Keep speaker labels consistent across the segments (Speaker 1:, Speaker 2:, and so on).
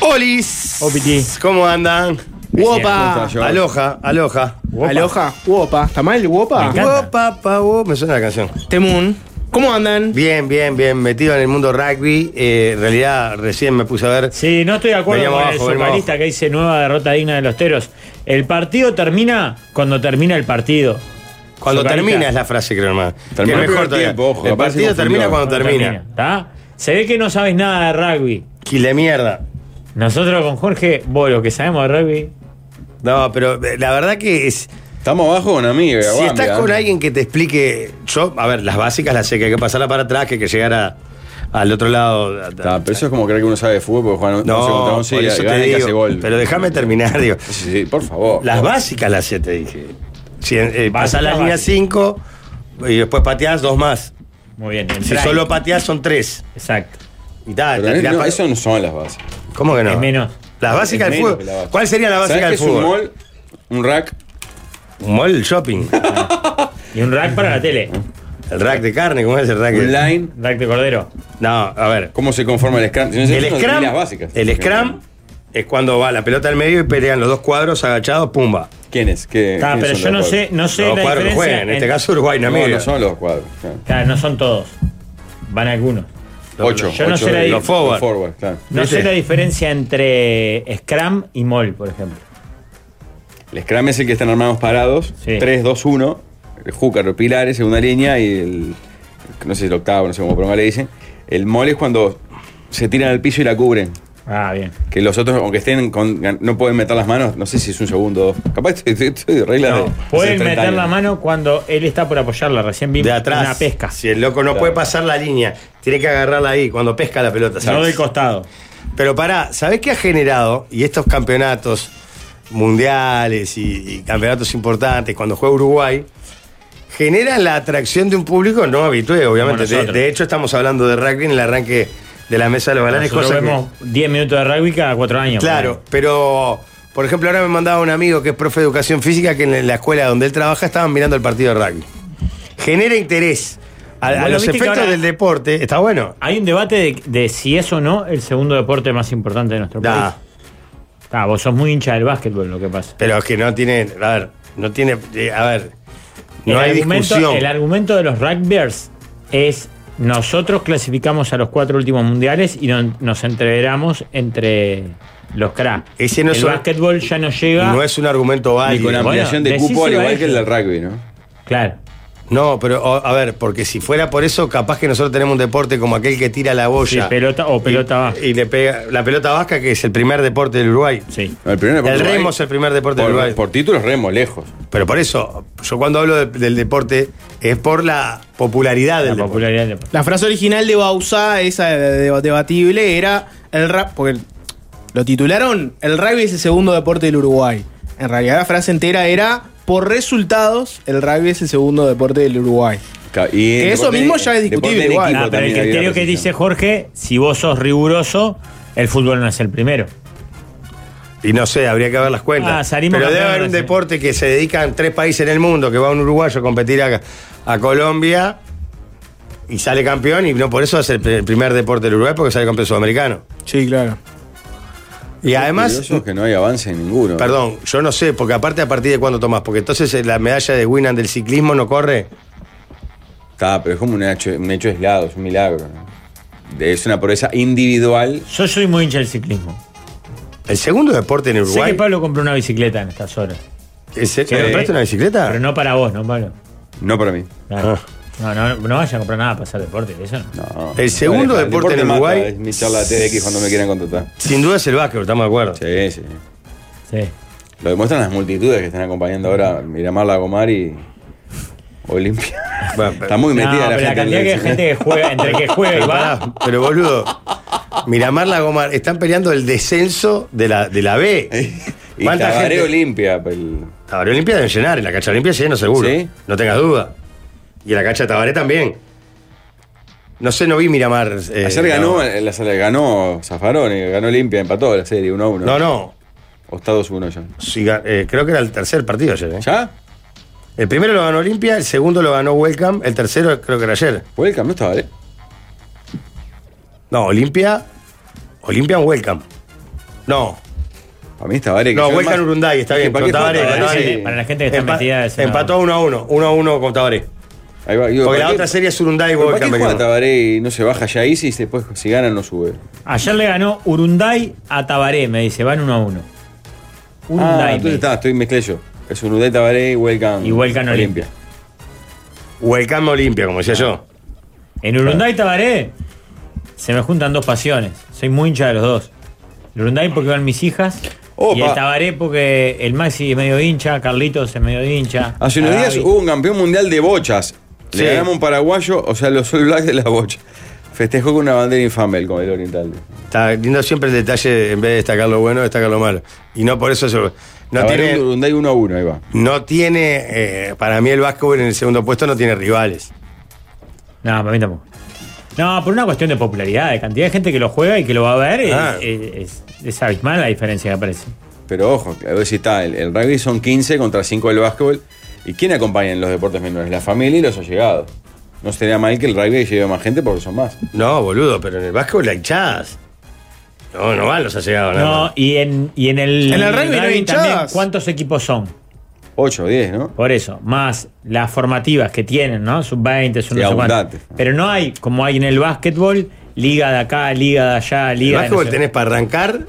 Speaker 1: Polis.
Speaker 2: OPT.
Speaker 1: ¿Cómo andan? Ah,
Speaker 2: Uopa.
Speaker 3: Yo-
Speaker 1: Aloja, aloja.
Speaker 2: Aloja. Uopa. ¿Está mal el Uopa?
Speaker 3: encanta.
Speaker 1: Uopa, pa, uo- Me suena la canción.
Speaker 2: Temun. ¿Cómo andan?
Speaker 1: Bien, bien, bien. Metido en el mundo rugby. Eh, en realidad, recién me puse a ver.
Speaker 3: Sí, no estoy de acuerdo
Speaker 1: Veníamos
Speaker 3: con el
Speaker 1: abajo, veníamos
Speaker 3: socalista
Speaker 1: abajo.
Speaker 3: que dice nueva derrota digna de los teros. El partido termina cuando termina el partido.
Speaker 1: Cuando
Speaker 3: Socalista.
Speaker 1: termina es la frase, creo, hermano. Que
Speaker 4: Termina el
Speaker 1: mejor
Speaker 4: primer
Speaker 1: todavía.
Speaker 4: tiempo, ojo,
Speaker 1: el
Speaker 4: capaz se
Speaker 1: partido
Speaker 4: confundió.
Speaker 1: termina cuando
Speaker 3: Cuando
Speaker 1: termina.
Speaker 3: ¿tá? Se ve que no sabes nada de rugby.
Speaker 1: Quile mierda.
Speaker 3: Nosotros con Jorge, vos lo que sabemos de rugby.
Speaker 1: No, pero eh, la verdad que es.
Speaker 4: Estamos abajo con amigo.
Speaker 1: Si estás
Speaker 4: ¿eh?
Speaker 1: con alguien que te explique, yo, a ver, las básicas las sé, que hay que pasarla para atrás, que hay que llegar a- al otro lado. a-
Speaker 4: Está, pero eso es como creer que uno sabe de fútbol porque Juan
Speaker 1: no,
Speaker 4: se contra
Speaker 1: por
Speaker 4: once y
Speaker 1: eso
Speaker 4: gana
Speaker 1: te
Speaker 4: y que
Speaker 1: digo,
Speaker 4: hace gol.
Speaker 1: Pero déjame terminar, digo.
Speaker 4: Sí, sí, por favor.
Speaker 1: Las básicas las sé, te dije. Si, eh, pasás la
Speaker 3: Básicas,
Speaker 1: línea
Speaker 3: básicas.
Speaker 1: 5 y después pateás dos más.
Speaker 3: Muy bien. el
Speaker 1: Si
Speaker 3: try.
Speaker 1: solo pateás son tres.
Speaker 3: Exacto.
Speaker 1: Y tal,
Speaker 4: Pero
Speaker 1: la-
Speaker 4: es-
Speaker 1: la
Speaker 4: no,
Speaker 1: pa-
Speaker 4: eso no son las bases.
Speaker 1: ¿Cómo que no?
Speaker 3: Es menos.
Speaker 1: Las básicas del fútbol. ¿Cuál sería la básica
Speaker 4: básica
Speaker 1: del fútbol?
Speaker 4: Un mall, un rack.
Speaker 1: Un mall shopping.
Speaker 3: Y un rack para la tele.
Speaker 1: El rack de carne, ¿cómo es el rack? de-
Speaker 4: Un line.
Speaker 3: Rack de cordero.
Speaker 1: No, a ver.
Speaker 4: ¿Cómo se conforma el scrum? Si no sé,
Speaker 1: El
Speaker 4: eso no- ni
Speaker 1: scrum,
Speaker 4: las básicas.
Speaker 1: el scrum es cuando va la pelota al medio y pelean los dos cuadros agachados, pumba.
Speaker 4: ¿Quién es? ¿Qué,
Speaker 3: Está,
Speaker 4: quiénes
Speaker 3: pero
Speaker 4: son
Speaker 3: yo no
Speaker 4: los
Speaker 3: sé, no
Speaker 1: Los
Speaker 3: sé
Speaker 1: dos
Speaker 3: la
Speaker 1: cuadros que
Speaker 3: diferencia.
Speaker 1: juegan, en este
Speaker 3: en-
Speaker 1: caso Uruguay,
Speaker 4: cuadros?
Speaker 1: Namibia.
Speaker 4: No, no son los cuadros. claro.
Speaker 3: Claro, no son todos. Van algunos.
Speaker 4: Ocho.
Speaker 3: yo no
Speaker 4: ocho
Speaker 3: sé la
Speaker 4: de-
Speaker 3: di-
Speaker 1: los forward.
Speaker 4: los forward, claro.
Speaker 3: No
Speaker 1: ¿Viste?
Speaker 3: sé la diferencia entre Scrum y Mol, por ejemplo.
Speaker 4: El scrum es el que están armados parados.
Speaker 3: Sí.
Speaker 4: 3, 2, 1. El hooker, pilares, segunda línea y el. No sé si el octavo, no sé cómo por le dicen. El mole es cuando se tiran al piso y la cubren.
Speaker 3: Ah, bien.
Speaker 4: Que los otros, aunque estén con, no pueden meter las manos, no sé si es un segundo o dos. Capaz estoy, estoy- estoy de reglas de.
Speaker 3: No,
Speaker 4: hace
Speaker 3: pueden
Speaker 4: 30
Speaker 3: meter
Speaker 4: años.
Speaker 3: la mano cuando él está por apoyarla. Recién vimos
Speaker 1: De atrás.
Speaker 3: una pesca.
Speaker 1: Si el loco no puede pasar la línea, tiene que agarrarla ahí cuando pesca la pelota. ¿sabes?
Speaker 3: No del costado.
Speaker 1: Pero pará, ¿sabés qué ha generado? Y estos campeonatos mundiales y, y campeonatos importantes, cuando juega Uruguay, generan la atracción de un público no habitué, obviamente.
Speaker 3: Como
Speaker 1: De,
Speaker 3: nosotros.
Speaker 1: de hecho, estamos hablando de rugby en el arranque de la mesa de los balanes,
Speaker 3: Nosotros
Speaker 1: cosa que-
Speaker 3: vemos 10 minutos de rugby cada 4 años.
Speaker 1: Claro, pero por ejemplo, ahora me mandaba un amigo que es profe de educación física que en la escuela donde él trabaja estaban mirando el partido de rugby. Genera interés. A, a
Speaker 3: Bueno,
Speaker 1: los
Speaker 3: viste que
Speaker 1: efectos
Speaker 3: ahora-
Speaker 1: del deporte, está bueno.
Speaker 3: Hay un debate de, de si es o no el segundo deporte más importante de nuestro
Speaker 1: Da,
Speaker 3: país. Ah, vos sos muy hincha del básquetbol, lo que pasa.
Speaker 1: pero es que no tiene. A ver, no tiene. eh, A ver,
Speaker 3: el
Speaker 1: no hay
Speaker 3: argumento,
Speaker 1: discusión.
Speaker 3: El argumento de los rugbyers es nosotros clasificamos a los cuatro últimos mundiales y no- nos entreveramos entre los crack.
Speaker 1: Ese no
Speaker 3: el
Speaker 1: es un-
Speaker 3: básquetbol ya no llega.
Speaker 1: No es un argumento
Speaker 4: Ni con
Speaker 1: válido.
Speaker 3: Bueno,
Speaker 4: ampliación de
Speaker 3: decíselo
Speaker 4: cupo, al
Speaker 3: a
Speaker 4: igual
Speaker 3: ellos.
Speaker 4: que el del rugby, ¿no?
Speaker 3: Claro.
Speaker 1: No, pero o- a ver, porque si fuera por eso, capaz que nosotros tenemos un deporte como aquel que tira la boya.
Speaker 3: Sí, pelota- o pelota
Speaker 1: y,
Speaker 3: vasca.
Speaker 1: Y le pega. La pelota vasca, que es el primer deporte del Uruguay.
Speaker 3: Sí.
Speaker 4: No, El, primer deporte del
Speaker 1: El remo
Speaker 4: Uruguay,
Speaker 1: es el primer deporte del Uruguay.
Speaker 4: Por, por títulos, remo, lejos.
Speaker 1: Pero por eso, yo cuando hablo de- del deporte es por la popularidad
Speaker 3: La
Speaker 1: del deporte.
Speaker 3: popularidad del deporte.
Speaker 2: La frase original de Bausa, esa de- de- debatible, era el rap. Porque lo titularon El rugby es el segundo deporte del Uruguay. En realidad la frase entera era Por resultados, el rugby es el segundo deporte del Uruguay.
Speaker 4: Ca- Y
Speaker 2: Que
Speaker 4: el
Speaker 2: eso
Speaker 4: deporte-
Speaker 2: mismo ya es discutible
Speaker 4: deporte en
Speaker 2: igual.
Speaker 4: equipo
Speaker 3: Ah, pero el
Speaker 4: también había
Speaker 3: criterio que dice
Speaker 4: precisión.
Speaker 3: Jorge, si vos sos riguroso, el fútbol no es el primero.
Speaker 1: Y no sé, habría que ver las cuentas.
Speaker 3: Ah, salimos
Speaker 1: Pero debe
Speaker 3: campeones,
Speaker 1: haber un
Speaker 3: sí.
Speaker 1: deporte que se dedican tres países en el mundo, que va un uruguayo a competir a, a Colombia y sale campeón, y no por eso es el, pr- el primer deporte del Uruguay, porque sale campeón sudamericano.
Speaker 2: Sí, claro.
Speaker 1: Y además,
Speaker 4: Curioso es que no hay avance en ninguno.
Speaker 1: perdón, yo no sé, porque aparte a partir de cuándo tomás, porque entonces eh, la medalla de Winan del ciclismo no corre.
Speaker 4: Está, pero es como un hecho, un hecho aislado, es un milagro. ¿no? Es una proeza individual.
Speaker 3: Yo soy muy hincha del ciclismo.
Speaker 1: El segundo deporte en
Speaker 3: Sé
Speaker 1: Uruguay.
Speaker 3: que Pablo compró una bicicleta en estas horas.
Speaker 1: ¿Es- ¿Te
Speaker 3: Sí.
Speaker 1: compraste una bicicleta?
Speaker 3: Pero no para vos, ¿no, Pablo?
Speaker 4: No para mí.
Speaker 3: Claro.
Speaker 1: Ah.
Speaker 3: No, no, no vayas a comprar nada para hacer deporte, eso no.
Speaker 4: No.
Speaker 1: El segundo
Speaker 4: Vale,
Speaker 1: deporte en
Speaker 4: mata,
Speaker 1: Uruguay-
Speaker 4: Es mi charla de TDX cuando me quieran contratar.
Speaker 1: Sin duda es el básquet, estamos de acuerdo.
Speaker 4: Sí, sí.
Speaker 3: Sí.
Speaker 4: Lo demuestran las multitudes que están acompañando ahora Miramar, Lagomar y Olimpia.
Speaker 1: Bueno, pero-
Speaker 4: Está muy
Speaker 3: No,
Speaker 4: metida la
Speaker 3: pero
Speaker 4: gente.
Speaker 3: la cantidad
Speaker 4: en
Speaker 3: que de
Speaker 4: eso,
Speaker 3: gente
Speaker 4: ¿eh?
Speaker 3: que juega, entre que juega y va,
Speaker 1: Pará, pero boludo, Miramar la goma, están peleando el descenso de la, de la B.
Speaker 4: Y
Speaker 1: ¿Cuánta
Speaker 4: Tabaré
Speaker 1: gente?
Speaker 4: Olimpia. pues, el-
Speaker 1: Tabaré Olimpia deben llenar, en la cancha Olimpia se llena seguro.
Speaker 4: Sí.
Speaker 1: No tengas duda. Y en la cancha de Tabaré también. No sé, no vi Miramar. eh,
Speaker 4: Ayer ganó, en la sala- ganó Zafaroni, ganó Olimpia, empató la serie 1 a 1.
Speaker 1: No, no.
Speaker 4: O está 2 1 ya.
Speaker 1: Sí, ga- eh, creo que era el tercer partido ayer. eh.
Speaker 4: ¿Ya?
Speaker 1: El primero lo ganó Olimpia, el segundo lo ganó Welcome, el tercero creo que era ayer.
Speaker 4: Welcome, no estaba, ¿eh?
Speaker 1: No, Olimpia. Olimpia Welcome. No,
Speaker 4: Para mí está Varela. que
Speaker 1: no,
Speaker 4: ¿eh? yo
Speaker 1: Huelcan
Speaker 4: más-
Speaker 1: Urunday, está
Speaker 4: Dije,
Speaker 1: bien.
Speaker 4: ¿para
Speaker 1: pero
Speaker 4: qué
Speaker 1: Tabaré,
Speaker 4: juega
Speaker 3: para la
Speaker 1: Tabaré.
Speaker 3: gente- para la gente que está metida es una-
Speaker 1: Empató 1 a 1, 1 a 1 con Tabaré.
Speaker 4: Ahí va, digo,
Speaker 1: Porque la
Speaker 4: ¿para qué-
Speaker 1: otra serie es Urunday y
Speaker 4: pero ¿Para
Speaker 1: Huelcan.
Speaker 4: qué
Speaker 1: me
Speaker 4: juega
Speaker 1: equivoco.
Speaker 4: Tabaré y no se baja ya ahí si después si gana no sube? Ah,
Speaker 3: Ayer le ganó Urunday a Tabaré, me dice, van 1 a 1.
Speaker 4: Ah,
Speaker 3: Urunday. me
Speaker 4: entonces
Speaker 3: dice.
Speaker 4: está, estoy mezclé yo. Es Urunday, Tabaré y Huelcan.
Speaker 3: Y Huelcan Olimpia.
Speaker 1: Huelcan Olimpia, como decía yo.
Speaker 3: En Urunday Tabaré se me juntan dos pasiones. Soy muy hincha de los dos. El Urunday porque van mis hijas. Y
Speaker 4: Opa.
Speaker 3: el Tabaré porque el Maxi es medio hincha, Carlitos es medio hincha. Ah,
Speaker 4: Hace unos días
Speaker 3: Arabi.
Speaker 2: uh.
Speaker 4: hubo un campeón mundial de bochas.
Speaker 1: Sí.
Speaker 4: Le ganamos un paraguayo, o sea, los All Blacks de la bocha. Festejó con una bandera infame el comedor oriental.
Speaker 1: Está lindo siempre el detalle, en vez de destacar lo bueno, destacar lo malo. Y no por eso. se- No
Speaker 4: Tabaré,
Speaker 1: tiene,
Speaker 4: Urunday 1 a 1, ahí va.
Speaker 1: no tiene eh, para mí el básquetbol en el segundo puesto no tiene rivales.
Speaker 3: No, para mí tampoco. No, por una cuestión de popularidad, de cantidad de gente que lo juega y que lo va a ver, es-
Speaker 1: Ah.
Speaker 3: es, es- es abismal la diferencia que aparece.
Speaker 4: Pero ojo, a ver si está, el, el rugby son 15 contra 5 del básquetbol. ¿Y quién acompaña en los deportes menores? La familia y los allegados. No sería mal que el rugby lleve más gente porque son más.
Speaker 1: No, boludo, pero en el básquetbol la hinchadas. No, no van los allegados. nada
Speaker 3: No,
Speaker 1: más.
Speaker 3: y en, y en el.
Speaker 2: En el rugby no hay hinchadas.
Speaker 3: también, ¿Cuántos equipos son?
Speaker 4: 8 o 10, ¿no?
Speaker 3: Por eso, más las formativas que tienen, ¿no? Sub 20, sub
Speaker 4: Sí,
Speaker 3: no sé cuánto.
Speaker 4: abundante.
Speaker 3: Pero no hay, como hay en el básquetbol, liga de acá, liga de allá,
Speaker 1: el
Speaker 3: liga de.
Speaker 1: básquetbol
Speaker 3: no sé-
Speaker 1: tenés para arrancar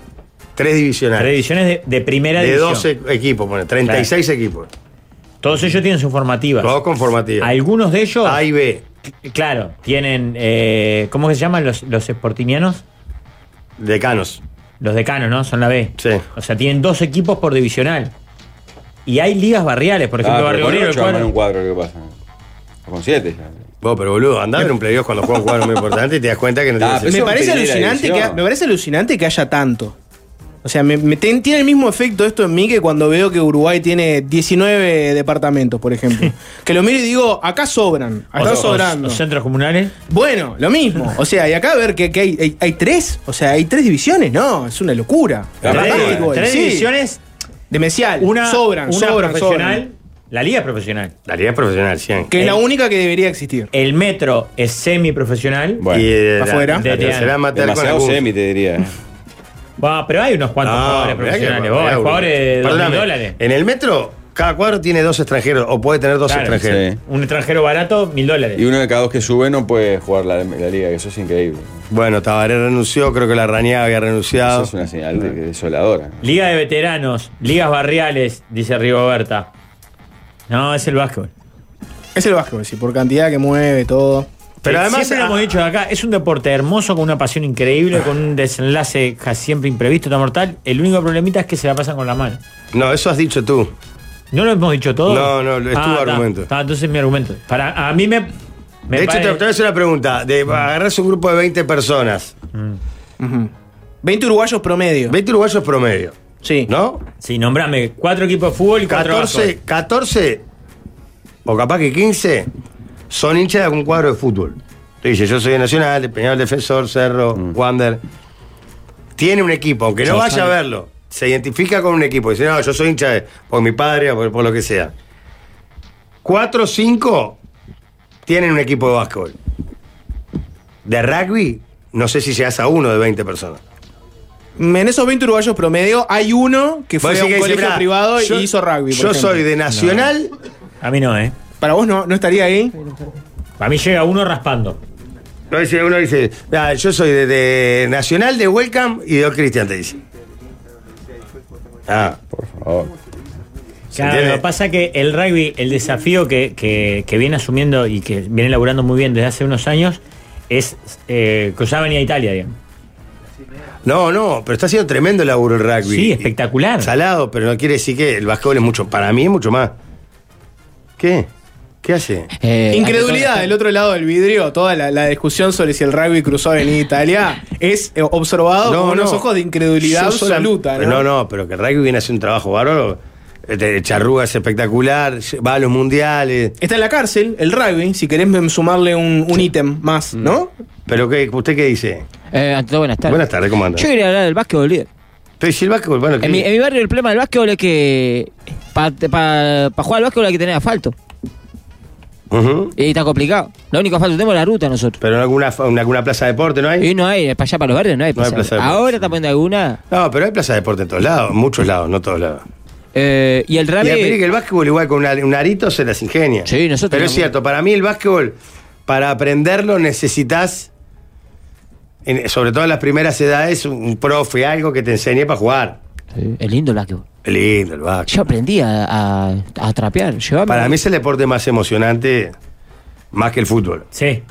Speaker 1: tres divisionales.
Speaker 3: Tres divisiones de, de primera
Speaker 1: de
Speaker 3: división.
Speaker 1: 12 equipos, bueno, 36 equipos.
Speaker 3: Todos ellos tienen sus formativas.
Speaker 1: Todos conformativos.
Speaker 3: Algunos de ellos,
Speaker 1: A y B.
Speaker 3: claro, tienen. eh, ¿Cómo que se llaman los, los sportinianos?
Speaker 1: Decanos.
Speaker 3: Los decanos, ¿no? Son la B.
Speaker 1: Sí.
Speaker 3: O sea, tienen dos equipos por divisional. Y hay ligas barriales, por ejemplo,
Speaker 4: ah,
Speaker 3: Barrio
Speaker 4: pero con
Speaker 3: Obrero, el
Speaker 4: 8 arman
Speaker 3: cual-
Speaker 4: un cuadro, ¿qué pasa? O con 7 ya.
Speaker 1: Vos, pero boludo, andá a ver un playoff cuando juega un jugador muy importante y te das cuenta que no
Speaker 4: Ah,
Speaker 1: tiene
Speaker 4: pero
Speaker 2: me
Speaker 4: son
Speaker 2: parece
Speaker 4: primera
Speaker 2: alucinante que
Speaker 4: división.
Speaker 2: me parece alucinante que haya tanto. O sea, me, me ten- tiene el mismo efecto esto en mí que cuando veo que Uruguay tiene 19 departamentos, por ejemplo. que lo miro y digo, acá sobran, acá
Speaker 3: o- o-
Speaker 2: sobrando.
Speaker 3: o centros comunales.
Speaker 2: bueno, lo mismo. O sea, y acá ver que, que hay, hay- hay tres, o sea, hay tres divisiones, no, es una locura.
Speaker 4: Tres-
Speaker 2: Capaz que
Speaker 3: Tres,
Speaker 2: digo,
Speaker 3: tres
Speaker 2: sí,
Speaker 3: divisiones,
Speaker 2: Demencial,
Speaker 3: una,
Speaker 2: sobran,
Speaker 3: una
Speaker 2: sobran,
Speaker 3: profesional.
Speaker 2: sobran.
Speaker 3: La liga es profesional.
Speaker 1: La liga es profesional, 100.
Speaker 2: Que es la
Speaker 3: El-
Speaker 2: única que debería existir.
Speaker 3: El metro es semiprofesional.
Speaker 4: Bueno.
Speaker 1: y eh,
Speaker 2: afuera.
Speaker 1: la- la tercera amateur con
Speaker 4: Demasiado
Speaker 1: algún-
Speaker 4: semi, te diría. ¿eh?
Speaker 3: Va, pero hay unos cuantos
Speaker 1: No,
Speaker 3: jugadores
Speaker 1: Ah, mirá que-
Speaker 3: profesionales.
Speaker 1: mirá
Speaker 3: Vos,
Speaker 1: que-
Speaker 3: hay jugadores de dos
Speaker 1: Perdóname,
Speaker 3: dólares.
Speaker 1: En el metro, cada cuadro tiene dos extranjeros, o puede tener dos
Speaker 3: Claro,
Speaker 1: extranjeros.
Speaker 4: sí.
Speaker 3: Un extranjero barato, mil dólares.
Speaker 4: Y uno de cada dos que sube no puede jugar la, la liga, que eso es increíble.
Speaker 1: Bueno, Tabaré renunció, creo que la Rañaga había
Speaker 4: Eso
Speaker 3: Ah.
Speaker 1: renunciado.
Speaker 4: es una señal de- desoladora.
Speaker 3: Liga de veteranos, ligas barriales, dice Rigoberta. No, es el básquetbol.
Speaker 2: Es el básquetbol, sí, por cantidad que mueve, todo.
Speaker 1: Pero
Speaker 3: Eh,
Speaker 1: además-
Speaker 3: siempre lo
Speaker 1: ah-
Speaker 3: hemos dicho de acá, es un deporte hermoso, con una pasión increíble, con un desenlace casi siempre imprevisto, tan mortal. El único problemita es que se la pasan con la mano.
Speaker 1: No, eso has dicho tú.
Speaker 3: ¿No lo hemos dicho todo? Ah,
Speaker 1: No, no, es tu
Speaker 3: está,
Speaker 1: argumento.
Speaker 3: está, entonces es mi argumento. Para, a mí me... me
Speaker 1: de hecho,
Speaker 3: pare-
Speaker 1: te, te voy a hacer una pregunta. De, Agarrás un grupo de 20 personas,
Speaker 2: 20 uruguayos promedio.
Speaker 1: 20 uruguayos promedio,
Speaker 2: Sí.
Speaker 1: ¿no?
Speaker 3: Sí, nombrame cuatro equipos de fútbol y cuatro
Speaker 1: 14, 14 o capaz que 15 son hinchas de algún cuadro de fútbol. Te dice, yo soy de Nacional, de Peñarol Defensor, Cerro, Wander. Tiene un equipo, aunque no
Speaker 3: Yo
Speaker 1: vaya a
Speaker 3: sabe.
Speaker 1: verlo, se identifica con un equipo. Dice, no, yo soy hincha de, por mi padre o por, por lo que sea. 4 o 5 tienen un equipo de básquetbol. De rugby, no sé si llegas a uno de 20 personas.
Speaker 2: En esos 20 uruguayos promedio hay uno que
Speaker 1: Vos
Speaker 2: fue a
Speaker 1: decís
Speaker 2: un
Speaker 1: que dice,
Speaker 2: colegio
Speaker 1: "Mirá,
Speaker 2: privado
Speaker 1: yo-
Speaker 2: y hizo rugby. por
Speaker 1: Yo
Speaker 2: ejemplo".
Speaker 1: soy de Nacional.
Speaker 3: A mí no, ¿eh?
Speaker 2: Para vos no, no estaría ahí.
Speaker 3: Para mí llega uno raspando.
Speaker 1: No, dice, uno dice, "Ah, yo soy de, de Nacional, de Welcome y de Don Cristian, te dice. Ah,
Speaker 4: Por favor.
Speaker 1: ¿se
Speaker 3: Claro, lo
Speaker 1: entiende?
Speaker 3: que pasa es que el rugby, el desafío que, que- que viene asumiendo y que viene laburando muy bien desde hace unos años es eh, cruzar Avenida Italia, digamos.
Speaker 1: No, no, pero está haciendo tremendo el laburo el rugby.
Speaker 3: Sí, espectacular.
Speaker 1: Salado, pero no quiere decir que el básquetbol es mucho, para mí es mucho más. ¿Qué? ¿Qué hace?
Speaker 5: Eh,
Speaker 2: Incredulidad
Speaker 5: antes-
Speaker 2: del otro lado del vidrio, toda la, la discusión sobre si el rugby cruzó en Italia es eh, observado con unos ojos de incredulidad
Speaker 1: Yo sola-
Speaker 2: absoluta. ¿no?
Speaker 1: No, no, pero que el rugby viene a hacer un trabajo bárbaro. Eh, de Charruga es espectacular, va a los mundiales.
Speaker 2: Está en la cárcel, el rugby, si querés mm, sumarle un un ítem más, ¿no?
Speaker 1: Pero qué, ¿usted qué dice?
Speaker 5: eh, ante todo, buenas tardes.
Speaker 1: Buenas tardes, ¿cómo anda?
Speaker 5: Yo quería hablar del básquetbol, líder.
Speaker 1: Pero si el básquetbol, bueno, ¿qué?
Speaker 5: En mi, en mi barrio el problema del básquetbol es que para jugar al básquetbol hay que tener asfalto.
Speaker 1: Ujú.
Speaker 5: Y está complicado. Lo único que falta tenemos es la ruta nosotros.
Speaker 1: Pero en alguna, en alguna plaza de deporte, ¿no hay?
Speaker 5: Y no hay, para allá para los barrios no hay.
Speaker 1: No hay
Speaker 5: plaza.
Speaker 1: plaza de deporte.
Speaker 5: Ahora está poniendo alguna.
Speaker 1: No, pero hay plaza de deporte en todos lados, en muchos lados, no todos lados.
Speaker 5: Eh, y el
Speaker 1: Y
Speaker 5: rugby.
Speaker 1: mire que el básquetbol igual con una- un arito se las ingenia.
Speaker 5: Sí, nosotros
Speaker 1: Pero es
Speaker 5: tenemos-
Speaker 1: cierto, para mí el básquetbol, para aprenderlo necesitas, en- sobre todo en las primeras edades, un, un profe, algo que te enseñe para jugar.
Speaker 5: Sí, es lindo el básquetbol.
Speaker 1: Qué lindo el básquet.
Speaker 5: Yo aprendí a, a, a trapear. Llevame-
Speaker 1: Para mí es el deporte más emocionante, más que el fútbol.
Speaker 3: Sí.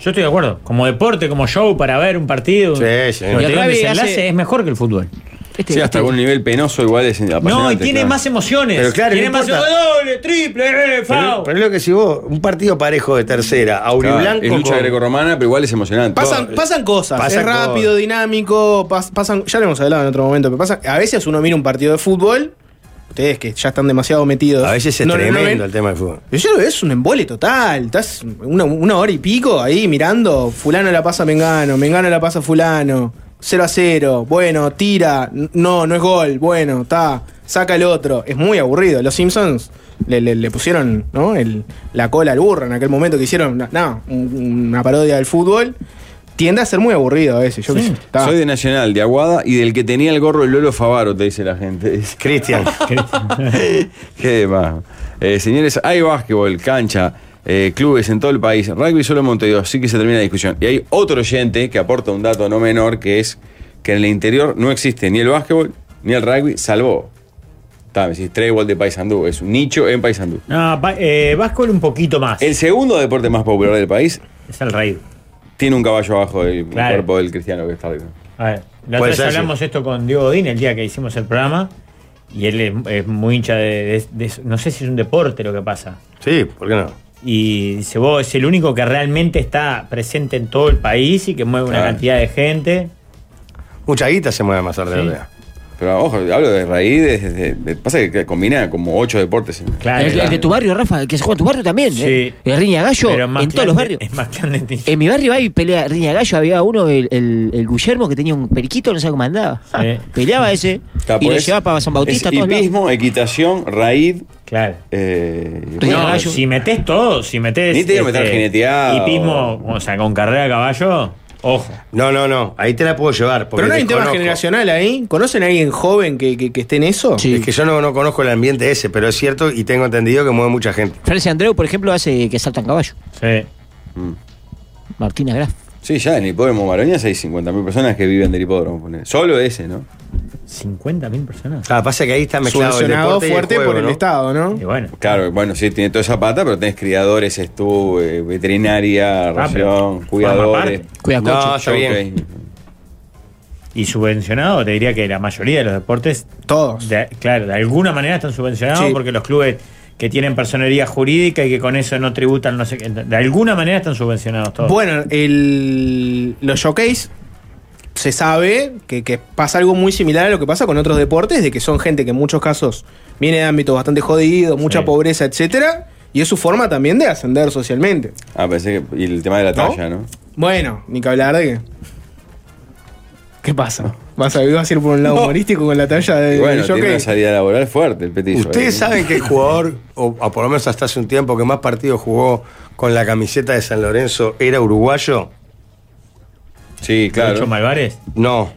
Speaker 3: Yo estoy de acuerdo. Como deporte, como show, para ver un partido.
Speaker 1: Sí, sí.
Speaker 3: Pero te
Speaker 5: Y
Speaker 3: digo,
Speaker 5: el
Speaker 3: el
Speaker 5: rugby
Speaker 3: desenlace
Speaker 5: hace-
Speaker 3: es mejor que el fútbol.
Speaker 5: Este-
Speaker 4: Sí, hasta
Speaker 5: este-
Speaker 4: algún nivel penoso igual es
Speaker 3: No,
Speaker 4: apasionante,
Speaker 3: y tiene
Speaker 4: claro.
Speaker 3: más em- emociones.
Speaker 1: Pero claro,
Speaker 3: tiene
Speaker 1: no
Speaker 3: más
Speaker 1: importa.
Speaker 3: doble, triple, eh,
Speaker 1: Pero,
Speaker 3: fao.
Speaker 1: pero es lo que si vos, un partido parejo de tercera,
Speaker 4: Claro,
Speaker 1: auriblanco.
Speaker 4: es lucha
Speaker 1: con-
Speaker 4: grecorromana, pero igual es emocionante.
Speaker 2: Pasan, pasan cosas,
Speaker 1: eh, Pasan
Speaker 2: es rápido,
Speaker 1: cosas.
Speaker 2: dinámico, pas- pasan, ya lo hemos hablado en otro momento, pero pasa, a veces uno mira un partido de fútbol, ustedes que ya están demasiado metidos.
Speaker 1: A veces es
Speaker 2: no- no- no
Speaker 1: tremendo
Speaker 2: ven-
Speaker 1: el tema del fútbol.
Speaker 2: Pero yo lo veo, es un embole total. Estás una, una hora y pico ahí mirando. Fulano la pasa a Mengano, Mengano la pasa a Fulano. 0 a 0. Bueno, tira. n- No, no es gol. Bueno, está. Saca el otro. Es muy aburrido. Los Simpsons le, le- le pusieron ¿no? el- la cola al burro en aquel momento que hicieron na- nada, un- una parodia del fútbol. Tiende a ser muy aburrido a veces. Yo qué sé, está.
Speaker 4: Soy de Nacional, de Aguada y del que tenía el gorro el Lolo Favaro, te dice la gente. Dice,
Speaker 1: Cristian.
Speaker 4: Qué demás. Eh, señores, hay básquetbol, cancha, eh, clubes en todo el país. Rugby solo en Montevideo, así que se termina la discusión. Y hay otro oyente que aporta un dato no menor, que es que en el interior no existe ni el básquetbol ni el rugby, salvo. Está, me decís, Trébol de Paysandú, es un nicho en Paysandú.
Speaker 3: No, ba- eh, básquetbol un poquito más.
Speaker 4: El segundo deporte más popular del país
Speaker 3: Es el rey.
Speaker 4: tiene un caballo abajo del
Speaker 3: Claro.
Speaker 4: cuerpo del cristiano que está arriba.
Speaker 3: A ver, la otra
Speaker 1: Puede
Speaker 3: vez
Speaker 1: ser, sí.
Speaker 3: hablamos esto con Diego Godín el día que hicimos el programa. Y él es, es muy hincha de, de- de- No sé si es un deporte lo que pasa.
Speaker 1: sí, ¿por qué no?
Speaker 3: Y dice, vos es el único que realmente está presente en todo el país y que mueve una
Speaker 4: Claro.
Speaker 3: cantidad de gente.
Speaker 1: Mucha guita se mueve más alrededor.
Speaker 4: Pero ojo, hablo de raíz, de- de- de- pasa que- que combina como ocho deportes. en-
Speaker 3: Claro.
Speaker 5: El, el de tu barrio, Rafa, el que se juega en tu barrio también.
Speaker 3: Sí.
Speaker 5: ¿eh? El riña gallo
Speaker 3: Pero es
Speaker 5: en
Speaker 3: más
Speaker 5: todos
Speaker 3: clandestino-
Speaker 5: los barrios. Eh,
Speaker 3: Es más clandestino.
Speaker 5: En mi barrio hay pelea riña gallo. Había uno, el, el, el Guillermo, que tenía un periquito, no sé cómo andaba. Ah,
Speaker 3: Sí.
Speaker 5: Peleaba ese.
Speaker 4: Está,
Speaker 5: y lo
Speaker 4: pues,
Speaker 5: llevaba para San Bautista. a
Speaker 4: es
Speaker 5: todos lados.
Speaker 4: hipismo, equitación, raíz.
Speaker 3: Claro.
Speaker 4: eh, y
Speaker 5: Río
Speaker 4: bueno,
Speaker 3: No,
Speaker 5: Gallo.
Speaker 3: si metés todo, si metés. este,
Speaker 4: Ni te digo meter jineteado.
Speaker 3: Hipismo, o sea, con carrera a caballo, ojo.
Speaker 1: No, no, no. Ahí te la puedo llevar. porque
Speaker 2: Pero no hay un tema
Speaker 1: desconozco.
Speaker 2: generacional ahí. ¿Conocen a alguien joven que, que- que esté en eso?
Speaker 5: Sí.
Speaker 1: Es que yo no, no conozco el ambiente ese, pero es cierto y tengo entendido que mueve mucha gente.
Speaker 5: Francia Andreu, por ejemplo, hace que saltan caballo.
Speaker 3: Sí.
Speaker 5: Martina Graf.
Speaker 4: Sí, ya en el hipódromo Baroñas hay 50.000 personas que viven del hipódromo. ponele. Solo ese, ¿no?
Speaker 3: 50.000 personas.
Speaker 1: Ah, pasa que ahí está mezclado el
Speaker 2: Subvencionado
Speaker 1: deporte y el
Speaker 2: fuerte
Speaker 1: juego,
Speaker 2: por el
Speaker 1: ¿no?
Speaker 2: Estado, ¿no?
Speaker 3: Y bueno.
Speaker 4: Claro, bueno, sí, tiene toda esa pata, pero tenés criadores, tú, eh, veterinaria,
Speaker 3: Ah, pero
Speaker 4: ración,
Speaker 3: forma
Speaker 4: cuidadores.
Speaker 3: parte.
Speaker 5: Cuida
Speaker 1: No,
Speaker 5: coche.
Speaker 1: está bien.
Speaker 4: jockey.
Speaker 3: Y subvencionado, te diría que la mayoría de los deportes,
Speaker 2: Todos.
Speaker 3: de- claro, de alguna manera están subvencionados
Speaker 2: Sí.
Speaker 3: porque los clubes que tienen personería jurídica y que con eso no tributan, no sé qué, de alguna manera están subvencionados todos.
Speaker 2: Bueno, el, los showcase se sabe que, que pasa algo muy similar a lo que pasa con otros deportes, de que son gente que en muchos casos viene de ámbitos bastante jodidos, mucha
Speaker 3: Sí.
Speaker 2: pobreza, etcétera, y es su forma también de ascender socialmente.
Speaker 4: Ah, pensé que. Y el tema de la talla, ¿no?
Speaker 2: Bueno, ni que hablar de que. ¿Qué pasa? ¿Vas a, vas a ir por un lado humorístico con la talla
Speaker 4: Y
Speaker 1: Eh,
Speaker 2: de
Speaker 4: bueno,
Speaker 2: del
Speaker 4: tiene
Speaker 2: jockey?
Speaker 4: una salida laboral fuerte el petiso. eh.
Speaker 1: Ustedes saben que el jugador, o, o por lo menos hasta hace un tiempo, que más partidos jugó con la camiseta de San Lorenzo era uruguayo.
Speaker 4: Sí,
Speaker 3: Lucho
Speaker 4: claro.
Speaker 3: Malvarez.
Speaker 1: No,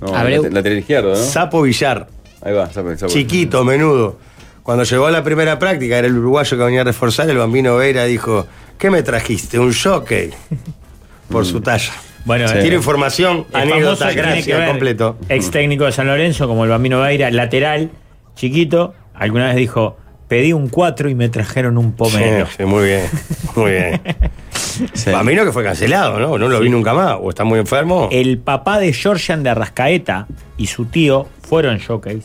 Speaker 4: No,
Speaker 5: Abreu.
Speaker 4: lateral lateral izquierdo, ¿no?
Speaker 1: Sapo Villar,
Speaker 4: Ahí va, sapo, sapo.
Speaker 1: chiquito, menudo. Cuando llegó a la primera práctica, era el uruguayo que venía a reforzar, el bambino Vera dijo, ¿qué me trajiste? Un jockey. Por su talla.
Speaker 3: Bueno, eh,
Speaker 4: Sí.
Speaker 3: el-
Speaker 1: Tiene información,
Speaker 3: El famoso
Speaker 1: anécdota,
Speaker 3: que tiene que
Speaker 1: gracia,
Speaker 3: ver,
Speaker 1: completo.
Speaker 3: Ex técnico de San Lorenzo, como el Bambino Veira, lateral, chiquito. Alguna vez dijo: Pedí un 4 y me trajeron un pomelo.
Speaker 1: Sí, sí, muy bien, muy bien.
Speaker 4: Sí.
Speaker 1: Bambino que fue cancelado, ¿no? No lo vi nunca más. O está muy enfermo.
Speaker 3: El papá de Georgian de Arrascaeta y su tío fueron jockeys.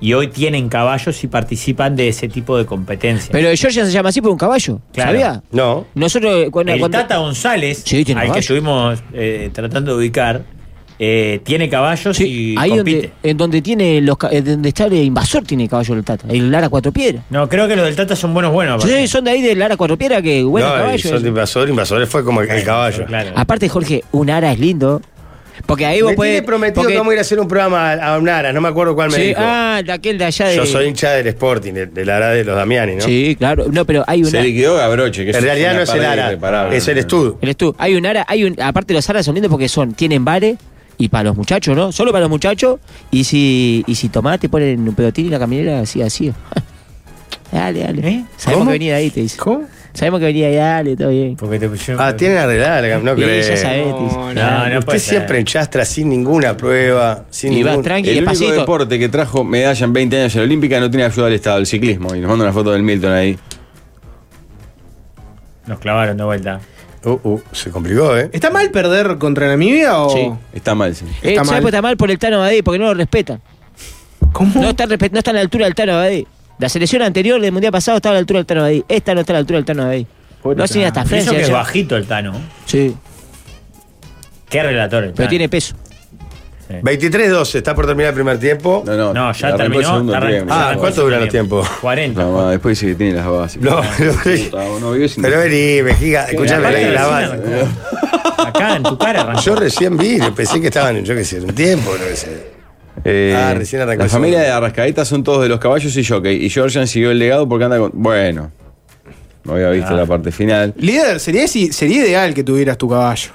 Speaker 3: Y hoy tienen caballos y participan de ese tipo de competencias.
Speaker 5: Pero Georgia se llama así por un caballo.
Speaker 3: Claro.
Speaker 5: ¿Sabía?
Speaker 1: No.
Speaker 5: Nosotros, eh, cuando.
Speaker 3: el
Speaker 5: cuando-
Speaker 3: Tata González,
Speaker 5: Sí, tiene
Speaker 3: al que
Speaker 5: caballo.
Speaker 3: estuvimos eh, tratando de ubicar, eh, tiene caballos y
Speaker 5: Sí, ahí
Speaker 3: compite.
Speaker 5: donde, en donde tiene los ca- eh, donde está el invasor tiene el caballo del Tata, el Lara Cuatro Piedras.
Speaker 3: No, creo que los del Tata son buenos, buenos.
Speaker 5: Sí,
Speaker 3: aparte.
Speaker 5: son de ahí del Lara Cuatro Piedras que bueno
Speaker 1: no,
Speaker 5: caballo.
Speaker 1: son de invasor, invasores fue como el caballo.
Speaker 3: Claro.
Speaker 5: Aparte, Jorge, un ara es lindo. Porque ahí vos
Speaker 1: Me
Speaker 5: podés.
Speaker 1: tiene prometido
Speaker 5: pues, porque-
Speaker 1: que vamos a ir a hacer un programa a a Onara, no me acuerdo cuál me
Speaker 5: Sí,
Speaker 1: dijo.
Speaker 5: ah, de aquel de allá de.
Speaker 1: Yo soy hincha del Sporting, de- del Ara de los Damiani, ¿no?
Speaker 5: Sí, claro. No, pero hay una.
Speaker 4: Se liquidó Gabroche. Que
Speaker 1: En realidad no es el Ara, es el Estud.
Speaker 5: El estudio. Hay un ara, hay un, aparte los aras son lindos porque son, tienen bares y para los muchachos, ¿no? Solo para los muchachos. Y si, y si tomás, te ponen un pelotín y la caminera así, así. dale, dale.
Speaker 2: ¿Eh?
Speaker 5: Sabemos
Speaker 1: ¿Cómo?
Speaker 5: que venía de ahí, te dice.
Speaker 1: ¿Cómo?
Speaker 5: Sabemos que venía de ahí, dale, todo bien.
Speaker 3: Porque te pusieron-
Speaker 1: Ah, tienen arreglada la cam- no
Speaker 5: Sí,
Speaker 1: creo.
Speaker 5: ya sabés, te dice. Eh,
Speaker 2: No,
Speaker 3: no, no.
Speaker 1: Usted
Speaker 3: puede ser.
Speaker 1: siempre enchastra sin ninguna prueba, sin
Speaker 5: Y vas
Speaker 1: ningún...
Speaker 5: tranqui,
Speaker 4: El único
Speaker 5: despacito.
Speaker 4: deporte que trajo medalla en 20 años en la Olímpica no tiene ayuda del Estado, el ciclismo. Y nos manda una foto del Milton ahí.
Speaker 3: Nos clavaron de vuelta.
Speaker 1: Uh, uh, se complicó, ¿eh?
Speaker 2: ¿Está mal perder contra Namibia o.?
Speaker 5: Sí.
Speaker 4: Está mal, sí.
Speaker 5: Eh,
Speaker 2: Está mal.
Speaker 5: ¿sabés por qué está mal por el Tano Abadé? Porque no lo respetan.
Speaker 2: ¿Cómo?
Speaker 5: No está, respet- no está a la altura del Tano Abadé. La selección anterior del Mundial pasado estaba a la altura del Tano Abadé. Esta no está a la altura del Tano Abadé. No sé, hasta
Speaker 3: Y Eso
Speaker 5: Francia.
Speaker 3: que es
Speaker 5: ya.
Speaker 3: bajito el Tano.
Speaker 5: Sí,
Speaker 3: Qué relator el
Speaker 5: pero
Speaker 3: Tano.
Speaker 5: tiene peso.
Speaker 1: 23-12, está por terminar el primer tiempo.
Speaker 4: No, no.
Speaker 3: No, ya
Speaker 4: arrancó el
Speaker 3: terminó.
Speaker 4: segundo
Speaker 3: arrancó-
Speaker 4: tiempo.
Speaker 1: Ah,
Speaker 3: arrancó
Speaker 1: ¿cuánto
Speaker 3: el
Speaker 1: duran los
Speaker 3: tiempo?
Speaker 1: tiempos?
Speaker 3: 40.
Speaker 4: No, va, después sí que tiene las bases.
Speaker 1: No, pero,
Speaker 4: Puta, vos no vivís sin-
Speaker 1: pero vení, vejiga, escuchame,
Speaker 3: Aparte
Speaker 1: vení,
Speaker 3: recién
Speaker 1: la base.
Speaker 3: arrancó. Acá en tu cara arrancó.
Speaker 1: Yo recién vi, pensé que estaban, yo qué sé, un tiempo, no sé.
Speaker 4: Eh,
Speaker 1: Ah, recién arrancó
Speaker 4: La
Speaker 1: el
Speaker 4: familia
Speaker 1: segundo.
Speaker 4: de Arrascaeta son todos de los caballos y jockey. Y Georgian siguió el legado porque anda con. Bueno. No había visto
Speaker 3: Ah.
Speaker 4: la parte final.
Speaker 2: Líder, sería, si- sería ideal que tuvieras tu caballo.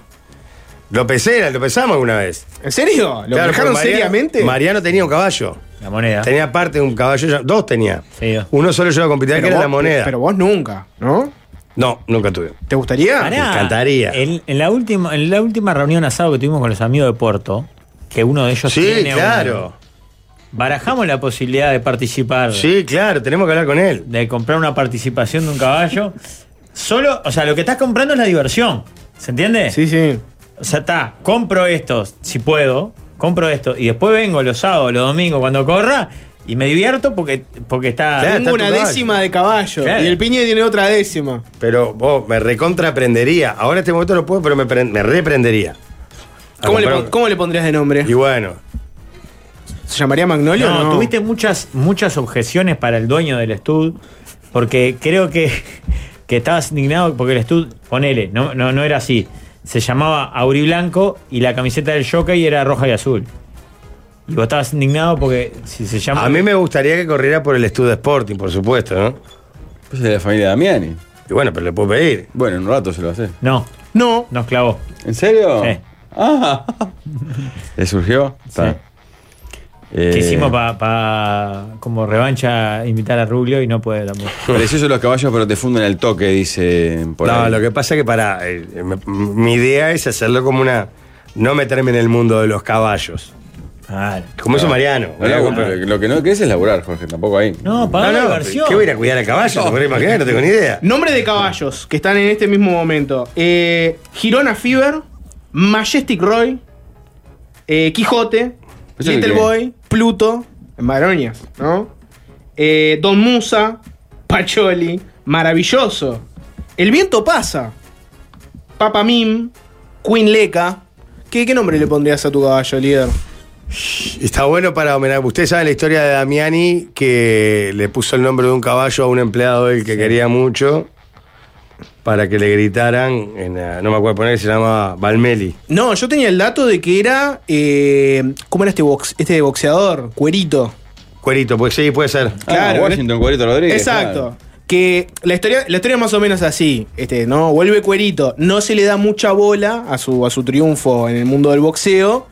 Speaker 1: Lo pesé, era, lo pesamos alguna vez.
Speaker 2: ¿En serio? ¿Lo
Speaker 1: Claro,
Speaker 2: manejaron
Speaker 1: porque Mariano-
Speaker 2: seriamente?
Speaker 1: Mariano tenía un caballo.
Speaker 3: La moneda.
Speaker 1: Tenía parte de un caballo, ya- dos tenía.
Speaker 3: Ah. Sí, dos.
Speaker 1: Uno solo yo a competir, que
Speaker 2: vos,
Speaker 1: era la moneda.
Speaker 2: pero vos nunca, ¿no?
Speaker 1: No, nunca tuve.
Speaker 2: ¿Te gustaría?
Speaker 3: Pará,
Speaker 1: me encantaría.
Speaker 3: En, en la última, en la última reunión asado que tuvimos con los amigos de Porto, que uno de ellos
Speaker 1: Sí,
Speaker 3: tiene un-
Speaker 1: claro.
Speaker 3: barajamos la posibilidad de participar,
Speaker 1: Sí, claro, tenemos que hablar con él.
Speaker 3: de comprar una participación de un caballo. Solo, o sea, lo que estás comprando es la diversión. ¿Se entiende?
Speaker 2: Sí, sí.
Speaker 3: O sea, está, compro estos, si puedo, compro esto, y después vengo los sábados, los domingos, cuando corra, y me divierto porque, porque está.
Speaker 1: Claro. está
Speaker 2: Tengo una
Speaker 1: tu caballo.
Speaker 2: décima de caballo
Speaker 3: Claro.
Speaker 2: y el piñe tiene otra décima.
Speaker 1: Pero vos, me recontraprendería. Ahora en este momento no puedo, pero me, pre- me reprendería. A
Speaker 2: ¿Cómo le,
Speaker 1: comprar
Speaker 2: pon-
Speaker 1: un-
Speaker 2: cómo le pondrías de nombre?
Speaker 1: Y bueno,
Speaker 2: ¿Se llamaría Magnolio?
Speaker 3: No,
Speaker 2: o No,
Speaker 3: tuviste muchas, muchas objeciones para el dueño del Stud, porque creo que, que estabas indignado porque el Stud, ponele, no, no, no era así. Se llamaba Auri Blanco y la camiseta del jockey era roja y azul. Y vos estabas indignado porque si se llama.
Speaker 1: a mí me gustaría que corriera por el estudio de Sporting, por supuesto, ¿no?
Speaker 4: Pues es de la familia Damiani.
Speaker 1: Y bueno, pero le puedo pedir.
Speaker 4: Bueno, en un rato se lo hace.
Speaker 3: No,
Speaker 2: No.
Speaker 3: nos clavó.
Speaker 4: ¿En serio?
Speaker 3: Sí.
Speaker 4: Ah. ¿Le surgió? Está.
Speaker 3: Sí.
Speaker 4: Eh,
Speaker 3: Que hicimos para, como revancha, invitar a Rubio y no puede tampoco.
Speaker 4: Preciosos los caballos, pero te funden el toque, dice por
Speaker 1: no,
Speaker 4: ahí.
Speaker 1: lo que pasa es que para. eh, eh, me- mi idea es hacerlo como una. No meterme en el mundo de los caballos.
Speaker 3: Claro.
Speaker 1: Como hizo Mariano. Ah,
Speaker 4: No le hago, pero lo que no querés es laburar, Jorge, tampoco ahí.
Speaker 3: No, para
Speaker 1: No,
Speaker 3: la
Speaker 1: no,
Speaker 3: diversión.
Speaker 1: ¿Qué voy a ir a cuidar a caballos? ¿Te podés imaginar? No tengo ni idea.
Speaker 2: Nombre de caballos que están en este mismo momento. Eh, Girona Fever, Majestic Roy, eh, Quijote,
Speaker 4: ¿Eso
Speaker 2: Little
Speaker 4: qué?
Speaker 2: Boy, Pluto, Maroñas, ¿no? Eh, Don Musa, Pacholi, Maravilloso, El Viento Pasa, Papa Mim, Queen Leca. ¿Qué, qué nombre le pondrías a tu caballo, líder?
Speaker 1: Está bueno para homenaje. Ustedes saben la historia de Damiani que le puso el nombre de un caballo a un empleado del que quería mucho para que le gritaran, en la- no me acuerdo poner, se llama Valmeli.
Speaker 2: No, yo tenía el dato de que era. eh, ¿Cómo era este, box, este boxeador? Cuerito.
Speaker 1: Cuerito, pues sí, puede ser.
Speaker 4: Ah,
Speaker 2: Claro,
Speaker 4: Washington, Cuarito Rodríguez.
Speaker 2: Exacto.
Speaker 4: claro.
Speaker 2: Que la historia, la historia es más o menos así, este, ¿no? Vuelve cuerito, no se le da mucha bola a su, a su triunfo en el mundo del boxeo.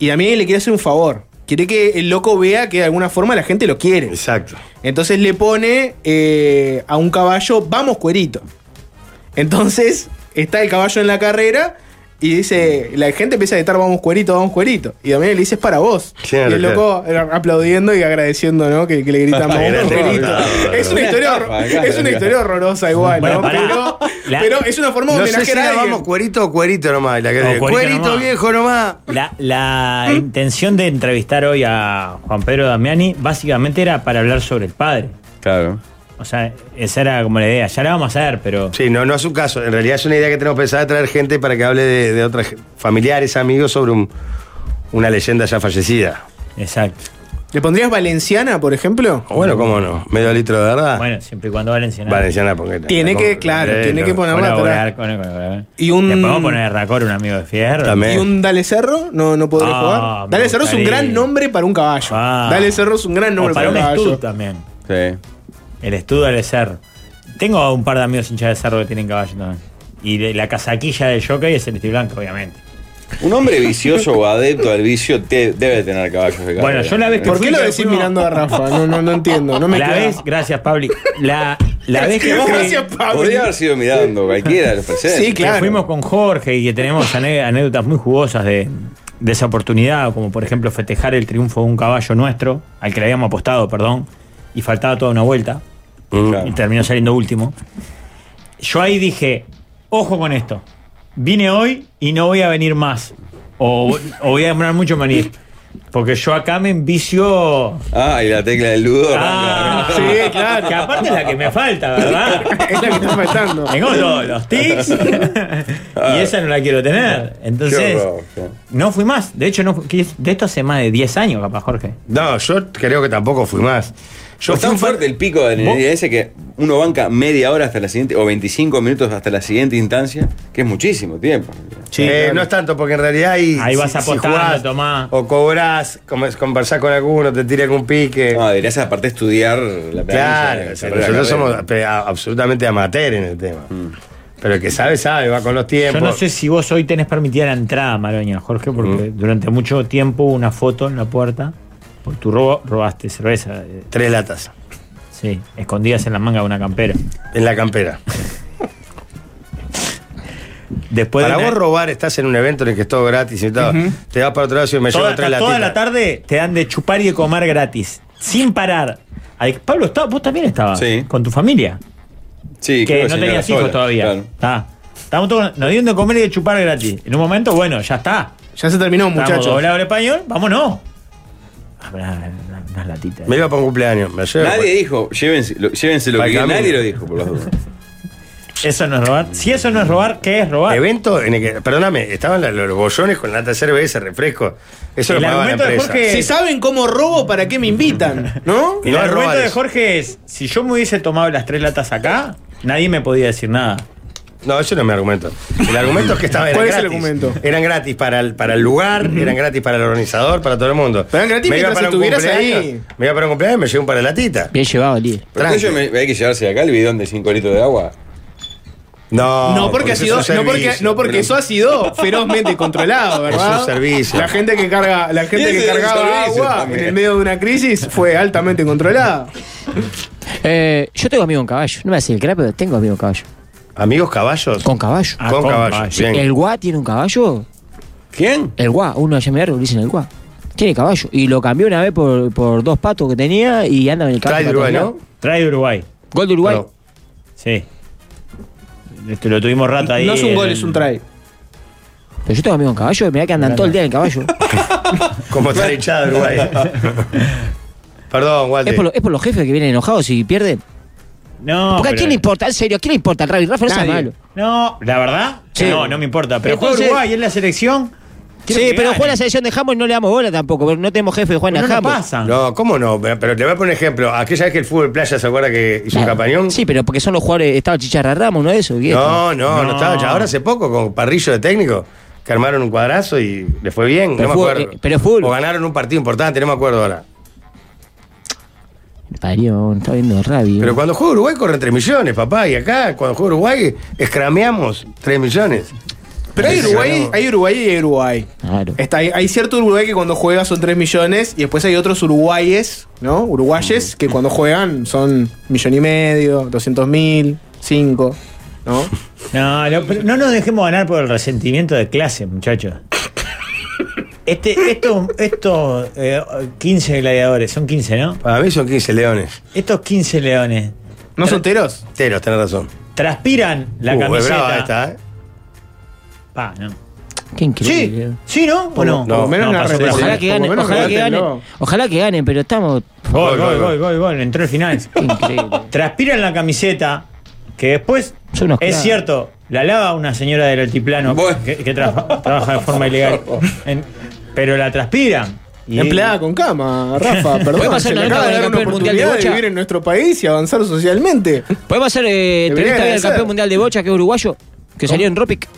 Speaker 2: Y también le quiere hacer un favor. Quiere que el loco vea que de alguna forma la gente lo quiere.
Speaker 1: Exacto.
Speaker 2: Entonces le pone eh, a un caballo, vamos cuerito. Entonces está el caballo en la carrera y dice, la gente empieza a gritar, vamos cuerito, vamos cuerito. Y también le dice, es para vos.
Speaker 1: Claro,
Speaker 2: y el loco eh, aplaudiendo y agradeciendo, ¿no? Que, que le gritan, vamos
Speaker 1: Era
Speaker 2: cuerito.
Speaker 1: terrible.
Speaker 2: Es una,
Speaker 4: Una
Speaker 2: historia,
Speaker 4: estafa,
Speaker 2: hor-
Speaker 4: claro,
Speaker 2: es una
Speaker 4: claro.
Speaker 2: historia horrorosa igual, ¿no?
Speaker 3: Bueno, pará.
Speaker 2: pero,
Speaker 3: La-
Speaker 2: pero es una forma de
Speaker 1: No sé si
Speaker 2: homenajear
Speaker 1: era
Speaker 2: a alguien.
Speaker 1: vamos cuerito o cuerito nomás. La que
Speaker 3: O
Speaker 1: cuerito
Speaker 3: cuerito nomás.
Speaker 1: viejo nomás.
Speaker 3: La, la intención de entrevistar hoy a Juan Pedro Damiani básicamente era para hablar sobre el padre.
Speaker 4: Claro.
Speaker 3: O sea, esa era como la idea. Ya la vamos a hacer, pero.
Speaker 1: Sí, no, no es un caso. En realidad es una idea que tenemos pensada de traer gente para que hable de, de otras familiares, amigos sobre un- una leyenda ya fallecida.
Speaker 3: Exacto.
Speaker 2: ¿Le pondrías valenciana, por ejemplo?
Speaker 1: Bueno, cómo no. Medio litro de verdad.
Speaker 3: Bueno, siempre y cuando Valenciana.
Speaker 1: Ah. Valenciana porque
Speaker 2: Tiene que, claro, tiene que poner- ponerla
Speaker 3: Colaborar,
Speaker 2: atrás.
Speaker 3: con- colaborar.
Speaker 2: Y un-
Speaker 3: Le podemos poner a Racor, un amigo de Fierro.
Speaker 1: También.
Speaker 2: ¿Y un Dale Cerro? ¿No, no podré
Speaker 3: Eh. Ah,
Speaker 2: jugar?
Speaker 3: me
Speaker 2: Dale Cerro es un
Speaker 3: gustaría.
Speaker 2: gran nombre para un caballo.
Speaker 3: Ah.
Speaker 2: Dale Cerro es un gran
Speaker 3: O
Speaker 2: nombre
Speaker 3: para
Speaker 2: para,
Speaker 3: un
Speaker 2: un caballo.
Speaker 3: estudio también.
Speaker 4: Sí.
Speaker 3: El estudio del cerro. Tengo un par de amigos hinchas de cerro que tienen caballo también. Y de- la casaquilla del jockey es celeste y blanco, obviamente.
Speaker 4: Un hombre vicioso o adepto al vicio te- debe tener caballos de carrera.
Speaker 3: Bueno, yo la vez que
Speaker 2: ¿Por qué
Speaker 3: fui,
Speaker 2: lo
Speaker 3: que
Speaker 2: decís
Speaker 3: fuimos-
Speaker 2: mirando a Rafa? No, no, no entiendo. No me
Speaker 3: la
Speaker 2: queda.
Speaker 3: vez, gracias, Pabli. La, la vez que, fui-
Speaker 2: Gracias, Pablo.
Speaker 4: Podría haber sido mirando cualquiera de los presentes.
Speaker 2: Sí,
Speaker 3: que
Speaker 2: claro.
Speaker 3: fuimos con Jorge y que tenemos ane- anécdotas muy jugosas de, de esa oportunidad, como por ejemplo festejar el triunfo de un caballo nuestro, al que le habíamos apostado, perdón, y faltaba toda una vuelta.
Speaker 4: Claro.
Speaker 3: y terminó saliendo último. Yo ahí dije, ojo con esto, vine hoy y no voy a venir más, o, o voy a demorar mucho en venir, porque yo acá me envicio...
Speaker 4: Ah, y la tecla del ludo.
Speaker 3: Ah,
Speaker 4: arranca.
Speaker 2: Sí, claro.
Speaker 3: Que aparte es la que me falta, ¿verdad?
Speaker 2: Es la que está faltando.
Speaker 3: Tengo todos los tics y esa no la quiero tener.
Speaker 4: Qué
Speaker 3: Entonces,
Speaker 4: horror, qué horror.
Speaker 3: no fui más. De hecho, no fui- que es- de esto hace más de 10 años, capaz, Jorge.
Speaker 1: No, yo creo que tampoco fui más. Yo
Speaker 4: es Pues
Speaker 1: fui
Speaker 4: tan
Speaker 1: un par-
Speaker 4: fuerte el pico de
Speaker 1: ¿Vos?
Speaker 4: energía ese que uno banca media hora hasta la siguiente, o 25 minutos hasta la siguiente instancia, que es muchísimo tiempo.
Speaker 1: Eh, No es tanto, porque en realidad ahí.
Speaker 3: Ahí vas apostando,
Speaker 1: jugás
Speaker 3: tomá.
Speaker 1: O cobrás, come- conversás con alguno, te tira algún pique.
Speaker 4: No, deberías aparte estudiar la
Speaker 1: claro,
Speaker 4: planilla,
Speaker 1: pero
Speaker 4: la carrera.
Speaker 1: nosotros somos pe- a- absolutamente amateur en el tema. Pero el que sabe, sabe, va con los
Speaker 3: Yo
Speaker 1: tiempos.
Speaker 3: no sé si vos hoy tenés permitida la entrada, Maroña, Jorge, porque durante mucho tiempo hubo una foto en la puerta. Porque tú robo- robaste cerveza, eh,
Speaker 1: Tres latas
Speaker 3: sí, escondidas en la manga de una campera.
Speaker 1: en la campera.
Speaker 3: Después
Speaker 1: para
Speaker 3: de
Speaker 1: vos robar, estás en un evento en el que es todo gratis y todo. Te vas para otro lado y me llevo
Speaker 3: toda,
Speaker 1: tres
Speaker 3: toda
Speaker 1: latitas.
Speaker 3: la tarde te dan de chupar y de comer gratis, sin parar. Ay, Pablo, está- vos también estabas
Speaker 4: Sí.
Speaker 3: con tu familia.
Speaker 4: Sí, creo
Speaker 3: que no
Speaker 4: señora
Speaker 3: tenías
Speaker 4: sola,
Speaker 3: hijos todavía.
Speaker 4: claro.
Speaker 3: Está. Estamos todos, nos dieron de comer y de chupar gratis. En un momento, bueno, ya está.
Speaker 2: Ya se terminó,
Speaker 3: Estamos
Speaker 2: muchachos.
Speaker 3: doblados al español, vámonos. Ah, Habrá una- unas latitas.
Speaker 1: Me iba para un cumpleaños. Me llevo
Speaker 4: Nadie dijo, llévense lo, llévense lo
Speaker 1: Para
Speaker 4: que
Speaker 1: el
Speaker 4: quieran.
Speaker 1: camino.
Speaker 4: Nadie lo dijo, por las dudas.
Speaker 3: Eso no es robar. Si eso no es robar, ¿qué es robar?
Speaker 1: Evento en el que, perdóname, estaban la- los bollones con lata de cerveza, refresco. Eso
Speaker 3: El
Speaker 1: lo pagaba la
Speaker 3: argumento de
Speaker 1: empresa.
Speaker 3: Jorge-
Speaker 2: Si saben cómo robo, ¿para qué me invitan? ¿No?
Speaker 1: Y
Speaker 3: El
Speaker 1: no es
Speaker 3: argumento
Speaker 1: robar
Speaker 3: de
Speaker 1: eso.
Speaker 3: Jorge es, si yo me hubiese tomado las tres latas acá, nadie me podía decir nada.
Speaker 1: No, eso no es mi argumento. El argumento es que estaban eran
Speaker 2: ¿Cuál es el
Speaker 1: gratis.
Speaker 2: argumento?
Speaker 1: Eran gratis para el, para el lugar, eran gratis para el organizador, para todo el mundo.
Speaker 2: Pero eran gratis
Speaker 1: me iba
Speaker 2: mientras
Speaker 1: para un
Speaker 2: estuvieras
Speaker 1: cumpleaños,
Speaker 2: ahí.
Speaker 1: Me iba para un cumpleaños y me llevé un par de latita.
Speaker 5: Bien llevado, líder.
Speaker 4: Pero
Speaker 1: Tranqui.
Speaker 4: yo me, hay que llevarse de acá el bidón de 5 litros de agua.
Speaker 1: No,
Speaker 2: No porque, ha
Speaker 1: eso
Speaker 2: sido,
Speaker 1: es un
Speaker 2: no porque,
Speaker 1: servicio,
Speaker 2: no porque
Speaker 1: pero-
Speaker 2: eso ha sido ferozmente controlado, ¿verdad?
Speaker 1: Es un servicio.
Speaker 2: La gente que carga, la gente
Speaker 4: Y ese
Speaker 2: que
Speaker 4: es un
Speaker 2: cargaba
Speaker 4: servicio
Speaker 2: agua
Speaker 4: también.
Speaker 2: en el medio de una crisis fue altamente controlada.
Speaker 5: Eh, yo tengo amigo en caballo. No me hace el crack, pero tengo amigo en caballo.
Speaker 1: ¿Amigos caballos?
Speaker 5: Con caballo.
Speaker 3: Ah,
Speaker 1: con,
Speaker 3: con
Speaker 1: caballos.
Speaker 3: caballos.
Speaker 1: bien.
Speaker 5: El guá tiene un caballo.
Speaker 4: ¿Quién?
Speaker 5: El guá, uno allá en Medardo le dicen el guá. Tiene caballo. Y lo cambió una vez por, por dos patos que tenía y anda en el
Speaker 1: Trae de
Speaker 5: caballo. para
Speaker 1: Uruguay,
Speaker 5: todos
Speaker 1: ¿no?
Speaker 5: lados.
Speaker 3: Trae de Uruguay.
Speaker 5: Gol de Uruguay.
Speaker 1: Perdón.
Speaker 3: Sí. Este, lo tuvimos rato ahí.
Speaker 2: No es un gol,
Speaker 3: en-
Speaker 2: es un try.
Speaker 5: Pero yo tengo amigos en caballo, mirá que andan todo el día en el caballo.
Speaker 1: Como está hinchada de Uruguay. Perdón, Walter.
Speaker 5: es, por lo- es por los jefes que vienen enojados y pierden.
Speaker 3: No,
Speaker 5: Porque a
Speaker 3: pero-
Speaker 5: quién le importa, en serio, ¿a quién le importa el rugby? Rafa, no seas
Speaker 2: Nadie.
Speaker 5: malo.
Speaker 3: No, la verdad,
Speaker 5: Sí.
Speaker 3: no, no me importa. Pero
Speaker 5: Entonces-
Speaker 3: juega Uruguay, es la selección. quiero
Speaker 5: Sí,
Speaker 3: que
Speaker 5: pero
Speaker 3: gane.
Speaker 5: juega la selección de Jamos y no le damos bola tampoco, porque no tenemos jefe de Juan
Speaker 3: Pero
Speaker 5: a
Speaker 3: no nos
Speaker 5: Jamos.
Speaker 3: pasa.
Speaker 1: No, ¿cómo no? Pero te voy a poner un ejemplo. Aquella vez que el fútbol playa se acuerda que hizo un
Speaker 5: Claro.
Speaker 1: campañón.
Speaker 5: Sí, pero porque son los jugadores, estaba Chicharra Ramos, ¿no eso? y esto.
Speaker 1: No, no, no
Speaker 3: No.
Speaker 1: estaba. ya Ahora hace poco, con parrillo de técnico, que armaron un cuadrazo y le fue bien.
Speaker 5: Pero
Speaker 1: no
Speaker 5: fue-
Speaker 1: me acuerdo.
Speaker 5: eh, pero fue-
Speaker 1: O ganaron un partido importante, no me acuerdo ahora.
Speaker 5: Parió, está viendo rabia.
Speaker 1: Pero cuando juega Uruguay corren 3 millones, papá. Y acá, cuando juega Uruguay, escrameamos 3 millones.
Speaker 2: Pero hay
Speaker 1: Sí,
Speaker 2: Uruguay,
Speaker 1: ganamos.
Speaker 2: hay Uruguay y hay Uruguay.
Speaker 5: Claro.
Speaker 2: Está, hay, hay cierto Uruguay que cuando juega son 3 millones y después hay otros uruguayes, ¿no? Uruguayes que cuando juegan son millón y medio, 200 mil, 5, ¿no?
Speaker 3: No, lo- pero no nos dejemos ganar por el resentimiento de clase, muchachos. Este, estos estos eh, 15 gladiadores, son 15, ¿no?
Speaker 1: Para mí son 15 leones.
Speaker 3: Estos 15 leones
Speaker 2: ¿No son teros?
Speaker 1: Teros, tenés razón.
Speaker 3: transpiran la
Speaker 1: Uh, es brava
Speaker 3: camiseta.
Speaker 1: esta, ¿eh?
Speaker 3: Pa, no.
Speaker 5: Qué eh.
Speaker 3: Sí,
Speaker 5: increíble.
Speaker 3: sí, ¿no? ¿O no?
Speaker 2: Por lo menos la
Speaker 3: pasó de
Speaker 2: representación.
Speaker 5: Ojalá
Speaker 3: ser.
Speaker 5: que
Speaker 2: por lo
Speaker 5: ganen,
Speaker 2: menos
Speaker 5: ojalá que
Speaker 2: regátenlo.
Speaker 5: ganen, ojalá que ganen, pero estamos.
Speaker 3: Gol, gol, gol, gol, gol, entró el final.
Speaker 5: Qué increíble.
Speaker 3: Transpiran la camiseta, que después,
Speaker 5: Son unos
Speaker 3: es
Speaker 5: clavos.
Speaker 3: cierto, la lava una señora del altiplano
Speaker 4: Bueno.
Speaker 3: que, que tra- trabaja de forma ilegal, En- pero la transpiran. Y-
Speaker 2: Empleada con cama, Rafa,
Speaker 5: Podemos
Speaker 2: perdón.
Speaker 5: hacer
Speaker 2: Se
Speaker 5: la
Speaker 2: le acaba
Speaker 5: nota
Speaker 2: de
Speaker 5: con el
Speaker 2: dar una
Speaker 5: campeón mundial de
Speaker 2: oportunidad de
Speaker 5: bocha.
Speaker 2: vivir en nuestro país y avanzar socialmente.
Speaker 5: Podemos hacer eh,
Speaker 2: Debería
Speaker 5: entrevista hoy al
Speaker 2: agradecer.
Speaker 5: campeón mundial de bocha, que es uruguayo, que salió en Ropic.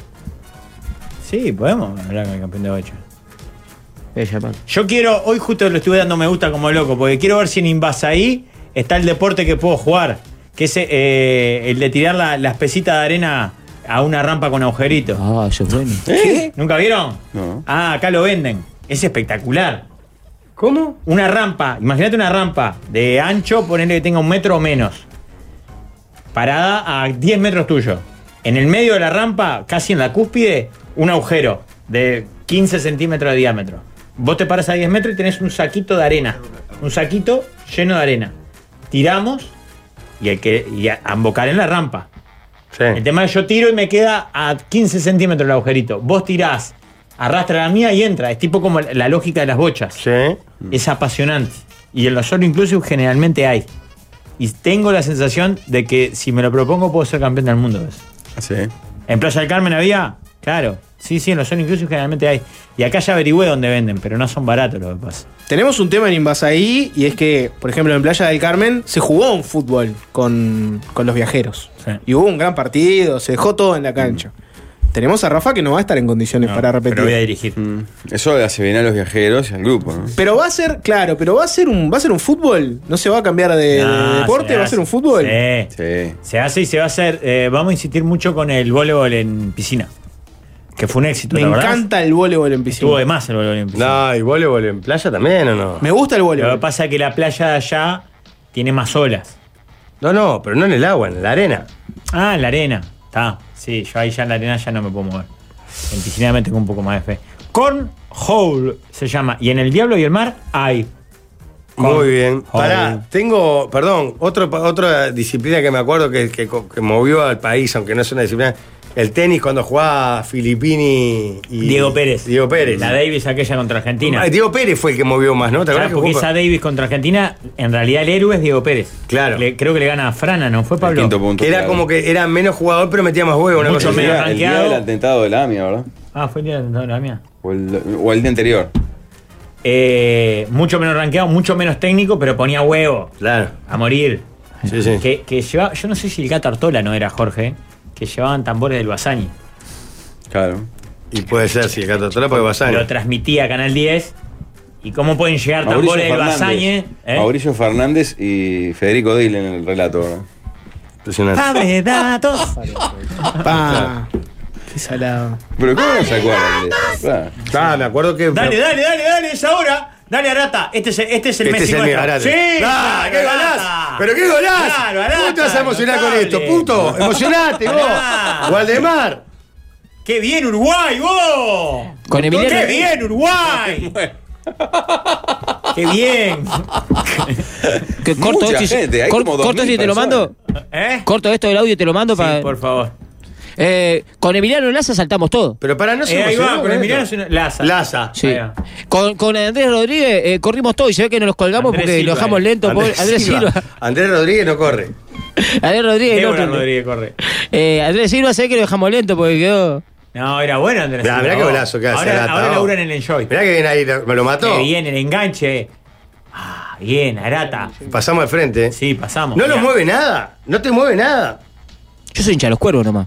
Speaker 3: Sí, podemos hablar con el campeón de bocha.
Speaker 5: Ella, man.
Speaker 3: Yo quiero, hoy justo le estuve dando me gusta como loco, porque quiero ver si en Invasaí está el deporte que puedo jugar, que es eh, el de tirar la, la espesita de arena a una rampa con agujeritos.
Speaker 5: Ah, eso es bueno.
Speaker 3: ¿Nunca vieron?
Speaker 4: No.
Speaker 3: Ah, acá lo venden. Es espectacular.
Speaker 1: ¿Cómo?
Speaker 3: Una rampa, imagínate una rampa de ancho, ponerle que tenga un metro o menos. Parada a 10 metros tuyo. En el medio de la rampa, casi en la cúspide, un agujero de 15 centímetros de diámetro. Vos te paras a 10 metros y tenés un saquito de arena. Un saquito lleno de arena. Tiramos y, el que, y a, a embocar en la rampa. El tema es que yo tiro y me queda a 15 centímetros el agujerito. Vos tirás, arrastra la mía y entra. Es tipo como la lógica de las bochas.
Speaker 1: Sí.
Speaker 2: Mm.
Speaker 3: Es apasionante. Y en los solo inclusive generalmente hay. Y tengo la sensación de que si me lo propongo puedo ser campeón del mundo. de eso.
Speaker 4: Sí.
Speaker 3: ¿En Playa del Carmen había? Claro. Sí, sí, en los solo inclusive generalmente hay. Y acá ya averigüé dónde venden, pero no son baratos lo que pasa.
Speaker 2: Tenemos un tema en Invasaí y es que, por ejemplo, en Playa del Carmen se jugó un fútbol con, con los viajeros.
Speaker 3: Sí.
Speaker 2: Y hubo un gran partido, se dejó todo en la cancha. Tenemos a Rafa que no va a estar en condiciones
Speaker 3: No,
Speaker 2: para
Speaker 3: Pero voy a
Speaker 2: repetir.
Speaker 3: dirigir.
Speaker 4: Mm. Eso le hace bien a los viajeros y al grupo, ¿no?
Speaker 2: Pero va a ser, claro, pero va a ser un, va a ser un fútbol. No se va a cambiar de, de
Speaker 3: Ah,
Speaker 2: deporte,
Speaker 3: se
Speaker 2: va a
Speaker 3: hace.
Speaker 2: ser un fútbol.
Speaker 3: Sí.
Speaker 4: Sí.
Speaker 3: Se hace y se va a hacer. eh, vamos a insistir mucho con el voleibol en piscina. Que fue un éxito,
Speaker 2: Me
Speaker 3: la verdad.
Speaker 2: encanta el voleibol en piscina.
Speaker 3: Estuvo de más el voleibol en piscina.
Speaker 1: No, y voleibol en playa también o no.
Speaker 2: Me gusta el
Speaker 3: Lo que
Speaker 2: voleibol.
Speaker 3: pasa es que la playa de allá tiene más olas.
Speaker 1: No, no, pero no en el agua, en la arena.
Speaker 3: Ah, en la arena. Está. Sí, yo ahí ya en la arena ya no me puedo mover. En piscina me tengo un poco más de fe. Cornhole se llama. Y en el Diablo y el Mar hay.
Speaker 1: Muy bien.
Speaker 3: Con-
Speaker 1: Pará, tengo, perdón, otro, pa- otra disciplina que me acuerdo que, que co- que movió al país, aunque no es una disciplina. El tenis cuando jugaba Filippini y.
Speaker 3: Diego Pérez.
Speaker 1: Diego Pérez.
Speaker 3: La Davis aquella contra Argentina.
Speaker 1: Ah, Diego Pérez fue el que movió más, ¿no? ¿Te
Speaker 3: Claro,
Speaker 1: acuerdas que
Speaker 3: porque
Speaker 1: jugó-
Speaker 3: esa Davis contra Argentina, en realidad el héroe es Diego Pérez.
Speaker 1: Claro.
Speaker 3: Le- creo que le gana a Frana, ¿no fue Pablo?
Speaker 4: quinto punto.
Speaker 1: que era
Speaker 4: claro.
Speaker 1: como que era menos jugador, pero metía más huevo, una
Speaker 3: Mucho
Speaker 1: cosa así.
Speaker 4: El
Speaker 3: menos.
Speaker 4: día, el día
Speaker 3: blanqueado.
Speaker 4: del atentado de la AMIA, ¿verdad?
Speaker 3: Ah, fue el día de la mía.
Speaker 4: O el, o el día anterior.
Speaker 3: Eh, mucho menos rankeado, mucho menos técnico, pero ponía huevo.
Speaker 1: Claro.
Speaker 3: A morir.
Speaker 1: Sí, sí.
Speaker 3: Que, que llevaba, yo no sé si el gato Artola no era Jorge, que llevaban tambores del Basani.
Speaker 4: Claro.
Speaker 1: Y puede ser, si el gato atrás puede pasar.
Speaker 3: Lo transmitía Canal 10. ¿Y cómo pueden llegar tambores del Basañe? ¿eh?
Speaker 4: Mauricio Fernández y Federico Dil en el relato, ¿verdad?
Speaker 1: Impresionante.
Speaker 3: Dame datos.
Speaker 2: Pa. Qué salado.
Speaker 4: Pero ¿cómo no se acuerdan de eso? Claro.
Speaker 1: Ah, me acuerdo que.
Speaker 3: Dale, dale, dale, dale, es ahora. Dale, Arata. Este es, el- este es el
Speaker 1: Este
Speaker 3: Messi
Speaker 1: es el mío,
Speaker 3: nuestro.
Speaker 1: Arata.
Speaker 3: Sí.
Speaker 1: ¡Ah, qué
Speaker 3: Arata.
Speaker 1: golazo! ¡Pero qué golazo!
Speaker 3: Claro, Arata,
Speaker 1: ¿Cómo te vas a emocionar con
Speaker 3: notable.
Speaker 1: esto? Punto. Emocionate
Speaker 3: Arata.
Speaker 1: vos. Waldemar.
Speaker 3: ¡Qué bien Uruguay, vos!
Speaker 5: Con Emiliano.
Speaker 3: ¡Qué bien Uruguay! ¡Qué bien!
Speaker 5: Que corto
Speaker 4: Mucha
Speaker 5: esto, y-
Speaker 4: gente, hay
Speaker 5: cor-
Speaker 4: como
Speaker 5: corto
Speaker 4: 2000
Speaker 5: esto y te lo
Speaker 4: personas.
Speaker 5: mando.
Speaker 3: ¿Eh?
Speaker 5: Corto esto del audio y te lo mando
Speaker 3: Sí,
Speaker 5: para.
Speaker 3: por favor.
Speaker 5: Eh, con Emiliano Laza saltamos todo.
Speaker 1: Pero para no se
Speaker 3: Eh, ahí
Speaker 1: emocionó
Speaker 3: va,
Speaker 1: con
Speaker 3: pero mirá, es
Speaker 1: esto.
Speaker 3: una- Laza.
Speaker 1: Laza.
Speaker 5: Sí.
Speaker 3: Ahí va.
Speaker 5: Con, con Andrés Rodríguez eh, corrimos todo y se ve que nos los colgamos
Speaker 3: Andrés
Speaker 5: porque
Speaker 3: Silva,
Speaker 5: lo dejamos
Speaker 3: eh.
Speaker 5: lento. pobre- Andrés, Silva.
Speaker 1: Andrés Rodríguez no corre.
Speaker 5: Andrés Rodríguez. el
Speaker 3: Débora
Speaker 5: otro.
Speaker 3: Rodríguez corre.
Speaker 5: Eh, Andrés Silva se ve que lo dejamos lento porque quedó.
Speaker 3: No, era bueno Andrés.
Speaker 1: Mirá,
Speaker 3: Silva,
Speaker 1: mirá qué
Speaker 3: vos.
Speaker 1: golazo que hace. Oh.
Speaker 3: Ahora,
Speaker 1: Arata,
Speaker 3: ahora
Speaker 1: vos.
Speaker 3: laburan en el Enjoy.
Speaker 1: Mirá que viene ahí, me lo mató.
Speaker 3: Qué bien, el enganche. Ah, bien, Arata.
Speaker 1: Pasamos al frente. ¿eh?
Speaker 3: Sí, pasamos.
Speaker 1: No los
Speaker 3: Mirá.
Speaker 1: mueve nada. No te mueve nada.
Speaker 5: Yo soy hincha de los cuervos nomás.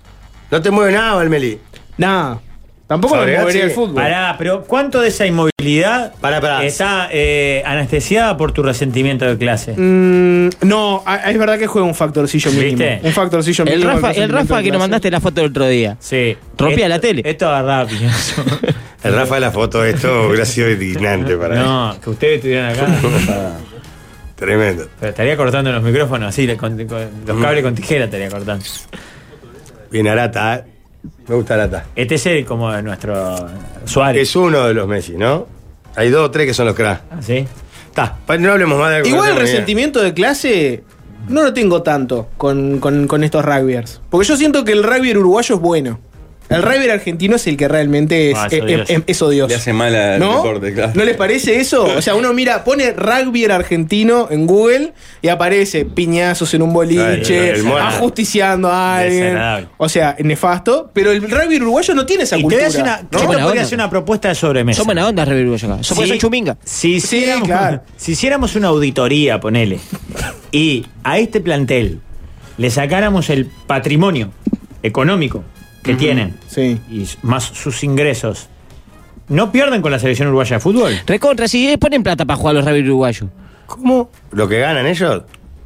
Speaker 1: No te mueve nada, Valmeli.
Speaker 2: Nada. Tampoco me
Speaker 1: Fabregat
Speaker 2: movería el
Speaker 1: sigue.
Speaker 2: fútbol.
Speaker 3: Pará, pero ¿cuánto de esa inmovilidad
Speaker 1: Pará, pará.
Speaker 3: está eh, anestesiada por tu resentimiento de clase?
Speaker 2: Mm, no, a- es verdad que juega un factorcillo mínimo.
Speaker 3: ¿Viste?
Speaker 2: Un factorcillo
Speaker 5: El
Speaker 2: mínimo.
Speaker 5: Rafa,
Speaker 2: de
Speaker 5: el Rafa que nos mandaste la foto el otro día.
Speaker 3: Sí.
Speaker 5: Rompía
Speaker 3: Esto-
Speaker 5: la tele.
Speaker 3: Esto agarraba piñazo.
Speaker 1: El Rafa de la foto, esto hubiera sido indignante para mí.
Speaker 3: no, que ustedes estuvieran acá.
Speaker 1: Tremendo.
Speaker 3: Pero estaría cortando los micrófonos así, le- con- con-
Speaker 1: Mm.
Speaker 3: los cables con tijera estaría cortando.
Speaker 1: Bien, Arata, ¿eh? Me gusta Arata.
Speaker 3: Este es el como nuestro Suárez.
Speaker 1: Es uno de los Messi, ¿no? Hay dos o tres que son los cracks.
Speaker 3: ¿Sí?
Speaker 1: Está, pa- no hablemos más de algo que
Speaker 2: Igual
Speaker 1: no
Speaker 2: el
Speaker 1: tengo ni idea.
Speaker 2: resentimiento de clase no lo tengo tanto con, con- con estos rugbyers. Porque yo siento que el rugby uruguayo es bueno. El rugby argentino es el que realmente es,
Speaker 3: Ah, es
Speaker 2: eh, eh,
Speaker 3: odioso.
Speaker 2: es, odioso.
Speaker 4: Le hace mal al
Speaker 2: ¿No?
Speaker 4: deporte, claro.
Speaker 2: ¿No les parece eso? O sea, uno mira, pone rugby argentino en Google y aparece piñazos en un boliche,
Speaker 1: Claro, el mono.
Speaker 2: ajusticiando a alguien.
Speaker 3: Desagradable.
Speaker 2: O sea, nefasto. Pero el rugby uruguayo no tiene esa
Speaker 3: Y te voy
Speaker 2: cultura.
Speaker 3: a hacer una,
Speaker 2: ¿no?
Speaker 3: yo te
Speaker 5: Buena
Speaker 3: podría
Speaker 5: onda.
Speaker 3: hacer una propuesta de sobremesa.
Speaker 5: Son buena onda, Revir Uruguayo acá. Son
Speaker 3: Sí.
Speaker 5: porque son chuminga.
Speaker 3: Si
Speaker 2: Sí,
Speaker 3: hiciéramos,
Speaker 2: claro.
Speaker 3: si hiciéramos una auditoría, ponele, y a este plantel le sacáramos el patrimonio económico que tienen
Speaker 2: Sí.
Speaker 3: y s- más sus ingresos, no pierden con la selección uruguaya de fútbol.
Speaker 5: Recontra, si eh, ponen plata para jugar los Revir Uruguayo.
Speaker 1: ¿Cómo? ¿Lo que ganan ellos?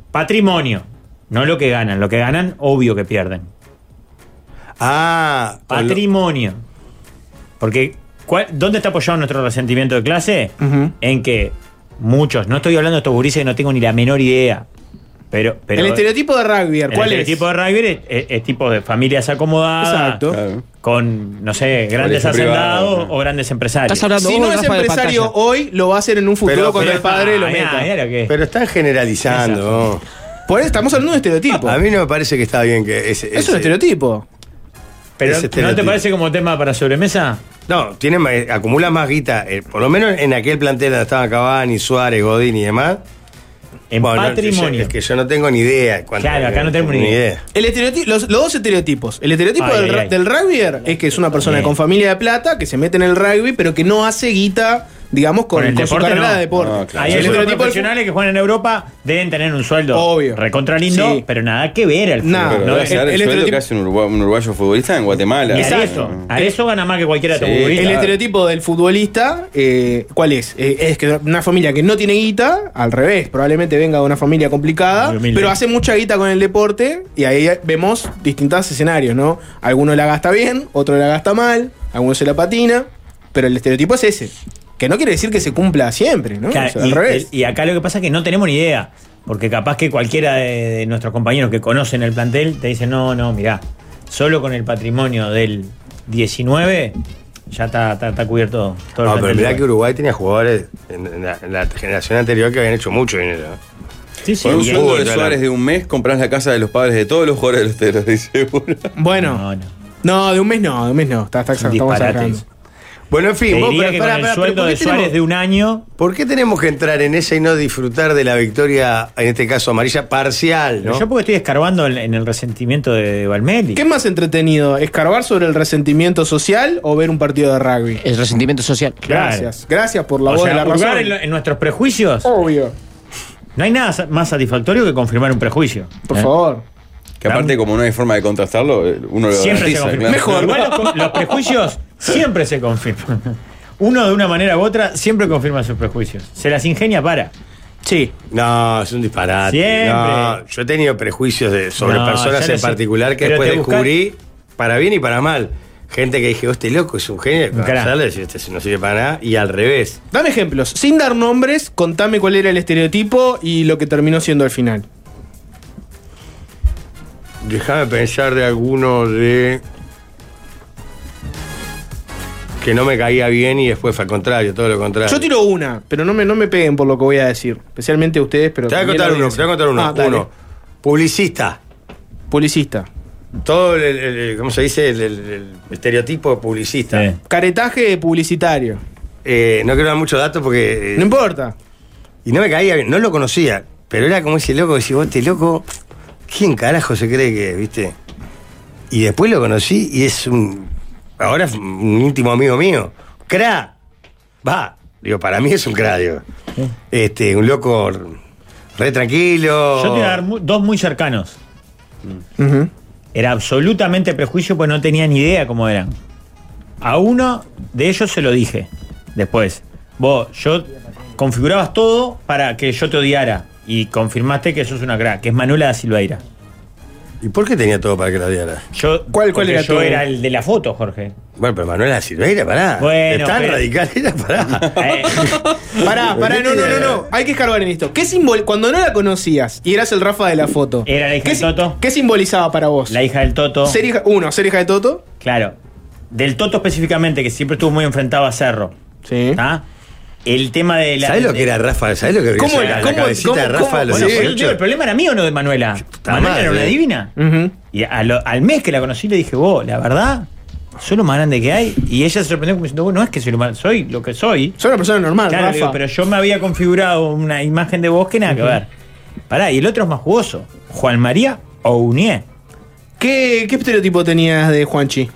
Speaker 3: Patrimonio, no lo que ganan. Lo que ganan, obvio que pierden.
Speaker 1: Ah, con lo-
Speaker 3: Patrimonio. Porque, ¿cuál- ¿dónde está apoyado nuestro resentimiento de clase?
Speaker 2: Ujú.
Speaker 3: En que muchos, no estoy hablando de estos gurises que no tengo ni la menor idea, pero... pero
Speaker 2: el estereotipo de rugby,
Speaker 3: el
Speaker 2: ¿cuál es?
Speaker 3: estereotipo de rugby es, es- es tipo de familias acomodadas.
Speaker 2: Exacto.
Speaker 4: Claro.
Speaker 3: Con, no sé, grandes
Speaker 4: Colegio
Speaker 3: hacendados
Speaker 4: privado.
Speaker 3: o grandes empresarios.
Speaker 5: Estás hablando-
Speaker 2: Si
Speaker 5: Vos,
Speaker 2: no es
Speaker 5: Rafa, de
Speaker 2: empresario
Speaker 5: pantalla.
Speaker 2: hoy, lo va a hacer en un futuro
Speaker 1: Pero-
Speaker 2: cuando
Speaker 1: pero-
Speaker 2: el padre lo
Speaker 3: Ah,
Speaker 2: meta.
Speaker 3: mirá, mirá lo que es.
Speaker 1: Pero están generalizando.
Speaker 2: Por eso estamos hablando de un estereotipo.
Speaker 1: ¿no? A mí no me parece que está bien que eh, ese,
Speaker 2: es un
Speaker 1: ese-
Speaker 2: estereotipo.
Speaker 3: Pero,
Speaker 1: ese
Speaker 3: ¿no te
Speaker 1: estereotipo.
Speaker 3: parece como tema para sobremesa?
Speaker 1: No, tiene, ma- acumula más guita, eh, por lo menos en aquel plantel donde estaban Cavani, Suárez, Godín y demás.
Speaker 3: En
Speaker 1: Bueno,
Speaker 3: patrimonio.
Speaker 1: yo- es que yo no tengo ni idea. cuánto- eh,
Speaker 3: Claro, acá no tenemos ni idea.
Speaker 2: El estereotipo, los, los dos estereotipos. El estereotipo
Speaker 3: Ay,
Speaker 2: del,
Speaker 3: ay,
Speaker 2: ra-
Speaker 3: ay.
Speaker 2: del rugbyer es que es una persona
Speaker 3: Bien.
Speaker 2: con familia de plata que se mete en el rugby, pero que no hace guita, digamos, con,
Speaker 3: Con el
Speaker 2: con su
Speaker 3: deporte,
Speaker 2: carrera
Speaker 3: no.
Speaker 2: de deporte.
Speaker 4: No, claro.
Speaker 3: Hay
Speaker 2: Y el
Speaker 3: algunos
Speaker 2: estereotipo del fu-
Speaker 3: profesionales que juegan en Europa deben tener un sueldo
Speaker 2: Obveo.
Speaker 3: recontra lindo,
Speaker 2: Sí.
Speaker 3: pero nada que ver al fútbol.
Speaker 2: Nah.
Speaker 4: Pero
Speaker 3: No,
Speaker 4: debe
Speaker 3: es-
Speaker 4: ser el,
Speaker 2: el
Speaker 4: sueldo
Speaker 2: estereotipo-
Speaker 4: que hace un uruguayo, un uruguayo futbolista en Guatemala.
Speaker 3: y
Speaker 2: Exacto.
Speaker 3: Arezzo. Arezzo gana más que cualquiera de
Speaker 4: Sí.
Speaker 3: tus
Speaker 2: El
Speaker 3: futbolistas.
Speaker 4: Claro.
Speaker 2: estereotipo del futbolista, eh, ¿cuál es? Eh, es que una familia que no tiene guita, al revés, probablemente venga de una familia complicada,
Speaker 3: Muy humilde.
Speaker 2: pero hace mucha guita con el deporte y ahí vemos distintos escenarios, ¿no? Alguno la gasta bien, otro la gasta mal, alguno se la patina, pero el estereotipo es ese. Que no quiere decir que se cumpla siempre, ¿no?
Speaker 3: Claro,
Speaker 2: O sea,
Speaker 3: y,
Speaker 2: al revés.
Speaker 3: y acá lo que pasa es que no tenemos ni idea. Porque capaz que cualquiera de, de nuestros compañeros que conocen el plantel te dice, no, no, mirá, solo con el patrimonio del 19 ya está, está- está cubierto todo el
Speaker 1: No, pero
Speaker 3: plantel.
Speaker 1: mirá que Uruguay tenía jugadores en, en la, en la generación anterior que habían hecho mucho dinero. ¿no?
Speaker 3: Sí, sí,
Speaker 4: Por un
Speaker 3: y-
Speaker 4: sueldo de
Speaker 1: claro.
Speaker 4: Suárez de un mes compras la casa de los padres de todos los jugadores de los teros, dice uno.
Speaker 2: Bueno,
Speaker 3: No, no.
Speaker 2: no, de un mes no, de un mes no, está, está,
Speaker 3: Es un
Speaker 2: estamos
Speaker 3: disparate
Speaker 2: sacando.
Speaker 3: eso.
Speaker 1: Bueno, en
Speaker 3: Te
Speaker 1: fin, vos,
Speaker 3: diría
Speaker 1: pero
Speaker 3: que
Speaker 1: pará,
Speaker 3: con el
Speaker 1: pará, pero
Speaker 3: sueldo
Speaker 1: ¿por qué
Speaker 3: de
Speaker 1: tenemos-
Speaker 3: Suárez de un año.
Speaker 1: ¿Por qué tenemos que entrar en esa y no disfrutar de la victoria, en este caso amarilla, parcial?
Speaker 3: pero
Speaker 1: ¿no?
Speaker 3: Yo porque estoy escarbando en, en el resentimiento de Valmelli.
Speaker 2: ¿Qué es más entretenido? ¿Escarbar sobre el resentimiento social o ver un partido de rugby?
Speaker 5: El resentimiento social.
Speaker 3: Claro.
Speaker 2: Gracias, gracias por la
Speaker 3: o
Speaker 2: voz
Speaker 3: sea,
Speaker 2: de la
Speaker 3: hurgar
Speaker 2: razón.
Speaker 3: en, lo- en nuestros prejuicios,
Speaker 2: Obvio.
Speaker 3: no hay nada sa- más satisfactorio que confirmar un prejuicio.
Speaker 2: Por
Speaker 5: ¿Eh?
Speaker 2: favor.
Speaker 4: Que aparte, como no hay forma de contrastarlo, eh, uno lo
Speaker 3: Siempre se
Speaker 4: garantiza,
Speaker 3: confirma.
Speaker 4: claro.
Speaker 3: Mejor. Igual los, los prejuicios siempre se confirman. Uno de una manera u otra siempre confirma sus prejuicios. Se las ingenia para.
Speaker 2: Sí.
Speaker 1: No, es un disparate.
Speaker 3: Siempre.
Speaker 1: No, yo he tenido prejuicios de, sobre
Speaker 3: No,
Speaker 1: personas
Speaker 3: ya lo
Speaker 1: en
Speaker 3: sé.
Speaker 1: particular que
Speaker 3: Pero
Speaker 1: después
Speaker 3: te buscas-
Speaker 1: descubrí, para bien y para mal. Gente que dije, "Oh, este loco es un genio,
Speaker 3: Un crack.
Speaker 1: sale, si este no sirve para nada, y al revés.
Speaker 2: Dame ejemplos. Sin dar nombres, contame cuál era el estereotipo y lo que terminó siendo al final.
Speaker 1: Déjame pensar de alguno de. que no me caía bien y después fue al contrario, todo lo contrario.
Speaker 2: Yo tiro una, pero no me, no me peguen por lo que voy a decir. Especialmente ustedes, pero.
Speaker 1: Te voy a
Speaker 2: también
Speaker 1: contar
Speaker 2: la
Speaker 1: uno, te
Speaker 2: audiencia.
Speaker 1: voy a contar uno.
Speaker 2: Ah, dale.
Speaker 1: uno. Publicista.
Speaker 2: Publicista.
Speaker 1: Todo el, el- el- ¿cómo se dice? El, el- el estereotipo de publicista.
Speaker 3: Sí.
Speaker 2: Caretaje publicitario.
Speaker 1: Eh, no quiero dar muchos datos porque. eh,
Speaker 2: No importa.
Speaker 1: Y no me caía bien, no lo conocía, pero era como ese loco que decía, vos este loco, ¿quién carajo se cree que, es?", viste? Y después lo conocí y es un. Ahora es un íntimo amigo mío. ¡Cra! Va. Digo, para mí es un cra, digo. Este, un loco r- re tranquilo.
Speaker 3: Yo te voy a dar mu- dos muy cercanos.
Speaker 2: Oh. Mm. Ujú.
Speaker 3: Era absolutamente prejuicio pues no tenía ni idea cómo eran. A uno de ellos se lo dije después. Vos, yo configurabas todo para que yo te odiara. Y confirmaste que sos una crack, que es Manuela da Silveira.
Speaker 1: ¿Y por qué tenía todo para que la diera?
Speaker 3: Yo,
Speaker 2: ¿Cuál- cuál
Speaker 3: porque
Speaker 2: era
Speaker 3: yo
Speaker 2: tu-
Speaker 3: era el de la foto, Jorge.
Speaker 1: Bueno, pero Manuela Silveira, pará.
Speaker 3: Bueno,
Speaker 1: Tan
Speaker 3: pero-
Speaker 1: radical era, pará.
Speaker 3: Eh,
Speaker 2: Pará, pará, no, no, no, no. Hay que escarbar en esto. ¿Qué simbol Cuando no la conocías y eras el Rafa de la foto.
Speaker 3: Era la hija
Speaker 2: ¿qué
Speaker 3: de
Speaker 2: si-
Speaker 3: Toto.
Speaker 2: ¿Qué simbolizaba para vos?
Speaker 3: la hija del Toto.
Speaker 2: Ser hija- uno, ser hija de Toto.
Speaker 3: Claro. Del Toto específicamente, que siempre estuvo muy enfrentado a Cerro.
Speaker 2: Sí.
Speaker 3: ¿Está? El tema de la.
Speaker 1: ¿Eh? ¿Sabés lo
Speaker 3: de-
Speaker 1: que era Rafa? ¿Sabés lo que habría
Speaker 2: ¿Cómo
Speaker 1: sido
Speaker 2: era?
Speaker 1: la
Speaker 2: ¿Cómo-
Speaker 1: cabecita
Speaker 2: cómo-
Speaker 1: de Rafa
Speaker 2: cómo?
Speaker 1: a los
Speaker 3: Bueno, por eso
Speaker 1: 18?
Speaker 3: digo, el problema era mío, no de Manuela.
Speaker 1: Puta
Speaker 3: Manuela era
Speaker 1: madre.
Speaker 3: una divina.
Speaker 2: Ujú.
Speaker 3: Y a lo- al mes que la conocí le dije, vos, la verdad, soy lo más grande que hay. Y ella se sorprendió como diciendo, bueno, no es que soy lo más, soy lo que soy.
Speaker 2: Soy una persona normal,
Speaker 3: Claro,
Speaker 2: Ah, Rafa.
Speaker 3: digo, pero yo me había configurado una imagen de vos que nada que ver. Pará, y el otro es más jugoso. Juan María Ounie.
Speaker 2: ¿Qué, ¿Qué estereotipo tenías de Juanchi?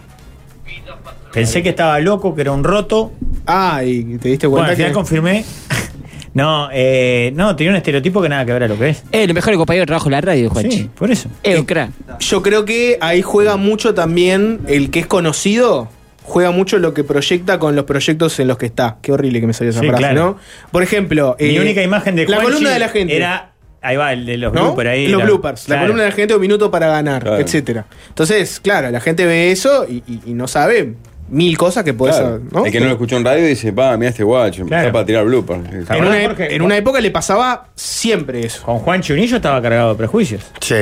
Speaker 3: Pensé que estaba loco, que era un roto.
Speaker 2: Ah, y te diste
Speaker 3: Bueno,
Speaker 2: cuenta
Speaker 3: al final
Speaker 2: que...
Speaker 3: confirmé. No, eh, no, tenía un estereotipo que nada que ver a lo que es.
Speaker 5: Eh, lo mejor compañero de trabajo de la radio, Juanchi.
Speaker 3: Sí, por eso.
Speaker 5: Eh, un crack.
Speaker 2: Yo creo que ahí juega mucho también el que es conocido. Juega mucho lo que proyecta con los proyectos en los que está. Qué horrible que me salió esa
Speaker 3: Sí,
Speaker 2: frase,
Speaker 3: claro.
Speaker 2: ¿no? Por ejemplo,
Speaker 3: Mi
Speaker 2: eh,
Speaker 3: única imagen de
Speaker 2: la
Speaker 3: Juanchi
Speaker 2: columna de la gente.
Speaker 3: Era, ahí va, el de los
Speaker 2: ¿no?
Speaker 3: bloopers ahí.
Speaker 2: los
Speaker 3: la-
Speaker 2: bloopers, la
Speaker 3: claro.
Speaker 2: columna de la gente, un minuto para ganar,
Speaker 4: Claro.
Speaker 2: etcétera. Entonces, claro, la gente ve eso y, y- y no sabe mil cosas que puede
Speaker 4: Claro.
Speaker 2: saber, ¿no?
Speaker 4: El que no lo escuchó en radio dice, va, mira este guacho,
Speaker 3: Claro.
Speaker 4: está para tirar bloopers.
Speaker 3: Claro.
Speaker 2: en, una,
Speaker 3: Bueno, Jorge,
Speaker 2: en una época le pasaba siempre eso.
Speaker 3: Con Juan Chunillo estaba cargado de prejuicios.
Speaker 1: Sí.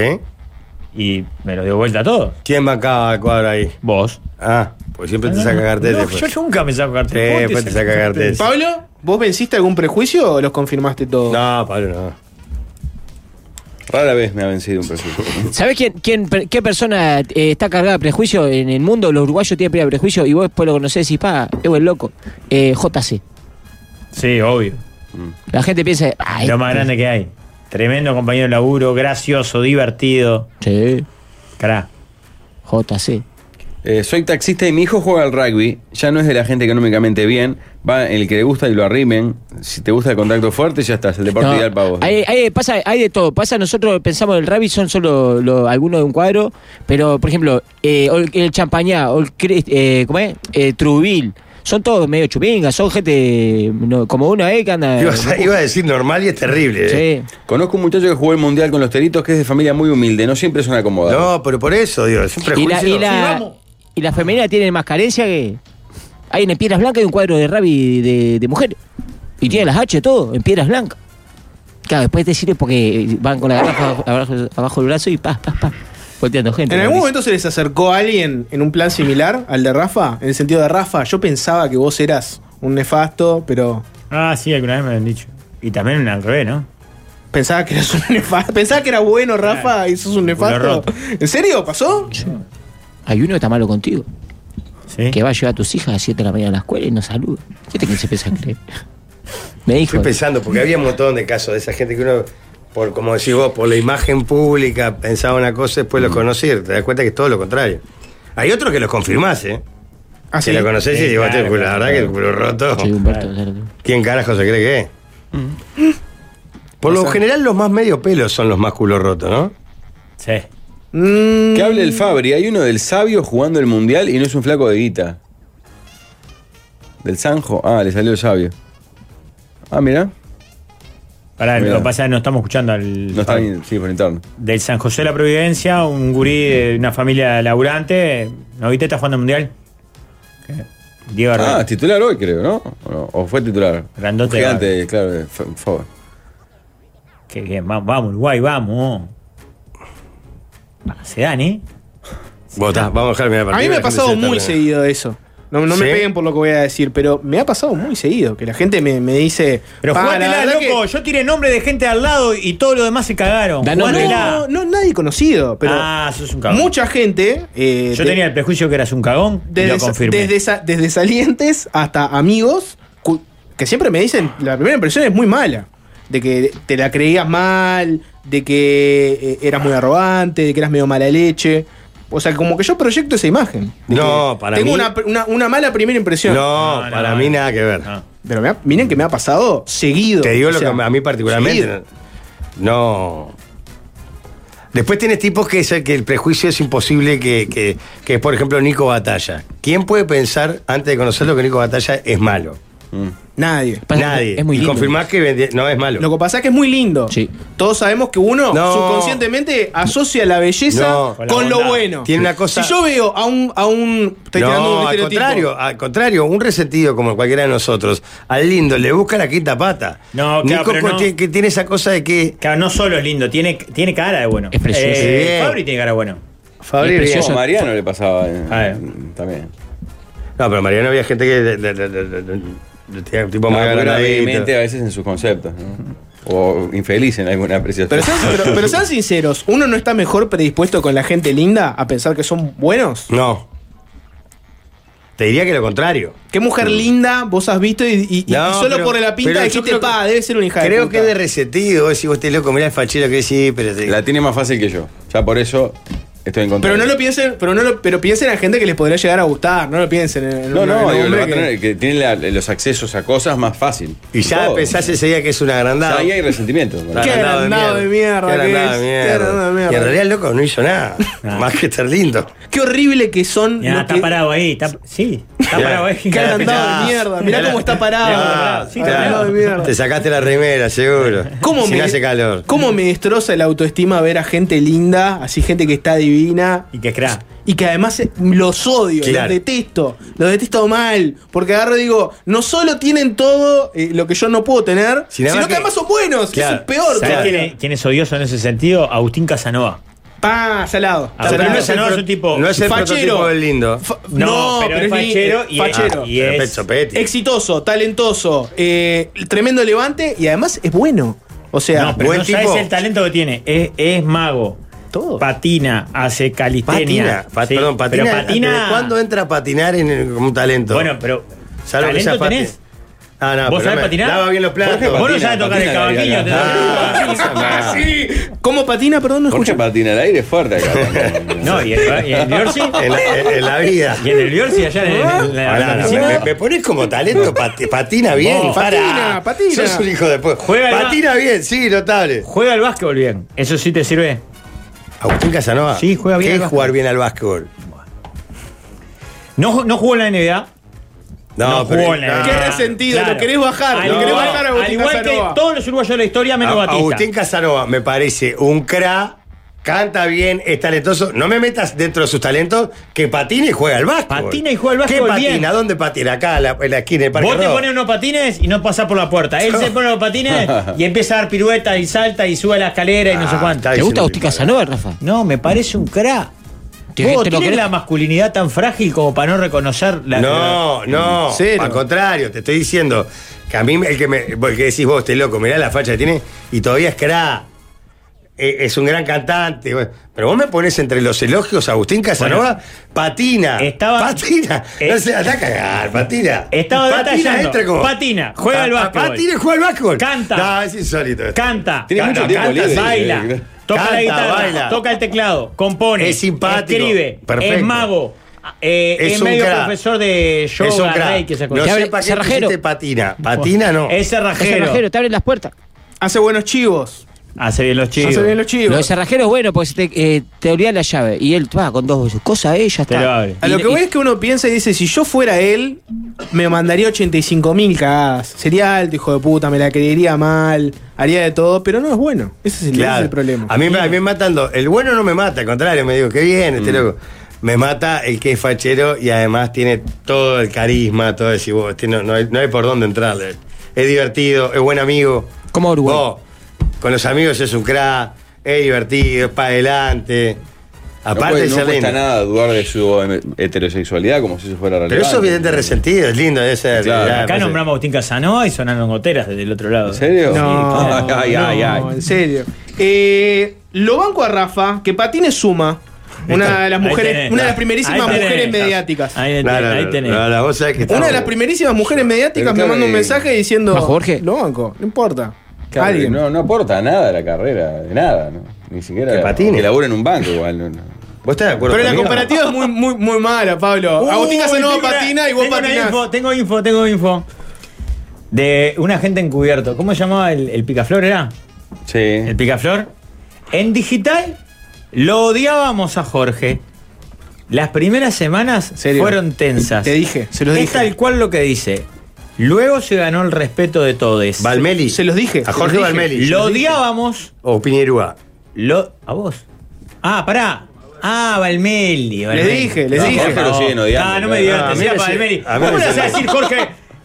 Speaker 3: Y me los dio vuelta a todos.
Speaker 1: ¿Quién bancaba al cuadro ahí?
Speaker 3: Vos.
Speaker 1: Ah, pues siempre te
Speaker 3: No,
Speaker 1: saca
Speaker 3: no,
Speaker 1: cartel
Speaker 3: no,
Speaker 1: después.
Speaker 3: Yo nunca me saco cartel.
Speaker 1: Sí,
Speaker 3: Vos
Speaker 1: después te saca
Speaker 3: sacás
Speaker 1: cartel. Sí.
Speaker 2: Pablo, ¿vos venciste algún prejuicio o los confirmaste todos?
Speaker 1: No, Pablo, no.
Speaker 4: Rara vez me ha vencido un prejuicio.
Speaker 5: ¿Sabés quién, quién, per- qué persona eh, está cargada de prejuicio en el mundo? Los uruguayos tienen pila de prejuicio y vos después lo conocés y pa, es el loco. Eh, JC.
Speaker 3: Sí, obvio.
Speaker 5: La gente piensa, ah,
Speaker 3: Lo más grande que hay. Tremendo compañero de laburo, gracioso, divertido.
Speaker 5: Sí,
Speaker 3: Cará.
Speaker 5: JC.
Speaker 4: Eh, soy taxista y mi hijo juega al rugby. Ya no es de la gente económicamente bien. Va el que le gusta y lo arrimen. Si te gusta el contacto fuerte, ya estás. El deporte
Speaker 5: No,
Speaker 4: ideal para vos.
Speaker 5: Hay, hay- pasa, hay de todo. Pasa, nosotros pensamos el Rabbit son solo lo- algunos de un cuadro, pero por ejemplo, eh, o el, el Champañá, o el Cre- eh, ¿cómo es? Eh, Trubil, son todos medio chupingas, son gente no, como uno eh, que anda.
Speaker 1: Ibas a- Iba a, decir normal y es terrible. ¿eh?
Speaker 5: Sí.
Speaker 4: Conozco un muchacho que jugó el mundial con los teritos, que es de familia muy humilde. No siempre son acomodados.
Speaker 1: No, pero por eso, digo, es un
Speaker 5: Y
Speaker 1: prejuicio.
Speaker 5: la, y, la- y la femenina tiene más carencia que. Hay en Piedras Blancas hay un cuadro de Rabbit de, de mujer. Y tiene las H todo, en Piedras Blancas. Claro, después te sirve porque van con la garrafa abajo, abajo del brazo y pa, pa, pa, volteando gente.
Speaker 2: ¿En algún
Speaker 5: Mauricio.
Speaker 2: momento se les acercó alguien en un plan similar al de Rafa? En el sentido de Rafa, yo pensaba que vos eras un nefasto, pero
Speaker 3: Ah, sí, alguna vez me lo han dicho. Y también un al revés, ¿no?
Speaker 2: pensaba que eras un nefasto. Pensaba que era bueno, Rafa, y sos un nefasto.
Speaker 3: roto.
Speaker 2: ¿En serio? ¿Pasó?
Speaker 5: Hay uno que está malo contigo,
Speaker 2: ¿Eh?
Speaker 3: Sí.
Speaker 5: que va a llevar a tus hijas a las 7 de la mañana a la escuela y no saluda. ¿Viste quién se piensa creer? Me dijo.
Speaker 1: Estoy pensando, porque había un montón de casos de esa gente que uno, por como decís vos, por la imagen pública pensaba una cosa, después
Speaker 5: Mm.
Speaker 1: lo conocí, te das cuenta que es todo lo contrario. Hay otros que los confirmás, ¿eh?
Speaker 2: Así.
Speaker 5: Ah,
Speaker 1: Que lo conocés
Speaker 3: Sí,
Speaker 1: y digo,
Speaker 3: claro,
Speaker 1: "Che, la
Speaker 3: claro,
Speaker 1: verdad que el culo roto.
Speaker 5: Sí, Humberto,
Speaker 1: ¿Quién carajo se cree que es?
Speaker 5: Mm.
Speaker 1: Por lo general, los más medio pelos son los más culo roto, ¿no?
Speaker 3: Sí.
Speaker 2: Mm,
Speaker 4: Que hable el Fabri. Hay uno del sabio jugando el mundial y no es un flaco de guita. ¿Del Sanjo? Ah, le salió el sabio. Ah, mira.
Speaker 3: Pará,
Speaker 4: Mirá.
Speaker 3: lo que pasa es que no estamos escuchando al.
Speaker 4: No está bien. Sí, por interno.
Speaker 3: Del San José de la Providencia, un gurí de una familia laburante. ¿No viste? Está jugando el mundial. ¿Qué? Diego
Speaker 4: Ah,
Speaker 3: Herrera.
Speaker 4: titular hoy, creo, ¿no? ¿O, no? ¿O fue titular?
Speaker 3: Grandote.
Speaker 4: Gigante, claro. eh, fa- favor.
Speaker 3: Que, que va- vamos, Uruguay, vamos. Se dan, ¿eh?
Speaker 1: Vos, tá, vamos a dejar mirar
Speaker 2: a mí
Speaker 1: el
Speaker 2: me
Speaker 1: partido, la
Speaker 2: ha
Speaker 1: gente
Speaker 2: pasado
Speaker 1: se está
Speaker 2: muy
Speaker 1: mirando.
Speaker 2: seguido eso. No, no me
Speaker 1: ¿Sí?
Speaker 2: peguen por lo que voy a decir, pero me ha pasado muy seguido. Que la gente me, me dice.
Speaker 3: Pero
Speaker 2: "Pa, la
Speaker 3: jugátela,
Speaker 2: verdad
Speaker 3: loco.
Speaker 2: que-
Speaker 3: Yo tiré nombre de gente al lado y todos los demás se cagaron.
Speaker 5: Da nombre.
Speaker 3: Jugátela.
Speaker 2: No, no, nadie conocido, pero
Speaker 3: ah, sos un cagón.
Speaker 2: mucha gente. eh,
Speaker 3: Yo
Speaker 2: de-
Speaker 3: tenía el prejuicio que eras un cagón. y
Speaker 2: desde,
Speaker 3: lo confirmé.
Speaker 2: desde sa- desde salientes hasta amigos cu- que siempre me dicen la primera impresión es muy mala de que te la creías mal de que eh, eras muy arrogante de que eras medio mala leche o sea como que yo proyecto esa imagen de
Speaker 1: No,
Speaker 2: que
Speaker 1: para
Speaker 2: tengo
Speaker 1: mí-
Speaker 2: una, pr- una- una mala primera impresión
Speaker 1: No,
Speaker 3: No, no,
Speaker 1: para
Speaker 3: no. Ah.
Speaker 1: mí nada que ver.
Speaker 3: No.
Speaker 2: pero me ha- miren que me ha pasado seguido
Speaker 1: Te digo
Speaker 2: o
Speaker 1: lo
Speaker 2: sea,
Speaker 1: que a mí particularmente.
Speaker 2: seguido.
Speaker 1: No. Después tienes tipos que, es el, que el prejuicio es imposible que, que, que es, por ejemplo, Nico Batalla. ¿Quién puede pensar, antes de conocerlo, que Nico Batalla es malo?
Speaker 2: nadie
Speaker 5: Pasa que
Speaker 1: Nadie.
Speaker 5: es muy
Speaker 1: y
Speaker 5: lindo.
Speaker 1: confirmás que vendi- no es malo.
Speaker 2: lo que pasa es que es muy lindo.
Speaker 5: Sí.
Speaker 2: Todos sabemos que uno
Speaker 1: No.
Speaker 2: subconscientemente asocia la belleza
Speaker 1: No.
Speaker 2: con,
Speaker 3: Con la
Speaker 2: lo
Speaker 3: bondad.
Speaker 2: bueno.
Speaker 1: Tiene una cosa-
Speaker 2: Si yo veo a un. A un estoy tirando un
Speaker 1: no, al
Speaker 2: estereotipo.
Speaker 1: contrario, al contrario, un resentido como cualquiera de nosotros, al lindo le busca la quinta pata.
Speaker 3: No, claro,
Speaker 1: Nico
Speaker 3: pero
Speaker 1: co-
Speaker 3: no.
Speaker 1: tiene- que tiene esa cosa de que
Speaker 3: Claro, no solo es lindo, tiene, tiene cara de bueno.
Speaker 5: Es precioso.
Speaker 3: Eh,
Speaker 1: Sí.
Speaker 3: Fabri tiene cara de bueno.
Speaker 1: Fabri
Speaker 5: Es
Speaker 1: bien.
Speaker 5: precioso.
Speaker 4: Como Mariano le pasaba. eh,
Speaker 3: Ah, eh.
Speaker 4: También.
Speaker 1: No, pero Mariano había gente que le- le- le- le- le- le- tenía un tipo
Speaker 4: No,
Speaker 3: Ah,
Speaker 1: más
Speaker 4: porque era
Speaker 1: agranadito.
Speaker 4: vehemente a veces en sus conceptos. ¿no? O infeliz en alguna apreciación.
Speaker 2: Pero sean, pero- pero sean sinceros, ¿uno no está mejor predispuesto con la gente linda a pensar que son buenos?
Speaker 1: No. Te diría que lo contrario.
Speaker 2: Qué mujer linda vos has visto y, y- y-
Speaker 1: No,
Speaker 2: y solo
Speaker 1: pero-
Speaker 2: por la
Speaker 1: pero
Speaker 2: pinta
Speaker 1: yo
Speaker 2: dijiste,
Speaker 1: creo que-
Speaker 2: pa, debe ser una hija de
Speaker 1: Creo
Speaker 2: puta".
Speaker 1: que es de resentido. Vos decís, vos este loco, mirá el fachero que sí, pero te-
Speaker 4: La tiene más fácil que yo. Ya por eso estoy en contra.
Speaker 2: Pero no lo piensen, pero no lo, pero piensen a gente que les podría llegar a gustar, no lo piensen en, en
Speaker 4: No,
Speaker 2: un- en
Speaker 4: no,
Speaker 2: un
Speaker 4: digo, lo
Speaker 2: hombre
Speaker 4: va a
Speaker 2: que-
Speaker 4: tener, que tiene la- los accesos a cosas más fácil.
Speaker 1: Y ya
Speaker 2: Oh.
Speaker 4: Todo.
Speaker 1: pensás ese día que es un
Speaker 4: Ya
Speaker 1: agrandado.
Speaker 4: ahí hay resentimiento. bueno.
Speaker 2: Qué agrandado de mierda
Speaker 1: Qué
Speaker 2: que
Speaker 1: agrandado
Speaker 2: es,
Speaker 1: de
Speaker 2: qué agrandado de
Speaker 1: mierda.
Speaker 2: mierda.
Speaker 1: Y en realidad el loco no hizo nada. Más que estar lindo.
Speaker 2: Qué horrible que son.
Speaker 3: Ya,
Speaker 2: los
Speaker 3: está
Speaker 2: que-
Speaker 3: parado ahí. está- sí, está
Speaker 1: Ya.
Speaker 3: parado ahí.
Speaker 2: Qué agrandado de mierda. Mirá cómo está
Speaker 3: Ya,
Speaker 2: parado.
Speaker 3: sí,
Speaker 2: Agrandado Ah, de mierda.
Speaker 1: Ah, Te sacaste la remera, seguro.
Speaker 2: ¿Cómo
Speaker 1: si
Speaker 2: me,
Speaker 1: no hace calor.
Speaker 2: ¿Cómo me destroza la autoestima ver a gente linda, así gente que está divina?
Speaker 3: Y que crack.
Speaker 2: Y que además eh, los odio,
Speaker 1: Claro.
Speaker 2: los detesto, los detesto mal. Porque agarro y digo, no solo tienen todo eh, lo que yo no puedo tener,
Speaker 1: Sin
Speaker 2: sino
Speaker 1: además
Speaker 2: que,
Speaker 1: que-
Speaker 2: además son buenos, que
Speaker 1: Claro.
Speaker 2: es el peor.
Speaker 3: ¿Sabés
Speaker 1: Claro.
Speaker 3: quién, es, quién es odioso en ese sentido? Agustín Casanova.
Speaker 2: Pa, salado.
Speaker 3: Ah, pero
Speaker 2: salado.
Speaker 3: no es el- un tipo-
Speaker 1: No es el
Speaker 2: Fachero.
Speaker 1: prototipo del lindo.
Speaker 2: Fa-
Speaker 3: No, pero es
Speaker 2: li-
Speaker 3: fachero y-
Speaker 2: fachero.
Speaker 3: ah, y es-
Speaker 1: Pecho Petti.
Speaker 2: Exitoso, talentoso, eh, tremendo levante y además es bueno. O sea,
Speaker 3: No, pero
Speaker 1: buen
Speaker 3: no sabes
Speaker 1: tipo.
Speaker 3: el talento que tiene. Es, es mago.
Speaker 2: Todo.
Speaker 3: Patina, hace calistenia.
Speaker 1: Patina. Pa-
Speaker 3: Sí,
Speaker 1: Perdón, patina.
Speaker 3: Pero patina.
Speaker 1: ¿desde ¿Cuándo entra a patinar en el- como un talento?
Speaker 3: Bueno, pero.
Speaker 1: Salvo que
Speaker 3: ¿Talento
Speaker 1: seas pati-
Speaker 3: tenés?
Speaker 1: Ah, no,
Speaker 3: ¿Vos
Speaker 1: pero
Speaker 3: sabés
Speaker 1: me-
Speaker 3: patinar?
Speaker 1: Lava bien los platos.
Speaker 3: Vos no
Speaker 4: patina,
Speaker 3: sabes tocar el
Speaker 4: patina,
Speaker 3: cavaquinho. te-
Speaker 1: Ah, esa
Speaker 2: Ah,
Speaker 1: madre.
Speaker 2: sí. ¿Cómo patina? Perdón, no
Speaker 4: Jorge
Speaker 2: escucho.
Speaker 4: patina al aire es fuerte acá.
Speaker 3: No, y en y en el Dior sí.
Speaker 1: En la- en la vida.
Speaker 3: Y en el Dior sí, allá en, en- en la- en
Speaker 1: Pará,
Speaker 3: la
Speaker 1: no,
Speaker 3: piscina.
Speaker 1: me, me pones como talento, pati- patina bien,
Speaker 3: Vos.
Speaker 1: pará.
Speaker 2: Patina, patina.
Speaker 1: Sos un hijo de pu-
Speaker 3: Juega el
Speaker 1: patina bien, sí, notable.
Speaker 3: Juega al básquetbol bien. Eso sí te sirve.
Speaker 1: Agustín Casanova.
Speaker 3: Sí, juega bien
Speaker 1: ¿Qué
Speaker 3: al
Speaker 1: es
Speaker 3: básquet.
Speaker 1: jugar bien al básquetbol?
Speaker 3: No, no jugó en la NBA. No, jugó en la
Speaker 1: no.
Speaker 3: NBA.
Speaker 2: Qué resentido, lo querés bajar,
Speaker 3: Al
Speaker 1: lo querés
Speaker 3: igual-
Speaker 2: bajar a Agustín
Speaker 3: Al igual
Speaker 2: Casanova.
Speaker 3: que todos los uruguayos de la historia, menos
Speaker 5: Ah,
Speaker 1: A-
Speaker 3: Batista.
Speaker 1: Agustín Casanova me parece un cra, canta bien, es talentoso. No me metas dentro de sus talentos, que patina y juega al básquetbol.
Speaker 3: Patina y juega al
Speaker 1: ¿Qué
Speaker 3: básquetbol
Speaker 1: patina?
Speaker 3: bien.
Speaker 1: ¿Dónde patina? Acá, en la, en la esquina del Parque
Speaker 3: Vos te
Speaker 1: Rodó.
Speaker 3: pones unos patines y no pasás por la puerta. Él se pone los patines y empieza a dar piruetas y salta y sube a la escalera y no
Speaker 1: Ah,
Speaker 3: sé cuánto.
Speaker 1: está
Speaker 5: ¿Te
Speaker 1: diciendo
Speaker 5: gusta Agustín
Speaker 1: que-
Speaker 5: Casanova, Rafa?
Speaker 3: No, me parece un cra.
Speaker 5: ¿Te-
Speaker 3: Vos
Speaker 5: te lo
Speaker 3: tenés
Speaker 5: crees?
Speaker 3: la masculinidad tan frágil como para no reconocer la.
Speaker 1: No, no.
Speaker 2: Cero.
Speaker 1: Al contrario, te estoy diciendo que a mí el que me. Porque decís vos, este loco, mirá la facha que tiene y todavía es cra. Eh, Es un gran cantante. bueno, Pero vos me pones entre los elogios a Agustín Casanova, patina.
Speaker 3: estaba-
Speaker 1: Patina.
Speaker 3: eh,
Speaker 1: no se anda a cagar, patina.
Speaker 3: Estaba
Speaker 1: patina,
Speaker 3: detallando.
Speaker 1: entra como.
Speaker 3: Patina, juega
Speaker 1: Pa-
Speaker 3: al
Speaker 1: pa-
Speaker 3: básquetbol.
Speaker 1: Patina y juega al básquetbol.
Speaker 3: Canta.
Speaker 1: No, es insólito esto.
Speaker 3: Canta,
Speaker 4: Tiene
Speaker 3: canta,
Speaker 4: mucho tiempo
Speaker 3: canta,
Speaker 4: libre.
Speaker 3: baila, toca
Speaker 1: Canta,
Speaker 3: la guitarra,
Speaker 1: baila.
Speaker 3: toca el teclado, compone,
Speaker 1: Es simpático,
Speaker 3: escribe, es
Speaker 1: perfecto.
Speaker 3: mago, eh, es,
Speaker 1: Es un
Speaker 3: medio
Speaker 1: crack.
Speaker 3: profesor de
Speaker 1: Es un
Speaker 3: yoga,
Speaker 1: crack.
Speaker 3: reiki, esa cosa.
Speaker 1: No
Speaker 5: Te
Speaker 1: sé
Speaker 5: abre-
Speaker 1: para qué
Speaker 5: cerrajero.
Speaker 1: pusiste patina. Patina no.
Speaker 3: Es
Speaker 5: Es cerrajero,
Speaker 3: cerrajero.
Speaker 5: te abren las puertas.
Speaker 2: Hace buenos chivos.
Speaker 3: Hace bien los chicos.
Speaker 2: Hace bien los chivos.
Speaker 5: Lo de cerrajero es bueno porque se te, eh, te olvidas la llave. Y él va con dos cosas, ella
Speaker 3: Te
Speaker 5: está.
Speaker 3: lo abre.
Speaker 2: A lo
Speaker 5: Y-
Speaker 2: que voy
Speaker 5: y-
Speaker 2: es que uno piensa y dice, si yo fuera él, me mandaría 85 mil cagadas. Sería alto, hijo de puta, me la creería mal, haría de todo, pero no es bueno. Ese es el, ese es
Speaker 1: Claro.
Speaker 2: el problema.
Speaker 1: A mí, me- a mí me matan dos. El bueno no me mata, al contrario, me digo, qué bien,
Speaker 4: Mm.
Speaker 1: este loco. Me mata el que es fachero y además tiene todo el carisma, todo ese vos, este, no, no hay, no hay por dónde entrarle. Es divertido, es buen amigo.
Speaker 5: Como Uruguay.
Speaker 1: Vos, con los amigos es un crack, es divertido, es para adelante.
Speaker 4: Aparte no,
Speaker 1: Aparte de
Speaker 4: cuesta-
Speaker 1: ser
Speaker 4: no cuesta
Speaker 1: lindo.
Speaker 4: nada dudar de su eh, heterosexualidad como si eso fuera realidad.
Speaker 1: Pero eso es evidente resentido, es lindo de ser.
Speaker 4: Claro.
Speaker 1: ya,
Speaker 4: Acá
Speaker 3: Acá
Speaker 1: parece-
Speaker 3: nombramos a Agustín Casanova y sonaron goteras desde el otro lado.
Speaker 4: ¿En serio?
Speaker 2: No,
Speaker 4: ay, ay, ay.
Speaker 2: no, en serio. Eh, lo banco a Rafa, que patine suma. Una de las
Speaker 3: Ahí
Speaker 2: mujeres,
Speaker 3: tenés,
Speaker 2: una de las
Speaker 3: ahí
Speaker 2: primerísimas
Speaker 3: tenés.
Speaker 2: mujeres mediáticas.
Speaker 3: Ahí tenés.
Speaker 1: Claro,
Speaker 3: ahí tenés.
Speaker 1: no, no, vos sabés que
Speaker 2: Una
Speaker 1: estamos-
Speaker 2: de las primerísimas mujeres mediáticas
Speaker 4: Pero
Speaker 2: me
Speaker 4: claro,
Speaker 2: manda un
Speaker 4: eh,
Speaker 2: mensaje diciendo.
Speaker 5: bajo Borges.
Speaker 2: Lo banco, no importa.
Speaker 4: Claro,
Speaker 2: Alguien.
Speaker 4: No, no aporta nada a la carrera, de nada, ¿no? Ni siquiera.
Speaker 1: Que patine.
Speaker 4: Que labure en un banco igual. no, no.
Speaker 1: ¿Vos estás de acuerdo?
Speaker 2: Pero la
Speaker 1: conmigo?
Speaker 2: comparativa es muy, muy, muy mala, Pablo.
Speaker 3: Uh,
Speaker 2: Agustín Casanova
Speaker 3: tengo una-
Speaker 2: patina y vos
Speaker 3: tengo una
Speaker 2: patinás.
Speaker 3: info, tengo info, tengo info. De un agente encubierto. ¿Cómo se llamaba el, el picaflor? ¿Era?
Speaker 4: Sí.
Speaker 3: El picaflor. En digital lo odiábamos a Jorge. Las primeras semanas
Speaker 2: serio?
Speaker 3: fueron tensas.
Speaker 2: Te dije, se los
Speaker 3: es
Speaker 2: dije.
Speaker 3: tal cual lo que dice. Luego se ganó el respeto de todes.
Speaker 1: Valmeli.
Speaker 2: Se los dije.
Speaker 1: A Jorge
Speaker 2: se los dije.
Speaker 1: Valmeli.
Speaker 3: Lo odiábamos.
Speaker 1: O Piñerúa.
Speaker 3: Lo, ¿A vos? Ah, pará. Ah, Valmeli.
Speaker 2: Les
Speaker 3: Valmeli.
Speaker 2: dije, les
Speaker 4: No,
Speaker 2: dije.
Speaker 4: Jorge lo siguen odiando,
Speaker 3: Ah, no me
Speaker 4: claro.
Speaker 1: Ah, a
Speaker 3: digas,
Speaker 1: mí
Speaker 3: era
Speaker 1: me
Speaker 3: para
Speaker 1: sí-
Speaker 3: Valmeli.
Speaker 1: a mí
Speaker 3: ¿Cómo
Speaker 1: me
Speaker 3: le vas a
Speaker 1: sí-
Speaker 3: decir, Jorge,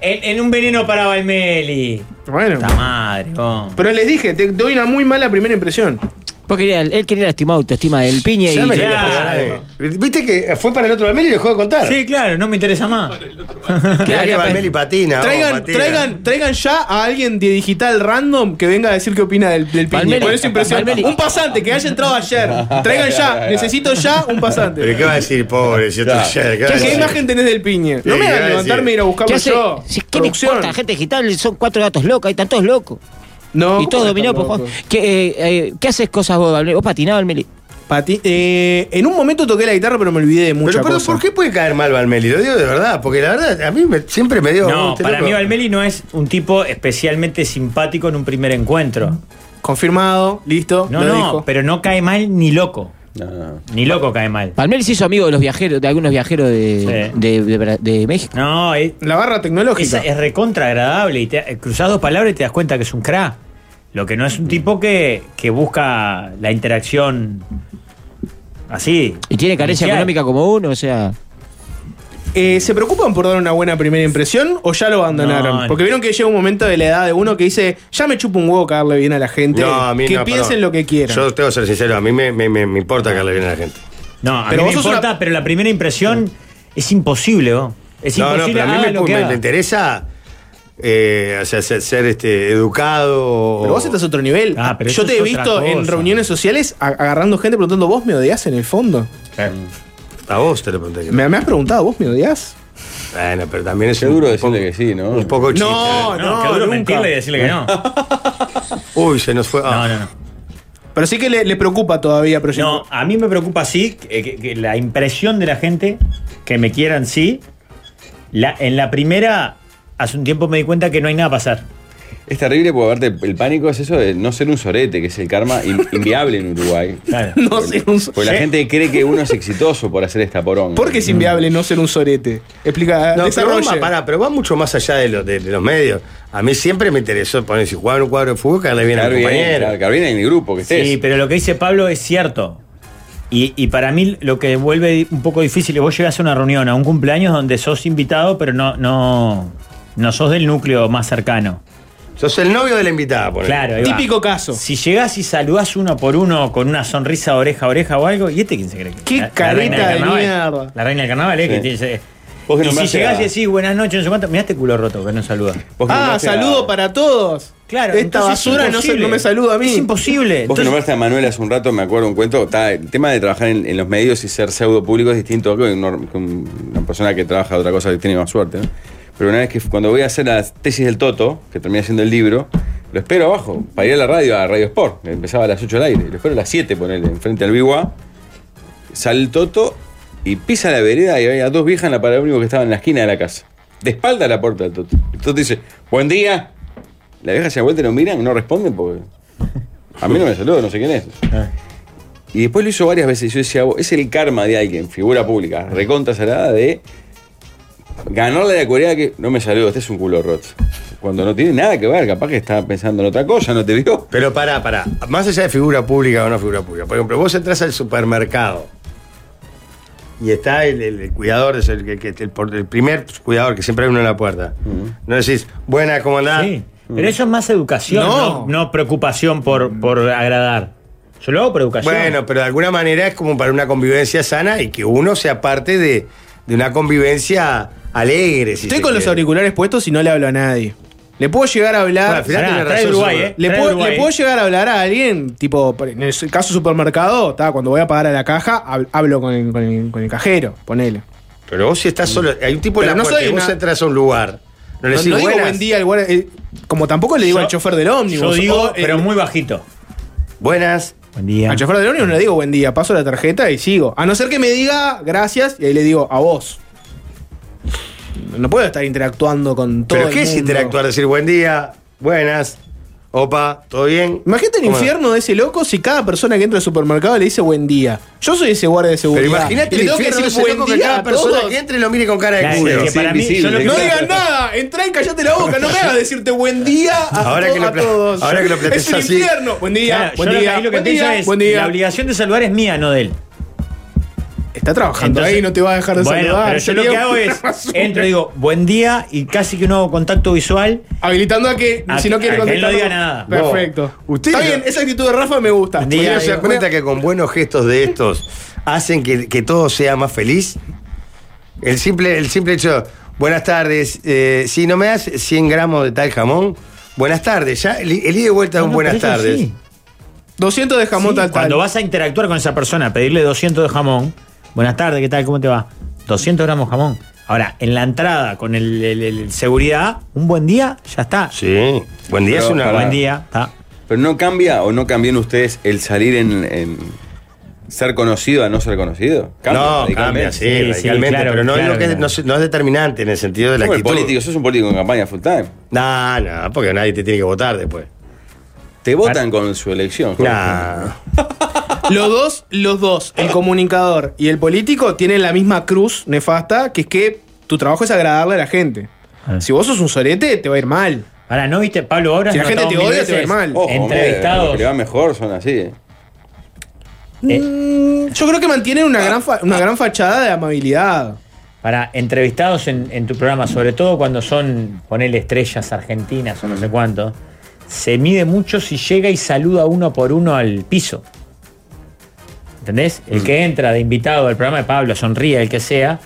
Speaker 3: en, en un veneno para Valmeli?
Speaker 2: Bueno.
Speaker 3: Puta madre, vos.
Speaker 2: Pero les dije, te doy una muy mala primera impresión.
Speaker 5: Porque quería- él quería lastimar autoestima del piñe y.
Speaker 1: Ya me
Speaker 3: claro.
Speaker 1: quería pegar. Viste que fue para el otro Valmeli y lo dejó de contar.
Speaker 3: Sí, claro, no me interesa más.
Speaker 1: Mirá que
Speaker 5: Claro,
Speaker 1: Valmeli patina. vos,
Speaker 2: Traigan,
Speaker 1: patina.
Speaker 2: traigan, traigan ya a alguien de digital random que venga a decir qué opina del, del piñe.
Speaker 5: Palmeri.
Speaker 2: Por eso impresión.
Speaker 5: Palmeri.
Speaker 2: Un pasante que haya entrado ayer. Traigan ya. Necesito ya un
Speaker 1: Pero
Speaker 2: pasante.
Speaker 1: ¿qué va a decir, pobre? Si otro
Speaker 4: Claro.
Speaker 1: ayer, ¿qué va a
Speaker 2: ¿Qué,
Speaker 1: decir?
Speaker 2: imagen tenés del piñe? No
Speaker 1: Sí,
Speaker 2: me
Speaker 1: ¿qué
Speaker 2: hagan
Speaker 1: va a
Speaker 2: levantarme y
Speaker 1: decir?
Speaker 2: ir a
Speaker 5: ¿Qué
Speaker 2: buscarlo
Speaker 5: hace?
Speaker 2: yo.
Speaker 5: Si- ¿Qué me
Speaker 2: Producción.
Speaker 5: importa? Gente digital, son cuatro gatos locos, ahí están todos locos.
Speaker 2: No.
Speaker 5: y todos dominados por Juan. ¿Qué, eh, eh, ¿Qué haces cosas vos, Valmeli? Vos patinado, Valmeli.
Speaker 2: Pati- eh, en un momento toqué la guitarra, pero me olvidé de mucha
Speaker 1: Pero, pero
Speaker 2: cosa.
Speaker 1: ¿por qué puede caer mal Valmeli? Lo digo de verdad, porque la verdad a mí me- siempre me dio.
Speaker 3: No,
Speaker 1: este
Speaker 3: para
Speaker 1: loco.
Speaker 3: mí Valmeli no es un tipo especialmente simpático en un primer encuentro.
Speaker 2: Confirmado, listo.
Speaker 3: No,
Speaker 2: lo
Speaker 3: no,
Speaker 2: dijo.
Speaker 3: pero no cae mal ni loco.
Speaker 4: No, no.
Speaker 3: Ni loco cae mal.
Speaker 5: Palmeri se hizo amigo de los viajeros, de algunos viajeros de,
Speaker 3: Sí.
Speaker 5: de, de Bra- de México.
Speaker 3: No, es,
Speaker 2: La barra tecnológica.
Speaker 3: es, es recontra agradable y te, eh, cruzás dos palabras y te das cuenta que es un cra. Lo que no
Speaker 5: Mm.
Speaker 3: es un tipo que, que busca la interacción así.
Speaker 5: Y tiene carencia
Speaker 3: Inicial.
Speaker 5: económica como uno, o sea.
Speaker 2: Eh, ¿Se preocupan por dar una buena primera impresión o ya lo abandonaron?
Speaker 3: No,
Speaker 2: Porque vieron que llega un momento de la edad de uno que dice, ya me chupo un huevo caerle bien a la gente,
Speaker 1: No, a mí
Speaker 2: que
Speaker 1: no,
Speaker 2: piensen
Speaker 1: perdón.
Speaker 2: lo que quieran.
Speaker 1: Yo tengo que ser sincero, a mí me, me- me- me importa que le bien a la gente.
Speaker 3: No, a
Speaker 2: Pero
Speaker 3: mí
Speaker 2: vos
Speaker 3: me
Speaker 2: sos
Speaker 3: importa,
Speaker 2: una-
Speaker 3: pero la primera impresión es imposible, vos. Es
Speaker 1: no, no,
Speaker 3: imposible
Speaker 1: pero a mí
Speaker 3: haga
Speaker 1: me,
Speaker 3: lo que
Speaker 1: me-
Speaker 3: haga.
Speaker 1: me interesa eh, o sea, ser, ser, este, educado.
Speaker 2: Pero vos estás a otro nivel.
Speaker 3: Ah, pero
Speaker 2: Yo
Speaker 3: eso
Speaker 2: te
Speaker 3: es
Speaker 2: he
Speaker 3: otra
Speaker 2: visto en
Speaker 3: cosa.
Speaker 2: reuniones sociales a- agarrando gente preguntando, ¿vos me odias en el fondo?
Speaker 3: Eh,
Speaker 1: A vos te lo pregunté.
Speaker 2: ¿Me, me has preguntado, ¿vos me odias?
Speaker 1: Bueno, pero también es
Speaker 4: Qué duro decirle que sí, ¿no?
Speaker 1: Un poco chiste.
Speaker 2: No.
Speaker 1: ¿eh?
Speaker 3: No, qué duro
Speaker 2: nunca.
Speaker 3: mentirle y decirle que no.
Speaker 1: Uy, se nos fue.
Speaker 3: No,
Speaker 1: ah.
Speaker 3: no, no.
Speaker 2: Pero sí que le, le preocupa todavía, pero
Speaker 3: No, a mí me preocupa sí que, que- que la impresión de la gente que me quieran sí. La, en la primera, hace un tiempo me di cuenta que no hay nada a pasar.
Speaker 4: Es terrible porque aparte el pánico es eso de no ser un sorete, que es el karma in- inviable en Uruguay.
Speaker 3: Claro.
Speaker 2: no ser un so-
Speaker 4: Porque la gente cree que uno es exitoso por hacer esta poronga.
Speaker 2: ¿Por qué es inviable no ser un sorete? Explica,
Speaker 1: No, pero,
Speaker 2: desarrolle.
Speaker 1: va, pará, pero va mucho más allá de, lo- de- de los medios. A mí siempre me interesó poner si jugaba en un cuadro de fútbol, caerle bien a
Speaker 4: Claro,
Speaker 1: mi
Speaker 4: bien,
Speaker 1: compañero.
Speaker 4: claro, claro, bien en el grupo que estés.
Speaker 3: Sí, pero lo que dice Pablo es cierto. Y, y para mí lo que vuelve un poco difícil es vos llegás a una reunión, a un cumpleaños donde sos invitado, pero no, no, no sos del núcleo más cercano.
Speaker 1: Sos el novio de la invitada, por
Speaker 3: Claro, ahí va.
Speaker 2: Típico caso.
Speaker 3: Si llegás y saludás uno por uno con una sonrisa de oreja a oreja o algo, ¿y este quién se cree? que es?
Speaker 2: Qué careta
Speaker 3: reina del
Speaker 2: de
Speaker 3: carnaval.
Speaker 2: mierda.
Speaker 3: La reina del carnaval, ¿eh?
Speaker 4: Sí.
Speaker 3: Que tiene ese-
Speaker 4: Vos que
Speaker 3: y si
Speaker 4: nombraste
Speaker 3: llegás
Speaker 4: a-
Speaker 3: y decís buenas noches, no sé cuánto, mirá este culo roto que no saluda.
Speaker 4: Vos que
Speaker 2: Ah,
Speaker 4: nombraste a-
Speaker 2: saludo para todos.
Speaker 3: Claro,
Speaker 2: Esta
Speaker 3: entonces es
Speaker 2: basura no, se-
Speaker 3: imposible.
Speaker 2: no me saluda a mí.
Speaker 3: Es imposible.
Speaker 4: Vos que
Speaker 3: Entonces-
Speaker 4: nombraste a Manuel hace un rato, me acuerdo un cuento. ta, el tema de trabajar en, en los medios y ser pseudo público es distinto a que un- que un- una persona que trabaja de otra cosa que tiene más suerte. ¿no? Pero una vez que cuando voy a hacer la tesis del Toto, que terminé haciendo el libro, lo espero abajo, para ir a la radio, a Radio Sport, que empezaba a las 8 al aire. Lo espero a las 7, ponerle enfrente al Bigua. Sale el Toto y pisa la vereda y había dos viejas en la parada único que estaban en la esquina de la casa. De espalda a la puerta del Toto. El Toto dice, buen día. La vieja se da vuelta y lo miran, no responden porque. A mí no me saluda, no sé quién es.
Speaker 1: Eh.
Speaker 4: Y después lo hizo varias veces. Yo decía, "Vos, es el karma de alguien, figura pública, recontra salada, de ganarle a la Corea que no me saluda, este es un culo roto. Cuando no tiene nada que ver, capaz que estaba pensando en otra cosa, no te vio.
Speaker 1: Pero pará, pará. Más allá de figura pública o no figura pública. Por ejemplo, vos entras al supermercado y está el, el- el cuidador, es el, que- que- el por- el primer cuidador que siempre hay uno en la puerta. No decís, buena, ¿cómo andás?
Speaker 3: Sí,
Speaker 1: Mm.
Speaker 3: pero eso es más educación,
Speaker 2: No.
Speaker 3: no, no preocupación por, por agradar. Yo lo hago por educación.
Speaker 1: Bueno, pero de alguna manera es como para una convivencia sana y que uno sea parte de, de una convivencia alegre. si
Speaker 2: Estoy
Speaker 1: se
Speaker 2: con los
Speaker 1: quiere.
Speaker 2: auriculares puestos y no le hablo a nadie. Le puedo llegar a hablar.
Speaker 1: Bueno, al final
Speaker 3: Pará,
Speaker 1: tiene
Speaker 3: trae
Speaker 1: razón,
Speaker 3: Uruguay,
Speaker 1: seguro.
Speaker 3: ¿eh?
Speaker 2: le,
Speaker 3: trae
Speaker 2: puedo,
Speaker 3: Uruguay.
Speaker 2: le puedo llegar a hablar a alguien, tipo, por- en el caso supermercado, ta, cuando voy a pagar a la caja, hab- hablo con el, con el- con el cajero, ponele.
Speaker 1: Pero vos si estás solo, hay un tipo en
Speaker 2: Mm. Pero
Speaker 1: la
Speaker 2: no
Speaker 1: puerta
Speaker 2: soy
Speaker 1: y vos
Speaker 2: una-
Speaker 1: entras a un lugar. No le
Speaker 2: No,
Speaker 1: decís,
Speaker 2: no digo
Speaker 1: buenas,
Speaker 2: buen día al guarda- eh, como tampoco le digo
Speaker 3: Yo-
Speaker 2: al chofer del ómnibus.
Speaker 3: Yo
Speaker 1: Eh,
Speaker 3: digo,
Speaker 2: o eh, el-
Speaker 3: pero muy bajito.
Speaker 1: buenas.
Speaker 3: Buen día.
Speaker 2: Al chofer del ómnibus no le digo buen día, paso la tarjeta y sigo. A no ser que me diga gracias y ahí le digo a vos. No puedo estar interactuando con todo
Speaker 1: ¿Pero
Speaker 2: el
Speaker 1: qué es
Speaker 2: mundo.
Speaker 1: interactuar? Decir buen día, buenas, opa, ¿todo bien?
Speaker 2: Imagínate el
Speaker 1: ¿Cómo?
Speaker 2: infierno de ese loco si cada persona que entra al supermercado le dice buen día. Yo soy ese guardia de seguridad.
Speaker 1: Pero imagínate
Speaker 2: Y le
Speaker 1: el
Speaker 2: tengo que
Speaker 1: infierno de
Speaker 2: decir
Speaker 1: ese
Speaker 2: buen
Speaker 1: loco que
Speaker 2: día
Speaker 1: cada
Speaker 2: a todos.
Speaker 1: persona que entre lo mire con cara de
Speaker 3: Claro,
Speaker 1: culo.
Speaker 3: es que para mí,
Speaker 4: Sí,
Speaker 3: yo lo que-
Speaker 2: No
Speaker 4: invisible.
Speaker 2: digas nada, entrá y callate la boca, no me hagas decirte buen día a,
Speaker 1: Ahora
Speaker 2: to-
Speaker 1: que lo
Speaker 2: a
Speaker 1: pla-
Speaker 2: todos.
Speaker 1: ahora que lo planteas
Speaker 2: es un
Speaker 1: así.
Speaker 2: infierno. Buen día,
Speaker 3: Claro,
Speaker 2: buen
Speaker 3: yo lo que-
Speaker 2: día,
Speaker 3: ahí lo que
Speaker 2: buen
Speaker 3: pienso
Speaker 2: día,
Speaker 3: es,
Speaker 2: buen
Speaker 3: la
Speaker 2: día.
Speaker 3: obligación de saludar es mía, no de él.
Speaker 2: Está trabajando
Speaker 3: Entonces-
Speaker 2: ahí, no te va a dejar de
Speaker 3: bueno,
Speaker 2: saludar.
Speaker 3: Pero yo lo
Speaker 2: sería
Speaker 3: que hago
Speaker 2: una
Speaker 3: es,
Speaker 2: basura.
Speaker 3: entro y digo, buen día, y casi que no hago contacto visual.
Speaker 2: Habilitando a que,
Speaker 3: A
Speaker 2: si
Speaker 3: que-
Speaker 2: no quiere
Speaker 3: a que él no
Speaker 2: contestar.
Speaker 3: diga nada.
Speaker 2: Perfecto.
Speaker 1: No. Usted-
Speaker 2: Está bien, esa actitud de Rafa me gusta.
Speaker 3: Día-
Speaker 1: ¿Ustedes no se
Speaker 2: Podría-
Speaker 1: dan cuenta que con buenos gestos de estos hacen que, que todo sea más feliz? El simple, el simple hecho, buenas tardes, eh, si no me das 100 gramos de tal jamón, buenas tardes, ya el, el ida y vuelta es un
Speaker 3: No,
Speaker 1: buenas
Speaker 3: pero eso
Speaker 1: tardes.
Speaker 3: sí.
Speaker 2: 200 de jamón
Speaker 3: Sí,
Speaker 2: tal, tal.
Speaker 3: Cuando vas a interactuar con esa persona, pedirle 200 de jamón. Buenas tardes, ¿qué tal? ¿Cómo te va? 200 gramos de jamón. Ahora, en la entrada con el, el- el seguridad, un buen día, ya está.
Speaker 1: Sí, buen día
Speaker 4: Pero
Speaker 1: es una...
Speaker 4: para-
Speaker 3: Buen día, está.
Speaker 4: Pero no cambia o no cambian ustedes el salir en, en ser conocido a no ser conocido.
Speaker 1: No,
Speaker 4: radicalmente.
Speaker 1: cambia, sí,
Speaker 3: Sí, sí,
Speaker 1: radicalmente,
Speaker 3: claro,
Speaker 1: pero no,
Speaker 3: claro
Speaker 1: es lo que-
Speaker 3: que no.
Speaker 1: no es- no es determinante en el sentido de la
Speaker 4: Como el
Speaker 1: actitud.
Speaker 4: político, sos un político en campaña full time.
Speaker 1: No, no, porque nadie te tiene que votar después.
Speaker 4: Te votan con su elección. Jorge.
Speaker 1: No.
Speaker 2: Los dos, los dos, el comunicador y el político tienen la misma cruz nefasta, que es que tu trabajo es agradarle a la gente.
Speaker 3: Ah.
Speaker 2: Si vos sos un sorete, te va a ir mal.
Speaker 3: Ahora, ¿no viste Pablo ahora
Speaker 2: Si la gente te odia, te va a ir mal.
Speaker 4: Ojo, hombre, los
Speaker 3: Entrevistados.
Speaker 4: que le va mejor son así. eh.
Speaker 3: Eh.
Speaker 2: Mm, Yo creo que mantienen una gran, fa- una gran fachada de amabilidad.
Speaker 3: Para entrevistados en, en tu programa, sobre todo cuando son, ponele estrellas argentinas o no sé cuánto, se mide mucho si llega y saluda uno por uno al piso. ¿Entendés? El que entra de invitado al programa de Pablo, sonríe, el que sea,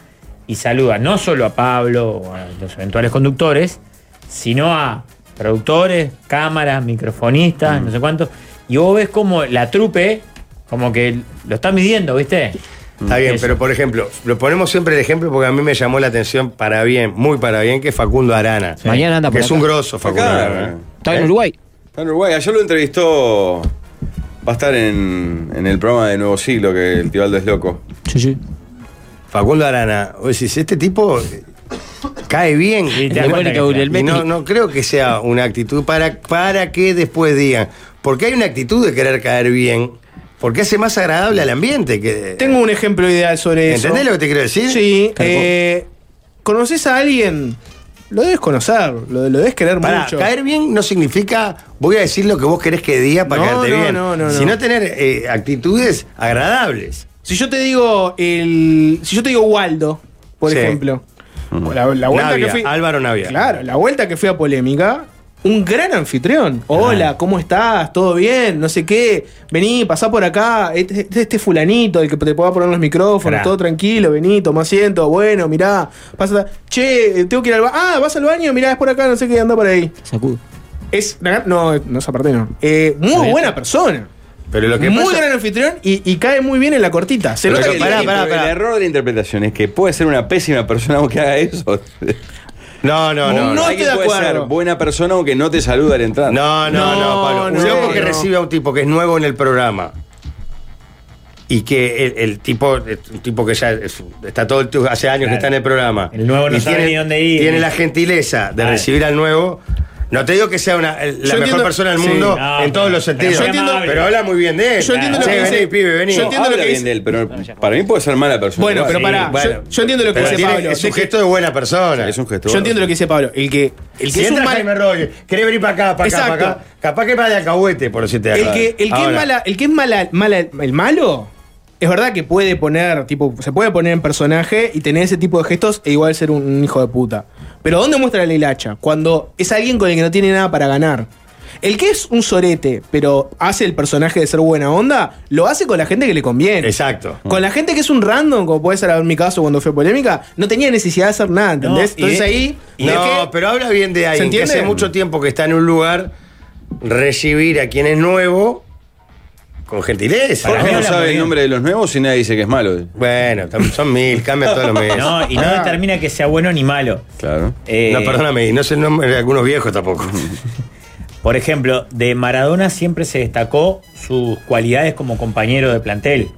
Speaker 3: y saluda no solo a Pablo o a los eventuales conductores, sino a productores, cámaras, microfonistas, no sé cuánto. Y vos ves como la trupe, como que lo está midiendo, ¿viste?
Speaker 1: Está bien,
Speaker 3: Eso.
Speaker 1: pero por ejemplo, lo ponemos siempre el ejemplo porque a mí me llamó la atención para bien, muy para bien, que Facundo Arana.
Speaker 5: Mañana anda por
Speaker 1: Que es
Speaker 5: acá.
Speaker 1: un grosso Facundo
Speaker 4: Acá,
Speaker 1: Arana.
Speaker 4: eh.
Speaker 5: Está en
Speaker 4: ¿Eh?
Speaker 5: Uruguay.
Speaker 4: Está en Uruguay. Ayer lo entrevistó. Va a estar en, en el programa de Nuevo Siglo, que el tío Aldo es loco.
Speaker 5: Sí, sí.
Speaker 1: Facundo Arana. O decís, este tipo eh, cae bien.
Speaker 3: Y te
Speaker 1: Y
Speaker 3: das
Speaker 1: no-
Speaker 3: cuenta que-
Speaker 5: Gabriel
Speaker 1: y
Speaker 5: Meti.
Speaker 1: no, no creo que sea una actitud para, para que después digan. Porque hay una actitud de querer caer bien, porque hace más agradable al ambiente. Que,
Speaker 2: Tengo un ejemplo ideal sobre eso.
Speaker 1: ¿Entendés lo que te quiero decir?
Speaker 2: Sí.
Speaker 5: Claro.
Speaker 2: eh, ¿Conoces a alguien? Lo debes conocer, lo, lo debes querer
Speaker 1: Pará,
Speaker 2: mucho.
Speaker 1: caer bien no significa voy a decir lo que vos querés que diga para
Speaker 2: No,
Speaker 1: caerte
Speaker 2: no,
Speaker 1: bien.
Speaker 2: no, no, no.
Speaker 1: sino tener eh, actitudes agradables.
Speaker 2: Si yo te digo el. Si yo te digo Waldo, por
Speaker 1: Sí. Mm.
Speaker 2: ejemplo. La, la vuelta
Speaker 1: Navia,
Speaker 2: que fui.
Speaker 1: Álvaro Navia.
Speaker 2: Claro, la vuelta que fui a polémica. Un gran anfitrión. Hola, ¿cómo estás? ¿Todo bien? No sé qué. Vení, pasá por acá. Este, este- este fulanito, el que te pueda poner los micrófonos,
Speaker 3: Claro.
Speaker 2: todo tranquilo. Vení, toma asiento. Bueno, mirá. Pasa. Che, eh, tengo que ir al baño. Ah, vas al baño. Mirá, es por acá. No sé qué, anda por ahí.
Speaker 5: Sacudo.
Speaker 2: Es. una gran- No, no, esa parte no. Eh, muy buena persona.
Speaker 1: Pero lo que
Speaker 2: Muy
Speaker 1: pasa-
Speaker 2: gran anfitrión y, y cae muy bien en la cortita. Se
Speaker 4: Pero
Speaker 2: nota
Speaker 1: que-
Speaker 2: que
Speaker 4: el-
Speaker 1: pará,
Speaker 4: el-
Speaker 1: pará,
Speaker 4: El
Speaker 1: pará.
Speaker 4: error de la interpretación es que puede ser una pésima persona aunque haga eso.
Speaker 1: No, no, no.
Speaker 2: No
Speaker 1: No,
Speaker 4: Alguien
Speaker 2: estoy de
Speaker 4: puede
Speaker 2: acuerdo.
Speaker 4: ser buena persona aunque no te saluda al entrar.
Speaker 1: no, no,
Speaker 2: Ah, No,
Speaker 1: no, Pablo.
Speaker 2: no,
Speaker 1: Un loco que
Speaker 2: no.
Speaker 1: recibe a un tipo que es nuevo en el programa y que el, el tipo el tipo que ya es- está todo el tiempo- hace años
Speaker 3: Claro.
Speaker 1: que está en el programa
Speaker 3: El nuevo no
Speaker 1: y
Speaker 3: sabe
Speaker 1: tiene,
Speaker 3: ni dónde ir.
Speaker 1: tiene la gentileza de
Speaker 3: Claro.
Speaker 1: recibir al nuevo no te digo que sea una- el- la mejor
Speaker 2: entiendo-
Speaker 1: persona del
Speaker 2: sí.
Speaker 1: mundo
Speaker 3: No,
Speaker 1: en todos
Speaker 3: pero-
Speaker 1: los sentidos
Speaker 3: pero
Speaker 1: pero,
Speaker 3: soy amable.
Speaker 1: habla muy bien de él
Speaker 2: Yo entiendo
Speaker 1: Che,
Speaker 2: lo que
Speaker 1: vení,
Speaker 2: dice-
Speaker 1: pibe vení
Speaker 2: yo entiendo
Speaker 4: Habla
Speaker 2: lo que
Speaker 4: bien
Speaker 2: dice-
Speaker 4: de él, pero para mí puede ser mala persona.
Speaker 2: Bueno,
Speaker 4: igual.
Speaker 2: pero pará, yo- yo, entiendo lo que
Speaker 1: pero
Speaker 2: dice
Speaker 1: tiene-
Speaker 2: Pablo.
Speaker 1: es un
Speaker 2: De que-
Speaker 1: gesto de buena persona
Speaker 4: Es un gesto.
Speaker 2: Yo entiendo lo que dice Pablo. El que, el
Speaker 1: El
Speaker 2: que
Speaker 1: que
Speaker 2: es un
Speaker 1: entra
Speaker 2: mal-
Speaker 1: Jaime Rolle, querés venir para acá, para acá,
Speaker 2: Exacto.
Speaker 1: para acá. Capaz que para de alcahuete, por decirte
Speaker 2: el
Speaker 1: algo.
Speaker 2: que, el que es
Speaker 1: Ahora,
Speaker 2: mala, el que es mala, mala- el malo, es verdad que puede poner, tipo, se puede poner en personaje y tener ese tipo de gestos e igual ser un, un hijo de puta. Pero ¿dónde muestra la hilacha? Cuando es alguien con el que no tiene nada para ganar. El que es un sorete, pero hace el personaje de ser buena onda, lo hace con la gente que le conviene.
Speaker 1: Exacto.
Speaker 2: Con la gente que es un random, como puede ser en mi caso cuando fue polémica, no tenía necesidad de hacer nada, ¿entendés?
Speaker 1: No, y-
Speaker 2: Entonces ahí.
Speaker 1: No, pero habla bien de alguien que
Speaker 2: entiende?
Speaker 1: hace mucho tiempo que está en un lugar, recibir a quien es nuevo con gentileza.
Speaker 3: Para mí
Speaker 4: Jorge no
Speaker 3: habla muy
Speaker 4: sabe el
Speaker 3: bien.
Speaker 4: nombre de los nuevos y nadie dice que es malo.
Speaker 1: Bueno, tam- son mil, cambia todos los meses. No,
Speaker 3: No, y no determina que sea bueno ni malo.
Speaker 4: Claro.
Speaker 3: Eh,
Speaker 1: perdóname, y no sé el nombre de algunos viejos tampoco.
Speaker 3: Por ejemplo, de Maradona siempre se destacó sus cualidades como compañero de plantel.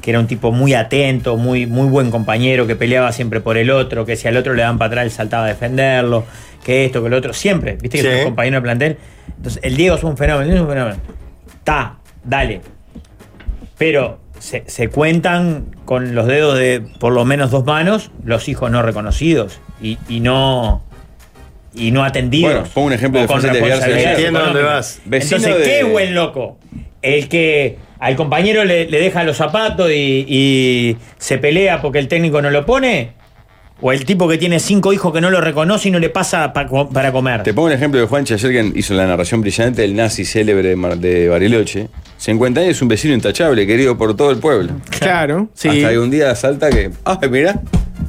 Speaker 3: Que era un tipo muy atento, muy, muy buen compañero, que peleaba siempre por el otro, que si al otro le daban para atrás, él saltaba a defenderlo, que esto, que lo otro, siempre. ¿Viste que
Speaker 1: Sí.
Speaker 3: es un compañero de plantel? Entonces, el Diego es un fenómeno, el Diego es un fenómeno. Ta, dale. Pero se, se cuentan con los dedos de por lo menos dos manos los hijos no reconocidos y, y no. Y no atendidos.
Speaker 4: Bueno, pongo un ejemplo
Speaker 3: O
Speaker 4: de
Speaker 3: con
Speaker 4: fácil desviarse de
Speaker 3: responsabilidades
Speaker 1: eso. Entiendo dónde
Speaker 3: económicas.
Speaker 1: vas.
Speaker 4: Vecino
Speaker 3: Entonces,
Speaker 4: de-
Speaker 3: qué buen loco. el que al compañero le, le deja los zapatos y, y se pelea porque el técnico no lo pone? ¿O el tipo que tiene cinco hijos que no lo reconoce y no le pasa pa- co- para comer?
Speaker 4: Te pongo un ejemplo de Juanchi ayer que hizo la narración brillante del nazi célebre de, Mar- de Bariloche. 50 años, un vecino intachable, querido por todo el pueblo.
Speaker 2: Claro, sí.
Speaker 4: Hasta que un día salta que, ah, mirá,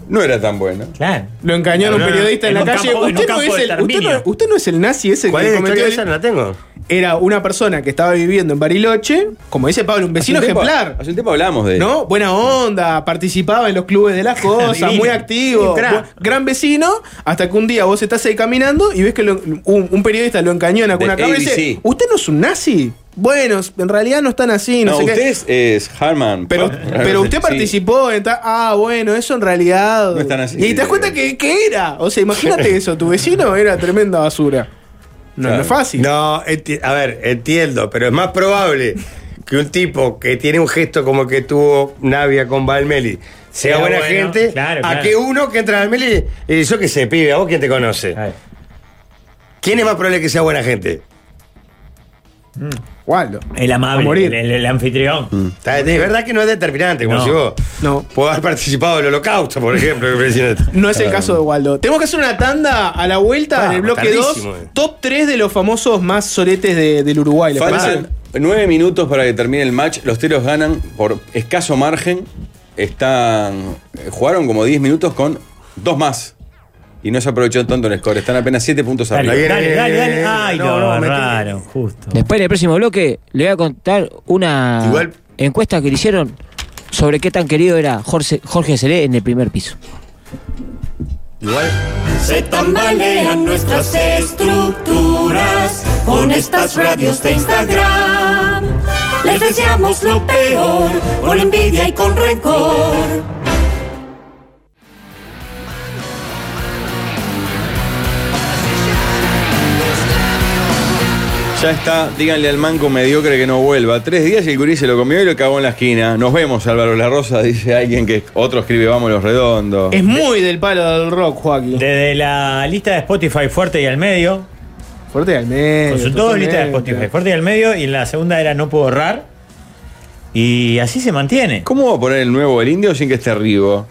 Speaker 4: no era tan bueno.
Speaker 3: Claro.
Speaker 2: Lo engañó a un
Speaker 3: No, no,
Speaker 2: periodista en,
Speaker 3: en
Speaker 2: la
Speaker 3: un
Speaker 2: calle.
Speaker 3: campo- en un
Speaker 2: usted, no
Speaker 3: campo
Speaker 2: es
Speaker 3: de
Speaker 2: el, usted, no,
Speaker 3: exterminio.
Speaker 2: usted no es el nazi ese
Speaker 1: ¿Cuál
Speaker 2: que
Speaker 1: es la
Speaker 2: cometió
Speaker 1: historia de
Speaker 2: el-
Speaker 1: esa? No la tengo.
Speaker 2: Era una persona que estaba viviendo en Bariloche, como dice Pablo, un vecino
Speaker 4: Hace un tiempo-
Speaker 2: ejemplar.
Speaker 4: Hace un tiempo hablamos de
Speaker 2: ¿No? Buena onda, participaba en los clubes de las cosas,
Speaker 3: Divino.
Speaker 2: muy activo,
Speaker 3: Un crack.
Speaker 2: bu- gran vecino, hasta que un día vos estás ahí caminando y ves que lo- un, un periodista lo encañona con
Speaker 4: Del
Speaker 2: una cámara y dice,
Speaker 4: ABC.
Speaker 2: ¿usted no es un nazi? Bueno, en realidad no están así, no,
Speaker 4: No,
Speaker 2: sé qué.
Speaker 4: usted es, es Harman.
Speaker 2: Pero, pero usted
Speaker 4: Sí.
Speaker 2: participó en ta- Ah, bueno, eso en realidad.
Speaker 4: No están así.
Speaker 2: Y te das cuenta que, que era. O sea, imagínate eso. Tu vecino era tremenda basura. No,
Speaker 4: Claro.
Speaker 2: no es fácil.
Speaker 1: No, enti- a ver, entiendo, pero es más probable que un tipo que tiene un gesto como el que tuvo Navia con Valmeli
Speaker 3: Sea
Speaker 1: sea buena
Speaker 3: bueno,
Speaker 1: gente,
Speaker 3: claro,
Speaker 1: a
Speaker 3: claro.
Speaker 1: que uno que entra a Valmeli y dice, yo que se pibe, a vos quién te conoce.
Speaker 3: Claro.
Speaker 1: ¿Quién es más probable que sea buena gente?
Speaker 2: Waldo.
Speaker 3: El
Speaker 2: A
Speaker 3: amable,
Speaker 2: morir.
Speaker 3: el, el- el anfitrión.
Speaker 4: Mm.
Speaker 1: Está- Es verdad que no es determinante, como
Speaker 3: No.
Speaker 1: si vos
Speaker 2: No.
Speaker 1: podés haber participado del holocausto, por ejemplo. que me decían.
Speaker 2: No es el caso de Waldo. Tenemos que hacer una tanda a la vuelta
Speaker 1: Ah,
Speaker 2: en el bloque
Speaker 1: tardísimo,
Speaker 2: 2.
Speaker 1: eh.
Speaker 2: Top 3 de los famosos más soletes de- del Uruguay. ¿les
Speaker 4: Faltan
Speaker 2: parece?
Speaker 4: nueve minutos para que termine el match. Los teros ganan por escaso margen. Están. eh, Jugaron como 10 minutos con dos más. Y no se aprovechó tanto el score. Están apenas 7 puntos
Speaker 3: Dale,
Speaker 4: arriba.
Speaker 1: bien,
Speaker 3: dale,
Speaker 1: bien,
Speaker 3: dale,
Speaker 1: bien,
Speaker 3: dale.
Speaker 1: bien.
Speaker 3: Ay,
Speaker 1: No,
Speaker 3: lo
Speaker 1: no, metí.
Speaker 3: agarraron, justo.
Speaker 5: Después en el próximo bloque le voy a contar una
Speaker 1: Igual-
Speaker 5: encuesta que le hicieron sobre qué tan querido era Jorge, Jorge Seré en el primer piso.
Speaker 1: Igual.
Speaker 6: Se tambalean nuestras estructuras con estas radios de Instagram. Les deseamos lo peor, con envidia y con rencor.
Speaker 4: Ya está. Díganle al manco mediocre que no vuelva. Tres días y el gurí se lo comió y lo cagó en la esquina. Nos vemos, Álvaro La Rosa. Dice alguien que otro escribe Vamos los redondos.
Speaker 2: Es muy del palo del rock, Joaquín.
Speaker 3: Desde la lista de Spotify fuerte y al medio,
Speaker 2: Fuerte al medio.
Speaker 3: Consultó lista de
Speaker 2: totalmente.
Speaker 3: Spotify. Fuerte y al medio. Y la segunda era no puedo ahorrar. Y así se mantiene.
Speaker 4: ¿Cómo va a poner el nuevo el indio sin que esté Rigo?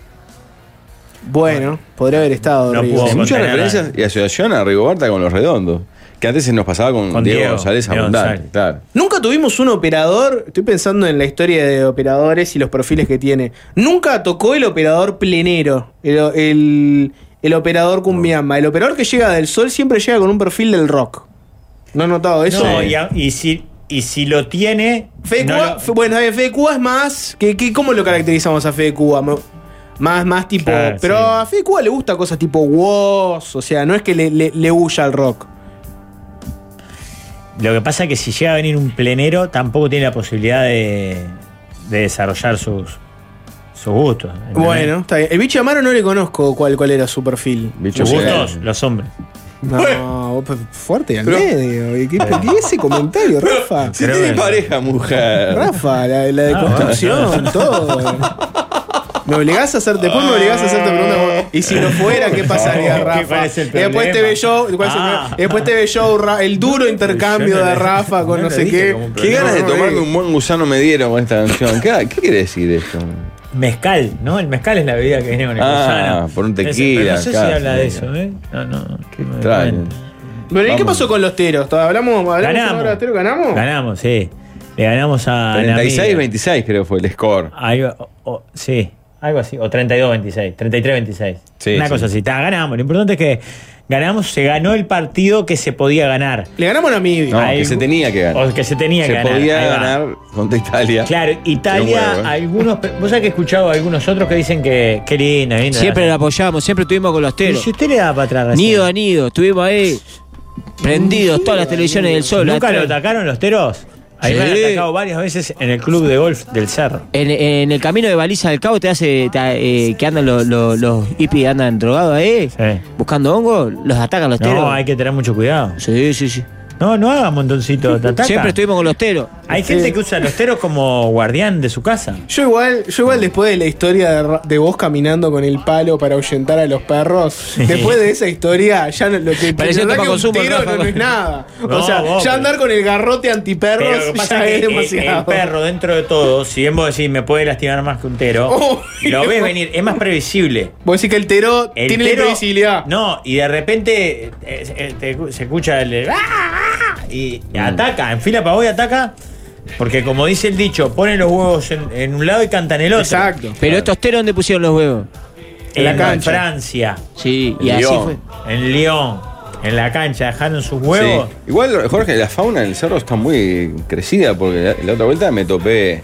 Speaker 2: Bueno, podría haber estado.
Speaker 3: No
Speaker 2: Rigo.
Speaker 3: pudo.
Speaker 4: Hay
Speaker 3: Con
Speaker 4: muchas
Speaker 3: Canadá.
Speaker 4: referencias y asociación a Rigo Barta con los redondos. Que antes se nos pasaba con,
Speaker 3: Con
Speaker 4: Diego,
Speaker 3: Diego,
Speaker 4: González
Speaker 3: Diego
Speaker 4: abundante.
Speaker 3: González.
Speaker 4: Claro.
Speaker 2: Nunca tuvimos un operador, estoy pensando en la historia de operadores y los perfiles que tiene. Nunca tocó el operador plenero, el, el- el operador cumbiamba. El operador que llega del sol siempre llega con un perfil del rock. ¿No han notado eso?
Speaker 3: No, y, a- y si, y si lo tiene.
Speaker 2: Fede
Speaker 3: no
Speaker 2: Cuba,
Speaker 3: lo-
Speaker 2: fe- bueno, a ver, Fede Cuba es más. que que- ¿Cómo lo caracterizamos a Fede Cuba? Mo- Más, más tipo.
Speaker 3: Claro,
Speaker 2: pero
Speaker 3: Ah, sí.
Speaker 2: a Fede Cuba le gusta cosas tipo Woz, o sea, no es que le, le- le huya al rock.
Speaker 3: Lo que pasa es que si llega a venir un plenero, tampoco tiene la posibilidad de, de desarrollar sus, sus gustos. ¿entendés?
Speaker 2: Bueno, está bien. El bicho Amaro no le conozco cuál, cuál era su perfil.
Speaker 4: Bicho
Speaker 3: Sus
Speaker 4: llega.
Speaker 3: gustos, los hombres.
Speaker 2: No, vos, pe- fuerte y al
Speaker 4: Pero-
Speaker 2: medio. ¿Y ¿Qué, qué ese comentario, Rafa?
Speaker 4: Si
Speaker 3: Pero
Speaker 4: tiene
Speaker 3: bueno.
Speaker 4: pareja, mujer.
Speaker 2: Rafa, la, la
Speaker 3: Ah.
Speaker 2: deconstrucción, todo. Me obligás a hacer, después me obligás a hacerte preguntas. como, Y si no fuera, ¿qué pasaría,
Speaker 3: ¿Qué-
Speaker 2: Rafa?
Speaker 3: cuál es el
Speaker 2: Y después te
Speaker 3: problema?
Speaker 2: ve yo, ¿cuál es el
Speaker 3: Ah.
Speaker 2: problema? Y después te ve yo Ra- el duro intercambio
Speaker 3: Yo no
Speaker 2: de
Speaker 3: le-
Speaker 2: Rafa con
Speaker 3: no
Speaker 2: no,
Speaker 3: le
Speaker 2: sé
Speaker 3: dije
Speaker 2: qué.
Speaker 3: como un
Speaker 4: Qué ganas de tomarme un buen gusano me dieron con esta canción. ¿Qué, qué quiere decir esto?
Speaker 3: Mezcal, ¿no? El mezcal es la bebida que viene con el
Speaker 4: Ah,
Speaker 3: gusano.
Speaker 4: por un
Speaker 3: Ese-
Speaker 4: tequila,
Speaker 3: pero No sé si
Speaker 4: casi.
Speaker 3: habla de eso, ¿eh? No, no.
Speaker 4: Qué
Speaker 3: no me
Speaker 4: extraño.
Speaker 3: cuenta.
Speaker 2: Bueno, ¿y qué
Speaker 4: Vamos.
Speaker 2: pasó con los teros? ¿Hablamos, hablamos
Speaker 3: Ganamos.
Speaker 2: ahora de teros? ¿Ganamos?
Speaker 3: Ganamos, sí. Le ganamos a. 36
Speaker 4: 36-26 creo fue el score.
Speaker 3: Algo, o- o- sí, algo así. O 32-26, 33-26.
Speaker 4: Sí,
Speaker 3: Una
Speaker 4: sí.
Speaker 3: cosa así. Ta, ganamos. Lo importante es que ganamos, se ganó el partido que se podía ganar.
Speaker 2: Le ganamos a Namibia.
Speaker 4: No,
Speaker 3: Algo-
Speaker 4: que se tenía que ganar.
Speaker 3: O que se tenía
Speaker 4: se
Speaker 3: que ganar.
Speaker 4: podía
Speaker 3: ahí va.
Speaker 4: ganar contra Italia.
Speaker 3: Claro, Italia,
Speaker 4: Qué huevo, eh.
Speaker 3: algunos. Vos sabés que he escuchado a algunos otros que dicen que. Qué lindo, lindo.
Speaker 5: Siempre lo apoyamos, siempre estuvimos con los
Speaker 3: Y
Speaker 5: teros.
Speaker 3: si usted le da para atrás recién.
Speaker 5: Nido a nido, estuvimos ahí prendidos todas las televisiones del sol.
Speaker 3: ¿Nunca lo
Speaker 5: atrás.
Speaker 3: atacaron los teros? Ahí me han
Speaker 5: Sí.
Speaker 3: atacado varias veces en el club de golf del Cerro.
Speaker 5: En, en el camino de baliza del cabo te hace te- eh, que andan los, los, los hippies andan drogados ahí,
Speaker 3: Sí.
Speaker 5: buscando hongo, los atacan los teros.
Speaker 3: No, hay que tener mucho cuidado.
Speaker 5: Sí, sí, sí.
Speaker 3: No, no hagas montoncito. te ataca.
Speaker 5: Siempre estuvimos con los teros.
Speaker 3: Hay gente que usa los teros como guardián de su casa.
Speaker 2: Yo igual, yo igual después de la historia de, Ra- de vos caminando con el palo para ahuyentar a los perros, después de esa historia, ya no- lo que te
Speaker 5: Pareció
Speaker 2: verdad que un
Speaker 5: Topaconsumo,
Speaker 2: tiro
Speaker 5: Rafa.
Speaker 2: no, no es nada.
Speaker 3: No,
Speaker 2: o sea,
Speaker 3: vos,
Speaker 2: ya
Speaker 3: pero-
Speaker 2: andar con el garrote antiperros
Speaker 3: Pero lo que
Speaker 2: ya
Speaker 3: pasa es
Speaker 2: es
Speaker 3: que el- el,
Speaker 2: demasiado.
Speaker 3: perro, dentro de todo, si bien vos decís me puede lastimar más que un tero,
Speaker 2: Oh,
Speaker 3: lo ves venir, es más previsible.
Speaker 2: Vos decís que el tero
Speaker 3: El
Speaker 2: tiene la
Speaker 3: tero-
Speaker 2: imprevisibilidad.
Speaker 3: No, y de repente eh, eh, te- se escucha el. ¡Ah! ah, Y
Speaker 4: Mm.
Speaker 3: ataca, en fila para hoy ataca. Porque como dice el dicho, ponen los huevos en, en un lado y cantan el otro.
Speaker 2: Exacto.
Speaker 5: Pero estos teros, ¿dónde pusieron los huevos?
Speaker 3: En
Speaker 2: En la cancha.
Speaker 3: Francia,
Speaker 5: Sí, y
Speaker 4: En
Speaker 5: así
Speaker 4: Lyon.
Speaker 5: fue.
Speaker 3: en Lyon, en la cancha, dejaron sus huevos.
Speaker 4: Sí. Igual, Jorge, la fauna del cerro está muy crecida porque la, la otra vuelta me topé.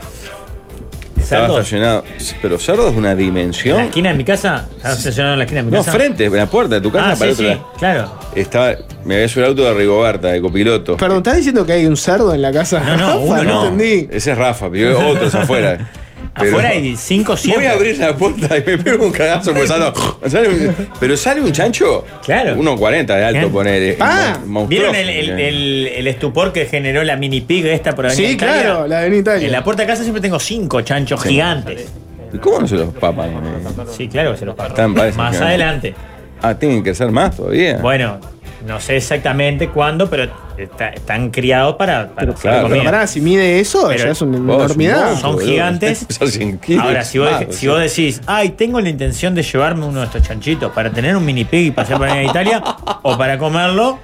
Speaker 4: Estaba
Speaker 3: Cerdos.
Speaker 4: estacionado. Pero cerdo es una
Speaker 3: En la
Speaker 4: dimensión.
Speaker 3: esquina de mi casa, estaba estacionado en la esquina de mi
Speaker 4: No,
Speaker 3: casa.
Speaker 4: frente, en la puerta de tu casa
Speaker 3: Ah,
Speaker 4: para
Speaker 3: sí,
Speaker 4: el otro
Speaker 3: sí,
Speaker 4: lado.
Speaker 3: claro.
Speaker 4: Estaba, me había subido el auto de Rigoberta, de copiloto.
Speaker 2: Perdón, ¿estás diciendo que hay un cerdo en la casa?
Speaker 3: No, no,
Speaker 2: Rafa?
Speaker 3: uno no.
Speaker 2: entendí.
Speaker 4: Ese es Rafa, pero hay otros afuera. Pero-
Speaker 3: Afuera hay cinco
Speaker 4: Voy
Speaker 3: siempre.
Speaker 4: a abrir la puerta y me pego un cagazo pensando. sale un- pero sale un chancho.
Speaker 3: Claro.
Speaker 4: 1.40 de alto
Speaker 3: Bien.
Speaker 4: poner. eh,
Speaker 2: Ah,
Speaker 4: mon-
Speaker 3: ¿Vieron el,
Speaker 4: monstruoso.
Speaker 3: el- el- el estupor que generó la mini pig esta por Avenida
Speaker 2: Sí,
Speaker 3: Italia?
Speaker 2: claro, la de Italia.
Speaker 3: En la puerta de casa siempre tengo cinco chanchos gigantes.
Speaker 4: ¿Y ¿Cómo no se los papan? eh?
Speaker 3: Sí, claro que se los paso.
Speaker 4: Están, Ah. parece
Speaker 3: Más
Speaker 4: que-
Speaker 3: adelante.
Speaker 4: Ah, tienen que ser más todavía.
Speaker 3: Bueno, no sé exactamente cuándo, pero está- están criados para, para
Speaker 4: Pero
Speaker 3: hacer
Speaker 4: claro.
Speaker 2: Pero
Speaker 3: comida.
Speaker 2: pará, si mide eso,
Speaker 3: Pero-
Speaker 2: ya es una
Speaker 4: Vos,
Speaker 2: enormidad.
Speaker 4: monstruo,
Speaker 3: Son
Speaker 4: boludo.
Speaker 3: gigantes.
Speaker 4: Pesar 100 kilos.
Speaker 3: Ahora, si vos,
Speaker 4: Ah,
Speaker 3: si vos decís, ay, tengo la intención de llevarme uno de estos chanchitos para tener un mini pig y pasar por ahí a Italia o para comerlo,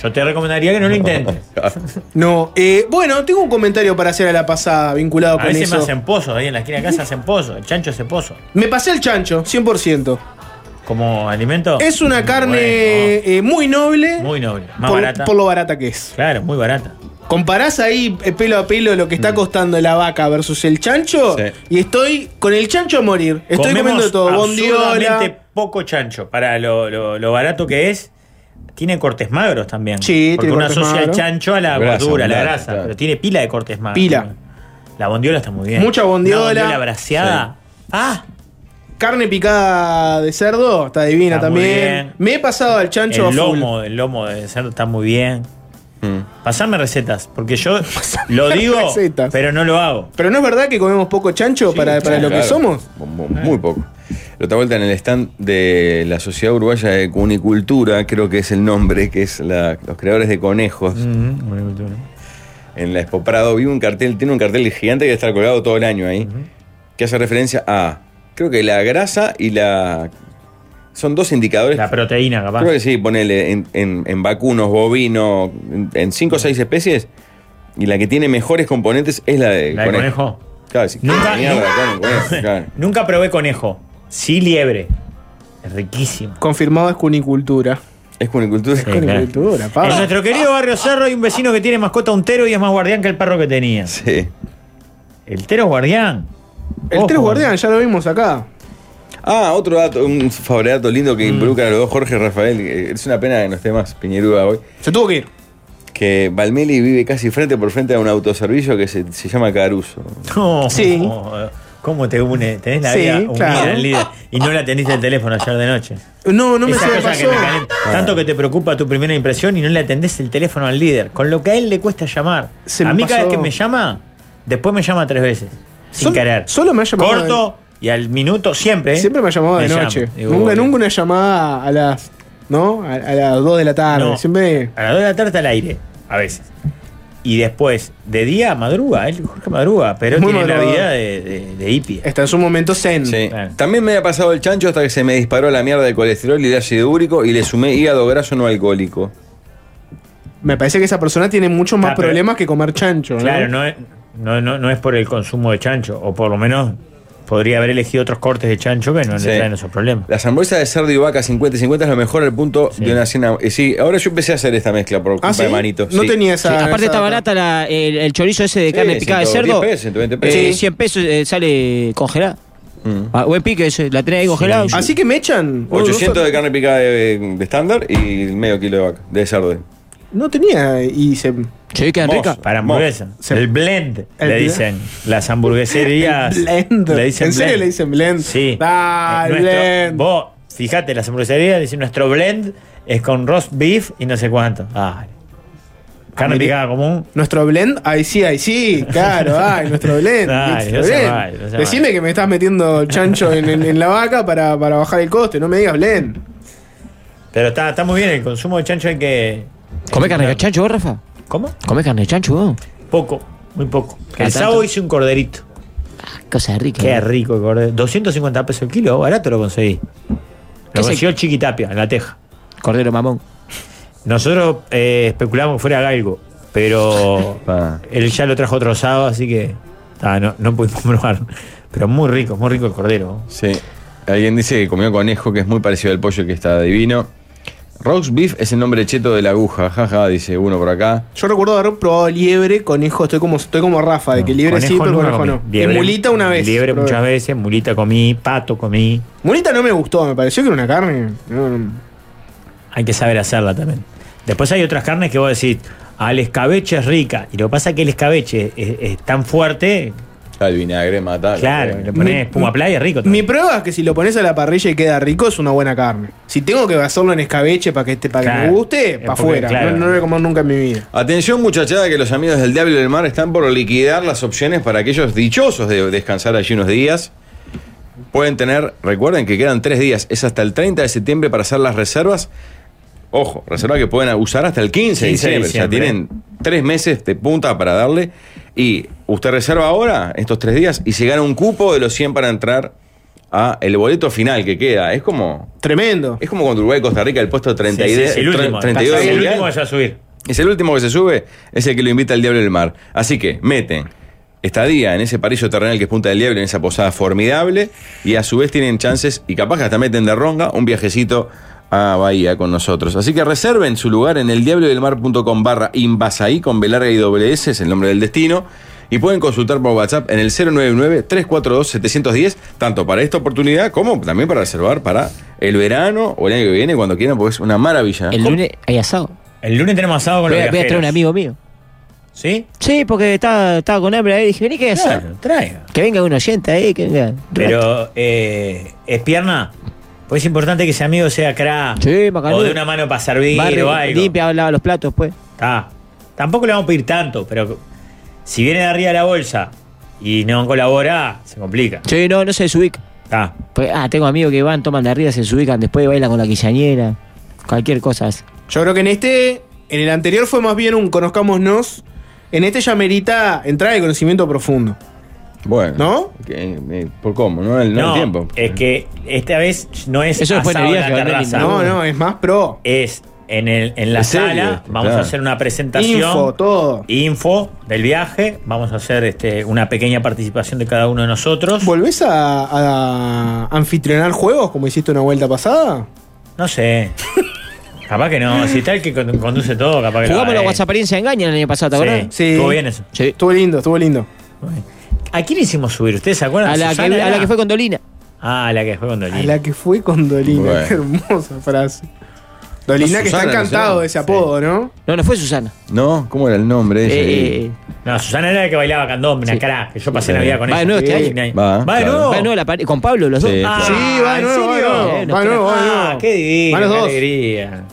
Speaker 3: yo te recomendaría que no lo intentes.
Speaker 2: No, eh, bueno, tengo un comentario para hacer a la pasada vinculado
Speaker 3: A
Speaker 2: con
Speaker 3: veces
Speaker 2: eso.
Speaker 3: me hacen pozos, ahí en la esquina de casa hacen pozos, el chancho hace pozo.
Speaker 2: Me pasé al chancho, 100%.
Speaker 3: ¿Como alimento?
Speaker 2: Es una
Speaker 3: Bueno,
Speaker 2: carne eh, muy noble.
Speaker 3: muy noble, más
Speaker 2: por,
Speaker 3: barata.
Speaker 2: por lo barata que es.
Speaker 3: Claro, muy barata.
Speaker 2: Comparás ahí eh, pelo a pelo lo que
Speaker 3: Mm.
Speaker 2: está costando la vaca versus el chancho.
Speaker 4: Sí.
Speaker 2: Y estoy con el chancho a morir. Estoy
Speaker 3: Comemos
Speaker 2: comiendo todo.
Speaker 3: absurdamente
Speaker 2: Bondiola.
Speaker 3: poco chancho para lo, lo- lo barato que es. Tiene cortes magros también.
Speaker 2: Sí,
Speaker 3: porque
Speaker 2: tiene
Speaker 3: uno
Speaker 2: cortes
Speaker 3: asocia el
Speaker 2: magros.
Speaker 3: chancho a la
Speaker 4: Grasa,
Speaker 3: gordura, a la
Speaker 4: claro,
Speaker 3: grasa,
Speaker 4: claro.
Speaker 3: pero tiene pila de cortes magros.
Speaker 2: Pila.
Speaker 3: La bondiola está muy bien.
Speaker 2: Mucha bondiola.
Speaker 3: Una bondiola braseada. Ah,
Speaker 2: Carne picada de cerdo, está divina
Speaker 3: Está muy bien.
Speaker 2: también. Me he pasado al chancho a
Speaker 3: el
Speaker 2: full.
Speaker 3: lomo, el lomo de cerdo está muy bien.
Speaker 4: Mm.
Speaker 3: Pasame recetas, porque yo lo digo,
Speaker 2: recetas.
Speaker 3: pero no lo hago.
Speaker 2: Pero no es verdad que comemos poco chancho para, para
Speaker 4: Sí,
Speaker 2: lo
Speaker 4: claro.
Speaker 2: que somos.
Speaker 4: Mu- Muy poco. La otra vuelta en el stand de la Sociedad Uruguaya de Cunicultura, creo que es el nombre, que es la- los creadores de conejos.
Speaker 3: Mm,
Speaker 4: En la Expo Prado vi un cartel, tiene un cartel gigante que está colgado todo el año ahí, que hace referencia a, creo que la grasa y la... Son dos indicadores.
Speaker 3: La proteína, capaz.
Speaker 4: Creo que sí, ponele en, en- en vacunos, bovino, en- en cinco o seis especies, y la que tiene mejores componentes es la de
Speaker 3: La de conejo.
Speaker 4: Claro, sí.
Speaker 3: Nunca-
Speaker 4: Mierda,
Speaker 3: nunca-
Speaker 4: claro, conejo, claro.
Speaker 3: Nunca probé conejo. Sí, liebre. Es riquísimo.
Speaker 2: Confirmado es cunicultura.
Speaker 4: Es cunicultura.
Speaker 3: Sí, claro.
Speaker 2: Cunicultura, pa.
Speaker 3: En nuestro querido barrio Cerro hay un vecino que tiene mascota un tero y es más guardián que el perro que tenía.
Speaker 4: Sí.
Speaker 3: El tero es guardián.
Speaker 2: El
Speaker 3: Ojo.
Speaker 2: tres guardián, ya lo vimos acá.
Speaker 4: Ah, otro dato, un favorato lindo
Speaker 3: Mm.
Speaker 4: que involucra a los dos, Jorge Rafael. eh, Es una pena que no esté más Piñerúa hoy.
Speaker 2: Se tuvo que ir.
Speaker 4: Que Valmeli vive casi frente por frente a un autoservicio que se, se llama Caruso.
Speaker 3: No.
Speaker 2: Sí.
Speaker 3: ¿Cómo te une? Tenés la
Speaker 2: Sí,
Speaker 3: vida unida
Speaker 2: claro.
Speaker 3: al líder y no la teniste el teléfono ayer de noche.
Speaker 2: No, no me
Speaker 3: Esa
Speaker 2: se me
Speaker 3: cosa que
Speaker 2: pasó.
Speaker 3: me calienta. Tanto que te preocupa tu primera impresión y no le atendés el teléfono al líder. Con lo que a él le cuesta llamar.
Speaker 2: Se me
Speaker 3: a mí cada
Speaker 2: pasó.
Speaker 3: vez que me llama, después me llama tres veces. Sin
Speaker 2: Sol-
Speaker 3: querer.
Speaker 2: solo me ha llamado
Speaker 3: Corto y al minuto siempre. ¿eh?
Speaker 2: Siempre me ha llamado de
Speaker 3: llama.
Speaker 2: noche.
Speaker 3: Digo,
Speaker 2: nunca,
Speaker 3: "Oye".
Speaker 2: nunca una llamada a las. ¿No? A, a las 2 de la tarde.
Speaker 3: No.
Speaker 2: Siempre.
Speaker 3: A las 2 de la tarde está al aire, a veces. Y después, de día, madruga. Él, Jorge madruga, pero
Speaker 2: Muy Este,
Speaker 3: tiene la
Speaker 2: madrugador.
Speaker 3: vida de, de, de hippie.
Speaker 2: Está en su momento
Speaker 3: Mm,
Speaker 2: zen.
Speaker 4: Sí.
Speaker 3: Claro.
Speaker 4: También me había pasado el chancho hasta que se me disparó la mierda de colesterol y de ácido úrico y le sumé hígado graso no alcohólico.
Speaker 2: Me parece que esa persona tiene muchos más
Speaker 3: Ah, pero-
Speaker 2: problemas que comer chancho. ¿no?
Speaker 3: Claro, no es, no, no, no es por el consumo de chancho, o por lo menos podría haber elegido otros cortes de chancho que no
Speaker 4: Sí.
Speaker 3: le traen esos problemas.
Speaker 4: Las hamburguesas de cerdo y vaca 50 y 50 es lo mejor al punto de una cena. eh, sí, ahora yo empecé a hacer esta mezcla por culpa
Speaker 2: Ah, ¿sí?
Speaker 4: de manito.
Speaker 2: No
Speaker 4: sí.
Speaker 2: tenía
Speaker 5: Sí,
Speaker 2: esa.
Speaker 5: aparte
Speaker 2: esa
Speaker 5: está
Speaker 2: data.
Speaker 5: barata la- el, el chorizo ese de
Speaker 4: Sí,
Speaker 5: carne picada de
Speaker 4: 110
Speaker 5: cerdo.
Speaker 4: pesos, 120 pesos.
Speaker 5: Eh,
Speaker 4: Sí.
Speaker 5: 100 pesos eh, sale congelada.
Speaker 4: Mm.
Speaker 5: Ah, buen pique, ese, la tenés ahí congelada. Ah,
Speaker 2: Así que me echan. No,
Speaker 4: 800
Speaker 2: no,
Speaker 4: de carne picada de de estándar y medio kilo de vaca, de cerdo.
Speaker 2: No tenía. Y se.
Speaker 5: Sí, quedan
Speaker 4: Vos.
Speaker 5: ricas.
Speaker 3: Para hamburguesa.
Speaker 2: Sí.
Speaker 3: El blend,
Speaker 2: El
Speaker 3: le
Speaker 2: blend.
Speaker 3: dicen. Las hamburgueserías.
Speaker 2: Blend.
Speaker 3: Le dicen
Speaker 2: ¿En serio
Speaker 3: blend.
Speaker 2: le dicen blend?
Speaker 3: Sí.
Speaker 2: Ah,
Speaker 3: Eh, nuestro-
Speaker 2: blend.
Speaker 3: Vos, fíjate,
Speaker 2: Ah,
Speaker 3: las hamburgueserías dicen nuestro blend es con roast beef y no sé cuánto. Ay. Ah, Carne
Speaker 2: Ameri-
Speaker 3: picada común.
Speaker 2: Nuestro blend, ahí sí, ahí sí, claro, ay, nuestro blend.
Speaker 3: Ay,
Speaker 2: nuestro
Speaker 3: no se
Speaker 2: blend.
Speaker 3: vaya, no se
Speaker 2: Decime
Speaker 3: vaya.
Speaker 2: que me estás metiendo el chancho en, en- en la vaca para, para bajar el coste, no me digas blend.
Speaker 3: Pero está, está muy bien, el consumo de chancho hay que.
Speaker 5: ¿Comés carne de chancho vos, Rafa?
Speaker 3: ¿Cómo?
Speaker 5: ¿Comés carne de chancho vos?
Speaker 3: Poco, muy poco.
Speaker 5: ¿Cada
Speaker 3: El
Speaker 5: tanto?
Speaker 3: sábado hice un corderito.
Speaker 5: Cosa rica.
Speaker 3: Qué
Speaker 5: ¿no?
Speaker 3: rico el cordero. 250 pesos el kilo, barato lo conseguí.
Speaker 5: ¿Qué
Speaker 3: Lo
Speaker 5: se-
Speaker 3: consiguió el Chiquitapia, en la teja.
Speaker 5: Cordero mamón.
Speaker 3: Nosotros eh, especulamos que fuera galgo, pero
Speaker 4: Pa.
Speaker 3: él ya lo trajo trozado, así que ah, no, no pudimos probar. Pero muy rico, muy rico el cordero.
Speaker 4: Sí. Alguien dice que comió conejo, que es muy parecido al pollo, que está divino. Roast beef es el nombre cheto de la aguja, jaja, dice uno por acá.
Speaker 2: Yo recuerdo haber probado liebre, conejo, estoy como, estoy como Rafa, de que liebre
Speaker 3: Conejo
Speaker 2: sí, pero
Speaker 3: nunca
Speaker 2: conejo
Speaker 3: comí.
Speaker 2: no.
Speaker 3: Liebre-
Speaker 2: y mulita una vez.
Speaker 3: Liebre
Speaker 2: probé.
Speaker 3: muchas veces, mulita comí, pato comí.
Speaker 2: Mulita no me gustó, me pareció que era una carne. no, no.
Speaker 3: Hay que saber hacerla también. Después hay otras carnes que vos decís, al escabeche es rica. Y lo que pasa es que el escabeche es, es tan fuerte,
Speaker 4: Ah, el vinagre mata.
Speaker 3: claro, le
Speaker 2: Mi-
Speaker 3: ponés espuma playa, es rico.
Speaker 2: Mi
Speaker 3: también.
Speaker 2: prueba es que si lo pones a la parrilla y queda rico, es una buena carne. Si tengo que hacerlo en escabeche para que, este, para que
Speaker 3: Claro.
Speaker 2: me guste,
Speaker 3: Es
Speaker 2: para
Speaker 3: porque,
Speaker 2: afuera.
Speaker 3: claro.
Speaker 2: No, no lo voy a comer nunca en mi vida.
Speaker 4: Atención muchachada que los amigos del Diablo del Mar están por liquidar las opciones para aquellos dichosos de descansar allí unos días. Pueden tener, recuerden que quedan tres días, es hasta el 30 de septiembre para hacer las reservas. Ojo, reserva que pueden usar hasta el 15
Speaker 3: 15 de
Speaker 4: de diciembre. O sea,
Speaker 3: diciembre.
Speaker 4: tienen tres meses de punta para darle. Y usted reserva ahora estos tres días y se gana un cupo de los 100 para entrar a el boleto final que queda. Es como,
Speaker 2: Tremendo.
Speaker 4: es como cuando Uruguay y Costa Rica, el puesto 30 y
Speaker 3: Sí, sí,
Speaker 4: de-
Speaker 3: sí, el último.
Speaker 4: 32
Speaker 3: Pasa,
Speaker 4: del
Speaker 3: el
Speaker 4: mundial.
Speaker 3: último que se va a subir.
Speaker 4: Es el último que se sube, es el que lo invita al Diablo del Mar. Así que meten estadía en ese paraíso terrenal que es Punta del Diablo, en esa posada formidable, y a su vez tienen chances, y capaz que hasta meten de ronga, un viajecito a Bahía con nosotros. Así que reserven su lugar en eldiablodelmar.com barra invasaí con velarga y doble S, es el nombre del destino, y pueden consultar por WhatsApp en el 099-342-710, tanto para esta oportunidad como también para reservar para el verano o el año que viene, cuando quieran, porque es una
Speaker 3: Ah.
Speaker 4: maravilla.
Speaker 5: El lunes hay asado.
Speaker 3: El lunes tenemos asado con
Speaker 5: Voy
Speaker 3: los
Speaker 5: a, voy a traer
Speaker 3: viajeros.
Speaker 5: un amigo mío.
Speaker 3: ¿Sí?
Speaker 5: Sí, porque estaba, estaba con hambre ahí. Dije, vení que hay asado.
Speaker 3: Claro, traiga.
Speaker 5: Que venga un oyente ahí, que venga.
Speaker 3: Pero, eh, ¿es pierna? Pues es importante que ese amigo sea cra.
Speaker 5: Sí, macanudo.
Speaker 3: O de una mano para servir
Speaker 5: Barre,
Speaker 3: o algo.
Speaker 5: limpia, lava los platos, pues.
Speaker 3: Está. Tampoco le vamos a pedir tanto, pero si viene de arriba de la bolsa y no colabora, se complica.
Speaker 5: Sí, no, no se desubica.
Speaker 3: Está.
Speaker 5: Pues, ah, tengo amigos que van, toman de arriba, se desubican, después bailan con la quillañera. Cualquier cosa. hace.
Speaker 2: Yo creo que en este, en el anterior fue más bien un conozcámonos. En este ya merita entrar al conocimiento profundo.
Speaker 4: Bueno.
Speaker 2: ¿No?
Speaker 4: Que, eh, ¿Por cómo? No, el, no el tiempo.
Speaker 3: es que esta vez no es
Speaker 5: Eso fue en el
Speaker 3: asado en
Speaker 5: viaje,
Speaker 3: la
Speaker 5: ¿verdad?
Speaker 3: terraza.
Speaker 2: No, no, es más pro.
Speaker 3: Es en, el, en la
Speaker 4: Es serio
Speaker 3: sala,
Speaker 4: esto,
Speaker 3: vamos
Speaker 4: claro.
Speaker 3: a hacer una presentación.
Speaker 2: Info, todo.
Speaker 3: info del viaje. Vamos a hacer este, una pequeña participación de cada uno de nosotros.
Speaker 2: ¿Volvés a, a anfitrionar juegos como hiciste una vuelta pasada?
Speaker 3: No sé. capaz que no. Si está el que con- conduce todo, capaz que lo
Speaker 5: Jugamos
Speaker 3: haga
Speaker 5: la
Speaker 3: él.
Speaker 5: WhatsApperencia engaña el año pasado, ¿te
Speaker 3: eh. Sí.
Speaker 5: acordás?
Speaker 2: Sí.
Speaker 3: Estuvo bien eso.
Speaker 5: Sí.
Speaker 2: Estuvo lindo, estuvo lindo.
Speaker 3: ¿A quién hicimos subir? ¿Ustedes se acuerdan?
Speaker 5: A la, que,
Speaker 3: Ah, ¿Susana
Speaker 5: a la
Speaker 3: era?
Speaker 5: que fue con Dolina.
Speaker 3: Ah, a la que fue con Dolina.
Speaker 2: A la que fue con Dolina.
Speaker 4: Bueno.
Speaker 2: Qué hermosa frase. Dolina
Speaker 4: No,
Speaker 2: que
Speaker 4: Susana,
Speaker 2: está encantado
Speaker 4: ¿no?
Speaker 2: de ese apodo, ¿no?
Speaker 5: No, no fue Susana.
Speaker 4: No, ¿cómo era el nombre? de ella?
Speaker 5: Eh, eh,
Speaker 3: No, Susana era la que bailaba candombe, una crack, que yo pasé
Speaker 4: Sí.
Speaker 3: Navidad con
Speaker 5: Va
Speaker 3: ella.
Speaker 5: de nuevo este
Speaker 3: Sí.
Speaker 5: año.
Speaker 4: Va,
Speaker 3: Va de
Speaker 4: claro.
Speaker 3: nuevo.
Speaker 5: va de nuevo la pare- con Pablo, los dos.
Speaker 4: Sí.
Speaker 5: Ah,
Speaker 3: Ah,
Speaker 2: Sí, va de
Speaker 3: ¿en
Speaker 2: nuevo, va de
Speaker 3: serio?
Speaker 2: nuevo,
Speaker 5: Bueno,
Speaker 2: va de nuevo, va de
Speaker 3: Ah,
Speaker 2: nuevo.
Speaker 3: qué divino.
Speaker 2: Van los
Speaker 3: qué
Speaker 2: dos.
Speaker 3: alegría.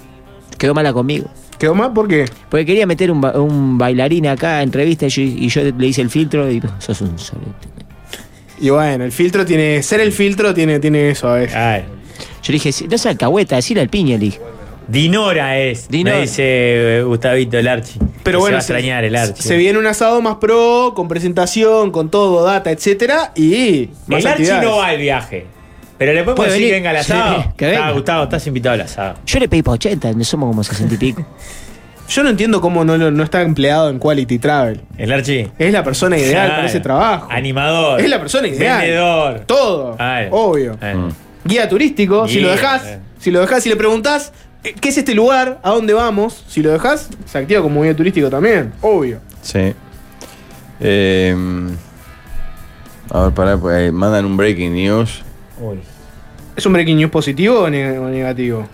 Speaker 5: Quedó mala conmigo.
Speaker 2: ¿Quedó mal? ¿Por qué?
Speaker 5: Porque quería meter un, ba- un bailarín acá en revista y yo, y yo le hice el filtro y pues, sos un solete.
Speaker 2: Y bueno, el filtro tiene. Ser el filtro tiene, tiene eso a veces.
Speaker 3: Ay,
Speaker 5: Yo le dije, "Sí, no seas alcahueta, decir al piña, le dije.
Speaker 3: Dinora es.
Speaker 5: Dinora.
Speaker 3: Me dice eh, Gustavito el Archi.
Speaker 2: Pero
Speaker 3: Que
Speaker 2: bueno,
Speaker 3: Se va a extrañar el Archi.
Speaker 2: se viene un asado más pro, con presentación, con todo, data, etcétera, y más
Speaker 3: El Archi
Speaker 2: actividades.
Speaker 3: no va al viaje. Pero le podemos
Speaker 5: Puede
Speaker 3: decir que
Speaker 5: venir.
Speaker 3: venga al
Speaker 5: Sí,
Speaker 3: asado.
Speaker 5: que venga.
Speaker 3: Ah, Gustavo, estás invitado al asado.
Speaker 5: Yo le pedí para 80, no somos como 60 y pico.
Speaker 2: Yo no entiendo cómo no, lo- no está empleado en Quality Travel.
Speaker 3: El Archi.
Speaker 2: Es la persona ideal
Speaker 3: Claro.
Speaker 2: para ese trabajo.
Speaker 3: Animador.
Speaker 2: Es la persona ideal.
Speaker 3: Vendedor.
Speaker 2: Todo.
Speaker 3: Ay.
Speaker 2: Obvio.
Speaker 3: Ay.
Speaker 2: Guía turístico, si lo
Speaker 3: Guía,
Speaker 2: dejás,
Speaker 3: eh.
Speaker 2: si lo dejás, si le preguntás eh, qué es este lugar, a dónde vamos, si lo dejás, se activa como guía turístico también, obvio.
Speaker 4: Sí. Eh, a ver, pará, pues, eh, mandan un breaking news.
Speaker 3: Uy.
Speaker 2: ¿Es un breaking news positivo o, ne- o negativo?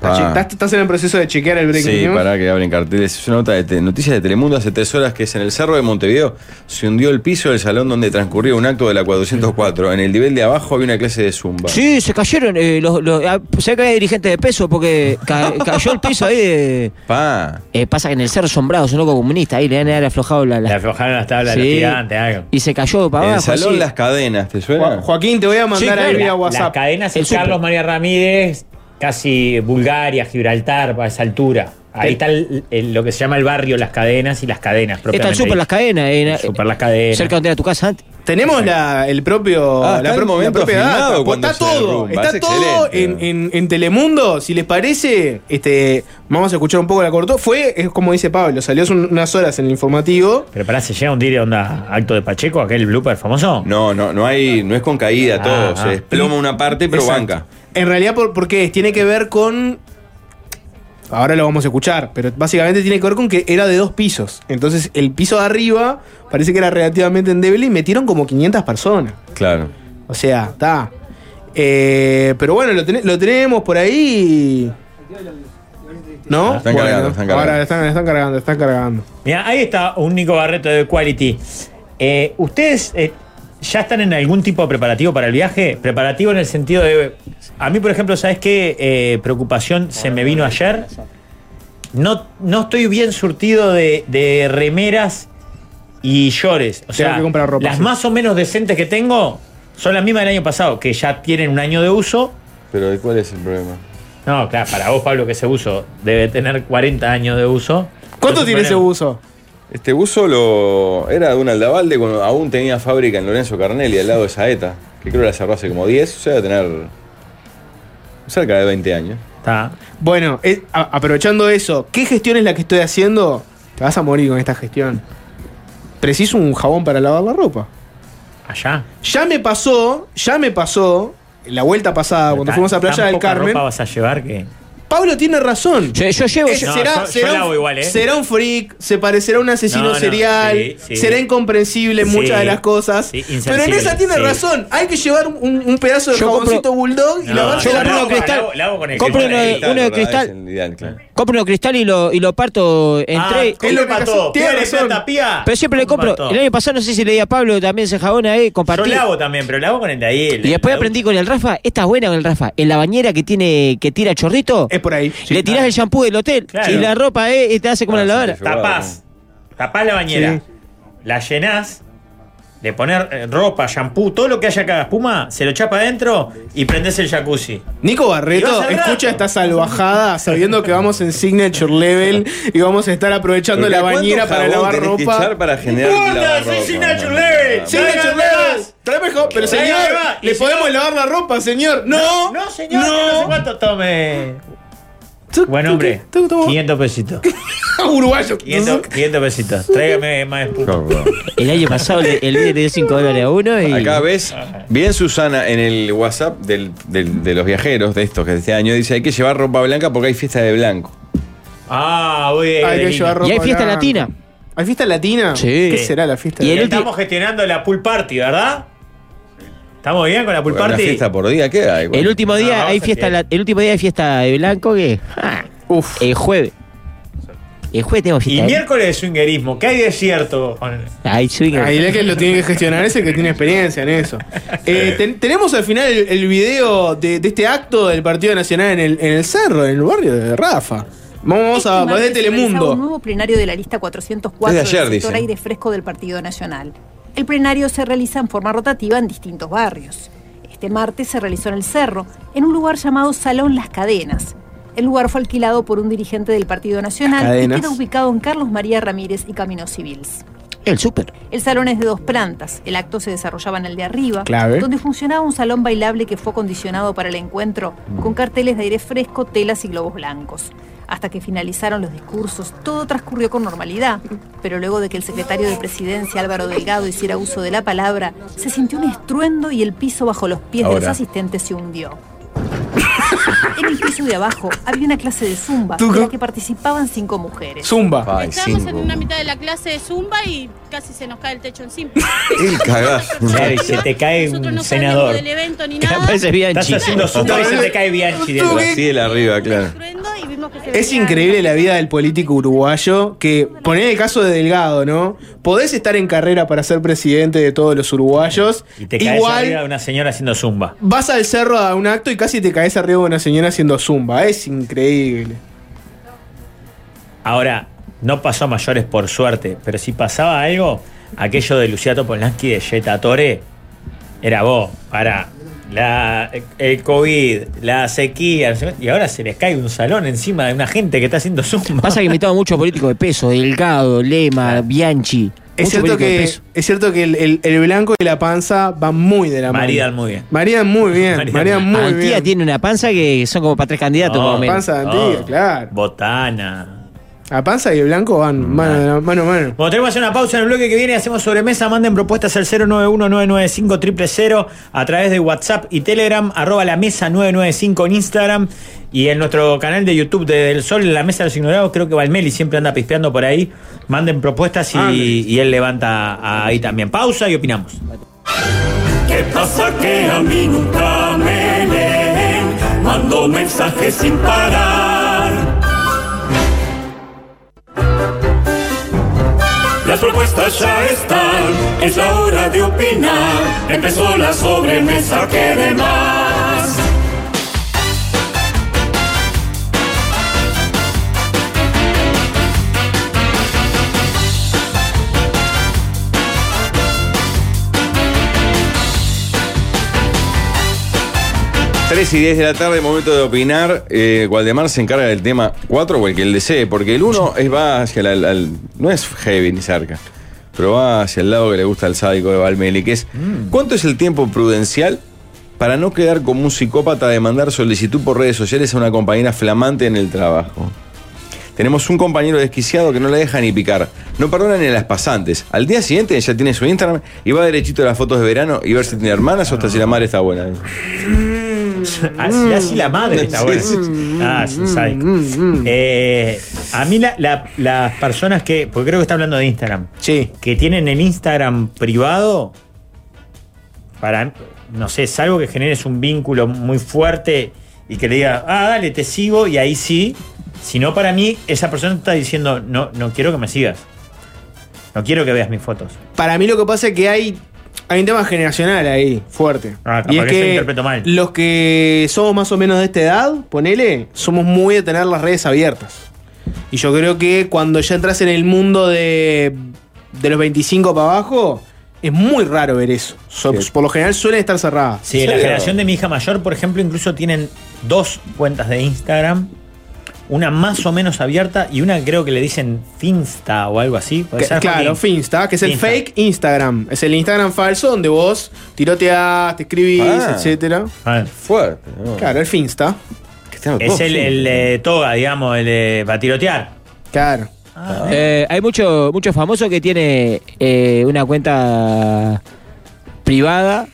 Speaker 4: Pa.
Speaker 2: ¿Estás, estás en el proceso de chequear el breaking
Speaker 4: Sí,
Speaker 2: news?
Speaker 4: pará que abren carteles. Es una nota de te- noticias de Telemundo hace tres horas que es en el Cerro de Montevideo. Se hundió el piso del salón donde transcurría un acto de la 404. En el nivel de abajo había una clase de zumba.
Speaker 5: Sí, se cayeron. eh, los, los- ah, se ve que había dirigentes de peso porque ca- cayó el piso ahí de.
Speaker 4: Pa.
Speaker 5: Eh, pasa que en el cerro sombrado es un loco comunista, ahí le han de haber aflojado la. la-
Speaker 3: Le aflojaron las tablas
Speaker 5: Sí.
Speaker 3: los gigantes, algo.
Speaker 5: Y se cayó
Speaker 2: Ah,
Speaker 5: para
Speaker 4: En el
Speaker 5: abajo.
Speaker 4: salón
Speaker 5: así.
Speaker 4: las cadenas, ¿te
Speaker 2: Jo-
Speaker 4: suena?
Speaker 2: Joaquín, te voy a mandar
Speaker 5: claro,
Speaker 2: ahí vía
Speaker 5: la-
Speaker 3: Las
Speaker 2: WhatsApp.
Speaker 3: cadenas
Speaker 5: El
Speaker 3: en
Speaker 5: súper.
Speaker 3: Carlos María Ramírez, casi Bulgaria, Gibraltar, a esa altura. Ahí está el- el- lo que se llama el barrio Las Cadenas y las cadenas
Speaker 5: Están
Speaker 3: propiamente.
Speaker 5: súper las cadenas. eh, en-
Speaker 3: Súper las cadenas.
Speaker 5: Cerca donde era tu casa antes.
Speaker 2: Tenemos la, el propio.
Speaker 4: Ah, está
Speaker 2: la
Speaker 4: el
Speaker 2: pro- la
Speaker 4: momento
Speaker 2: propia
Speaker 4: filmado
Speaker 2: data. Pues
Speaker 4: cuando
Speaker 2: Está
Speaker 4: se
Speaker 2: todo.
Speaker 4: derrumba,
Speaker 2: Está
Speaker 4: es
Speaker 2: todo en,
Speaker 4: excelente.
Speaker 2: en- en Telemundo. Si les parece, este, vamos a escuchar un poco la cortó. Fue, es como dice Pablo, salió hace un- unas horas en el informativo.
Speaker 3: Pero pará, ¿se llega a hundir onda acto de Pacheco, aquel blooper famoso?
Speaker 4: No, no, no hay, no es con caída todo.
Speaker 3: Ah,
Speaker 4: Se
Speaker 3: ah.
Speaker 4: desploma una parte, pero
Speaker 2: Exacto.
Speaker 4: banca.
Speaker 2: En realidad, ¿por, por qué? es? Tiene que ver con. Ahora lo vamos a escuchar, pero básicamente tiene que ver con que era de dos pisos. Entonces, el piso de arriba parece que era relativamente endeble y metieron como 500 personas.
Speaker 4: Claro.
Speaker 2: O sea, está. Eh, pero bueno, lo, ten- lo tenemos por ahí. ¿No?
Speaker 4: Lo están
Speaker 2: Bueno,
Speaker 4: cargando, lo están cargando.
Speaker 2: Ahora lo están, lo están cargando, lo están cargando.
Speaker 3: Mira, ahí está un Nico Barreto de Quality. Eh, ¿Ustedes eh, ya están en algún tipo de preparativo para el viaje? Preparativo en el sentido de. A mí, por ejemplo, ¿sabes qué eh, preocupación se me vino ayer? No, no estoy bien surtido de, de remeras y llores. O sea,
Speaker 2: que comprar ropa,
Speaker 3: las
Speaker 2: sí.
Speaker 3: más o menos decentes que tengo son las mismas del año pasado, que ya tienen un año de uso.
Speaker 4: Pero ¿cuál es el problema?
Speaker 3: No, claro, para vos, Pablo, que ese uso debe tener 40 años de uso.
Speaker 2: ¿Cuánto
Speaker 3: Entonces,
Speaker 2: tiene ese
Speaker 3: ponemos-
Speaker 2: buzo?
Speaker 4: Este buzo lo era de un aldabalde cuando aún tenía fábrica en Lorenzo Carnelli, al lado de Saeta, que creo que la cerró hace como 10, o sea, debe tener cerca de 20 años.
Speaker 3: Está.
Speaker 2: Bueno, es- a- aprovechando eso, ¿qué gestión es la que estoy haciendo? Te vas a morir con esta gestión. Preciso un jabón para lavar la ropa.
Speaker 3: Allá.
Speaker 2: Ya me pasó, ya me pasó, la vuelta pasada, Ah, cuando
Speaker 3: Tan-
Speaker 2: fuimos a Playa
Speaker 3: tan
Speaker 2: del
Speaker 3: poca
Speaker 2: Carmen.
Speaker 3: ropa vas a llevar que.
Speaker 2: Pablo tiene razón.
Speaker 5: Yo, yo llevo.
Speaker 2: Es-
Speaker 5: yo-
Speaker 3: No,
Speaker 2: será,
Speaker 3: yo- yo
Speaker 2: será
Speaker 3: la
Speaker 2: un,
Speaker 3: hago igual, ¿eh?
Speaker 2: será un freak, se parecerá a un asesino
Speaker 3: No, no,
Speaker 2: serial,
Speaker 3: sí, sí.
Speaker 2: será incomprensible en
Speaker 3: Sí,
Speaker 2: muchas de las cosas.
Speaker 3: sí,
Speaker 2: pero en
Speaker 3: insensible,
Speaker 2: esa tiene
Speaker 3: sí.
Speaker 2: razón. Hay que llevar un, un pedazo de
Speaker 5: Yo compro-
Speaker 2: jaboncito bulldog y
Speaker 3: No,
Speaker 2: lavarse
Speaker 5: yo
Speaker 2: la
Speaker 5: compro uno
Speaker 2: ropa.
Speaker 5: cristal.
Speaker 3: La hago con el
Speaker 5: Compro
Speaker 3: cristal.
Speaker 5: uno de, uno de
Speaker 4: ¿verdad? Es
Speaker 5: cristal.
Speaker 4: el ideal, claro.
Speaker 5: Compro uno de cristal y lo, y lo parto
Speaker 3: Ah,
Speaker 5: en tres.
Speaker 2: Ah, es lo que
Speaker 3: para
Speaker 2: hace-
Speaker 3: todo.
Speaker 2: tiene
Speaker 3: Pídale
Speaker 2: razón.
Speaker 3: plata, pía.
Speaker 5: Pero siempre le
Speaker 3: Compra
Speaker 5: compro.
Speaker 3: todo.
Speaker 5: El año pasado no sé si le di a Pablo también ese jabón ahí,
Speaker 3: Yo
Speaker 5: compartí.
Speaker 3: lavo también, pero lavo con el de ahí. el-
Speaker 5: Y después
Speaker 3: el-
Speaker 5: aprendí con el Rafa, esta es buena con el Rafa. En la bañera que tiene, que tira chorrito,
Speaker 2: Es por ahí.
Speaker 5: le tirás el shampoo del hotel
Speaker 3: Claro.
Speaker 5: y la ropa eh, y te hace como
Speaker 4: Ah,
Speaker 5: la
Speaker 4: sí,
Speaker 5: lavadora.
Speaker 4: sí,
Speaker 3: Tapás. Tapás la bañera. La llenás. Le poner ropa, shampoo, todo lo que haya cada espuma, se lo chapa adentro y prendés el jacuzzi.
Speaker 2: Nico
Speaker 3: Y
Speaker 2: Barreto
Speaker 3: vas al rato.
Speaker 2: escucha esta salvajada sabiendo que vamos en Signature Level y vamos a estar aprovechando
Speaker 4: Porque
Speaker 2: la
Speaker 4: ¿cuánto
Speaker 2: bañera para
Speaker 4: jabón
Speaker 2: lavar
Speaker 4: tenés que
Speaker 2: ropa.
Speaker 4: echar para generar
Speaker 3: ¡Puta,
Speaker 4: lavarropa?
Speaker 3: soy sin Nacho
Speaker 4: No,
Speaker 3: Level!
Speaker 4: no, no.
Speaker 3: Sí.
Speaker 2: Signature
Speaker 3: Traigan
Speaker 2: Level.
Speaker 3: más.
Speaker 2: Traeme el jabón. Pero
Speaker 3: Traigan
Speaker 2: señor,
Speaker 3: más. Y
Speaker 2: le
Speaker 3: si
Speaker 2: podemos
Speaker 3: no-
Speaker 2: lavar la ropa, señor. No,
Speaker 3: No, señor, no, sé cuánto tome.
Speaker 2: Tú-
Speaker 3: Buen
Speaker 2: tú-
Speaker 3: hombre,
Speaker 2: tú- tú-
Speaker 3: 500 pesitos.
Speaker 2: Uruguayo.
Speaker 3: 500, 500 pesitos. Tráigame más espuma.
Speaker 5: El año pasado le- el líder le dio 5 dólares a uno y.
Speaker 4: Acá ves, bien Susana en el WhatsApp del- del- de los viajeros de estos que este año dice hay que llevar ropa blanca porque hay fiesta de blanco.
Speaker 3: Ah, voy a ir.
Speaker 2: Hay que
Speaker 3: Delina.
Speaker 2: llevar ropa.
Speaker 5: Y hay fiesta
Speaker 2: blanca.
Speaker 5: latina.
Speaker 2: ¿Hay fiesta latina?
Speaker 5: Sí.
Speaker 2: ¿Qué será la fiesta
Speaker 5: Y
Speaker 2: latina?
Speaker 5: el último-
Speaker 3: Estamos gestionando la pool party, ¿verdad? ¿Estamos bien con la pool
Speaker 4: Porque Una
Speaker 3: party?
Speaker 4: fiesta por día ¿qué hay?
Speaker 5: El último
Speaker 3: No,
Speaker 5: día
Speaker 3: vamos
Speaker 5: hay
Speaker 3: a
Speaker 5: fiesta,
Speaker 3: tirar.
Speaker 5: la- el último día hay fiesta de blanco que. ja,
Speaker 2: Uf.
Speaker 5: el jueves. El jueves tenemos
Speaker 3: Y
Speaker 5: fiesta. ¿eh?
Speaker 3: miércoles de swingerismo, que hay desierto.
Speaker 5: Ahí swingers.
Speaker 2: Ahí el que lo tiene que gestionar es el que tiene experiencia en eso. Eh, ten- tenemos al final el, el video de, de este acto del Partido Nacional en el, en el cerro, en el barrio de Rafa. Vamos
Speaker 7: Este
Speaker 2: a ver
Speaker 7: martes
Speaker 2: de
Speaker 7: se realizaba Un
Speaker 2: Telemundo.
Speaker 7: nuevo plenario de la lista 404
Speaker 4: Desde ayer,
Speaker 7: del sector
Speaker 4: dicen.
Speaker 7: aire fresco del Partido Nacional. El plenario se realiza en forma rotativa en distintos barrios. Este martes se realizó en el Cerro, en un lugar llamado Salón Las Cadenas. El lugar fue alquilado por un dirigente del Partido
Speaker 2: Las
Speaker 7: Nacional y
Speaker 2: Cadenas.
Speaker 7: queda ubicado en Carlos María Ramírez y Caminos Civils.
Speaker 5: El súper.
Speaker 7: El salón es de dos plantas. El acto se desarrollaba en el de arriba,
Speaker 2: Clave.
Speaker 7: donde funcionaba un salón bailable que fue acondicionado para el encuentro, con carteles de aire fresco, telas y globos blancos. Hasta que finalizaron los discursos, todo transcurrió con normalidad, pero luego de que el secretario de Presidencia Álvaro Delgado hiciera uso de la palabra, se sintió un estruendo y el piso bajo los pies de
Speaker 4: Ahora.
Speaker 7: los asistentes se hundió. En el piso de abajo había una clase de zumba
Speaker 2: Tuco.
Speaker 7: en la que participaban cinco mujeres.
Speaker 2: Zumba.
Speaker 4: Ay,
Speaker 8: Estábamos en
Speaker 4: cinco.
Speaker 8: una mitad de la clase de Zumba y casi se nos cae el techo encima.
Speaker 4: El cagazo.
Speaker 3: Claro, y se te cae un
Speaker 8: Nosotros no
Speaker 3: senador.
Speaker 8: sabíamos del evento ni nada.
Speaker 5: Aparece Bianchi.
Speaker 3: Ah. Estás haciendo zumba y se te cae Bianchi de atrás.
Speaker 4: Brasil arriba, claro.
Speaker 8: Estruendo y vimos que se
Speaker 2: Es
Speaker 8: venía-
Speaker 2: increíble la vida del político uruguayo que, poner el caso de Delgado, ¿no? Podés estar en carrera para ser presidente de todos los uruguayos.
Speaker 3: Y te caes
Speaker 2: Igual
Speaker 3: arriba de una señora haciendo zumba.
Speaker 2: vas al cerro a un acto y casi te caes arriba de una señora haciendo zumba. Es increíble.
Speaker 3: Ahora, no pasó a mayores por suerte, pero si pasaba algo, aquello de Luciato Polanski de Jetta Tore, era vos, para la, el COVID, la sequía, no sé qué, y ahora se les cae un salón encima de una gente que está haciendo zumba.
Speaker 5: Pasa que invitaba muchos políticos de peso, Delgado,
Speaker 3: Ah.
Speaker 5: Lema, Bianchi.
Speaker 2: Es
Speaker 5: Muchos
Speaker 2: cierto,
Speaker 5: políticos de
Speaker 2: que,
Speaker 5: peso.
Speaker 2: es cierto que el, el- el blanco y la panza van muy de la mano.
Speaker 3: Maridan muy bien.
Speaker 2: Maridan muy bien.
Speaker 3: Maridan
Speaker 2: Maridan
Speaker 3: muy
Speaker 2: muy
Speaker 5: Antía
Speaker 2: bien.
Speaker 5: tiene una panza que son como para tres candidatos,
Speaker 3: No,
Speaker 5: más o menos.
Speaker 2: panza de Antía, claro.
Speaker 3: Botana.
Speaker 2: La panza y el blanco
Speaker 3: Mm,
Speaker 2: van mano a la- mano a mano.
Speaker 3: Bueno, tenemos que hacer una pausa en el bloque que viene, hacemos sobremesa, manden propuestas al 091-995-000 a través de WhatsApp y Telegram, arroba la mesa 995 en Instagram y en nuestro canal de YouTube de El Sol, en la mesa de los ignorados, creo que Valmeli siempre anda pispeando por ahí, manden propuestas y, y él levanta ahí también. Pausa y opinamos.
Speaker 6: ¿Qué pasa que a mí nunca me leen? Mando mensajes sin parar. Las propuestas ya están, es la hora de opinar. Empezó la sobremesa que de más.
Speaker 4: Tres y 10 de la tarde, momento de opinar. Eh, Waldemar se encarga del tema 4 o el que él desee, porque el 1 es, va hacia la, al- No es heavy ni cerca, pero va hacia el lado que le gusta al sádico de Valmeli, que es: ¿cuánto es el tiempo prudencial para no quedar como un psicópata de mandar solicitud por redes sociales a una compañera flamante en el trabajo? Tenemos un compañero desquiciado que no la deja ni picar. No perdona ni a las pasantes. Al día siguiente ya tiene su Instagram y va derechito a las fotos de verano y ver si tiene hermanas o hasta si la madre está buena.
Speaker 3: Así, así la madre está
Speaker 4: Sí,
Speaker 3: buena.
Speaker 4: sí,
Speaker 3: Ah, es un sádico. Eh, a mí la- la- las personas que, porque creo que está hablando de Instagram,
Speaker 2: Sí.
Speaker 3: que tienen el Instagram privado, para, no sé, salvo que generes un vínculo muy fuerte y que le digas, ah, dale, te sigo y ahí sí. Si no, para mí, esa persona está diciendo, no, no quiero que me sigas. No quiero que veas mis fotos.
Speaker 2: Para mí lo que pasa es que hay, hay un tema generacional ahí, fuerte.
Speaker 3: Ah, capaz
Speaker 2: y es
Speaker 3: que yo interpreto mal.
Speaker 2: los que somos más o menos de esta edad, ponele, somos muy de tener las redes abiertas. Y yo creo que cuando ya entras en el mundo de, de los 25 para abajo, es muy raro ver eso. So-
Speaker 4: Sí.
Speaker 2: Por lo general suelen estar cerradas.
Speaker 3: Sí, la generación de mi hija mayor, por ejemplo, incluso tienen dos cuentas de Instagram. Una más o menos abierta y una creo que le dicen Finsta o algo así. ¿Puede
Speaker 2: Que-
Speaker 3: ser,
Speaker 2: claro,
Speaker 3: Joaquín?
Speaker 2: Finsta, que es el
Speaker 3: Finsta.
Speaker 2: fake Instagram. Es el Instagram falso donde vos tiroteás, te escribís,
Speaker 4: Ah.
Speaker 2: etcétera.
Speaker 3: A ver.
Speaker 4: Fuerte. ¿no?
Speaker 2: Claro, el Finsta.
Speaker 4: Que están los
Speaker 3: Es
Speaker 4: dos,
Speaker 3: el,
Speaker 4: sí.
Speaker 3: el, eh, toga, digamos, el eh, para tirotear.
Speaker 2: Claro.
Speaker 5: Eh, hay mucho, mucho famoso que tiene eh, una cuenta privada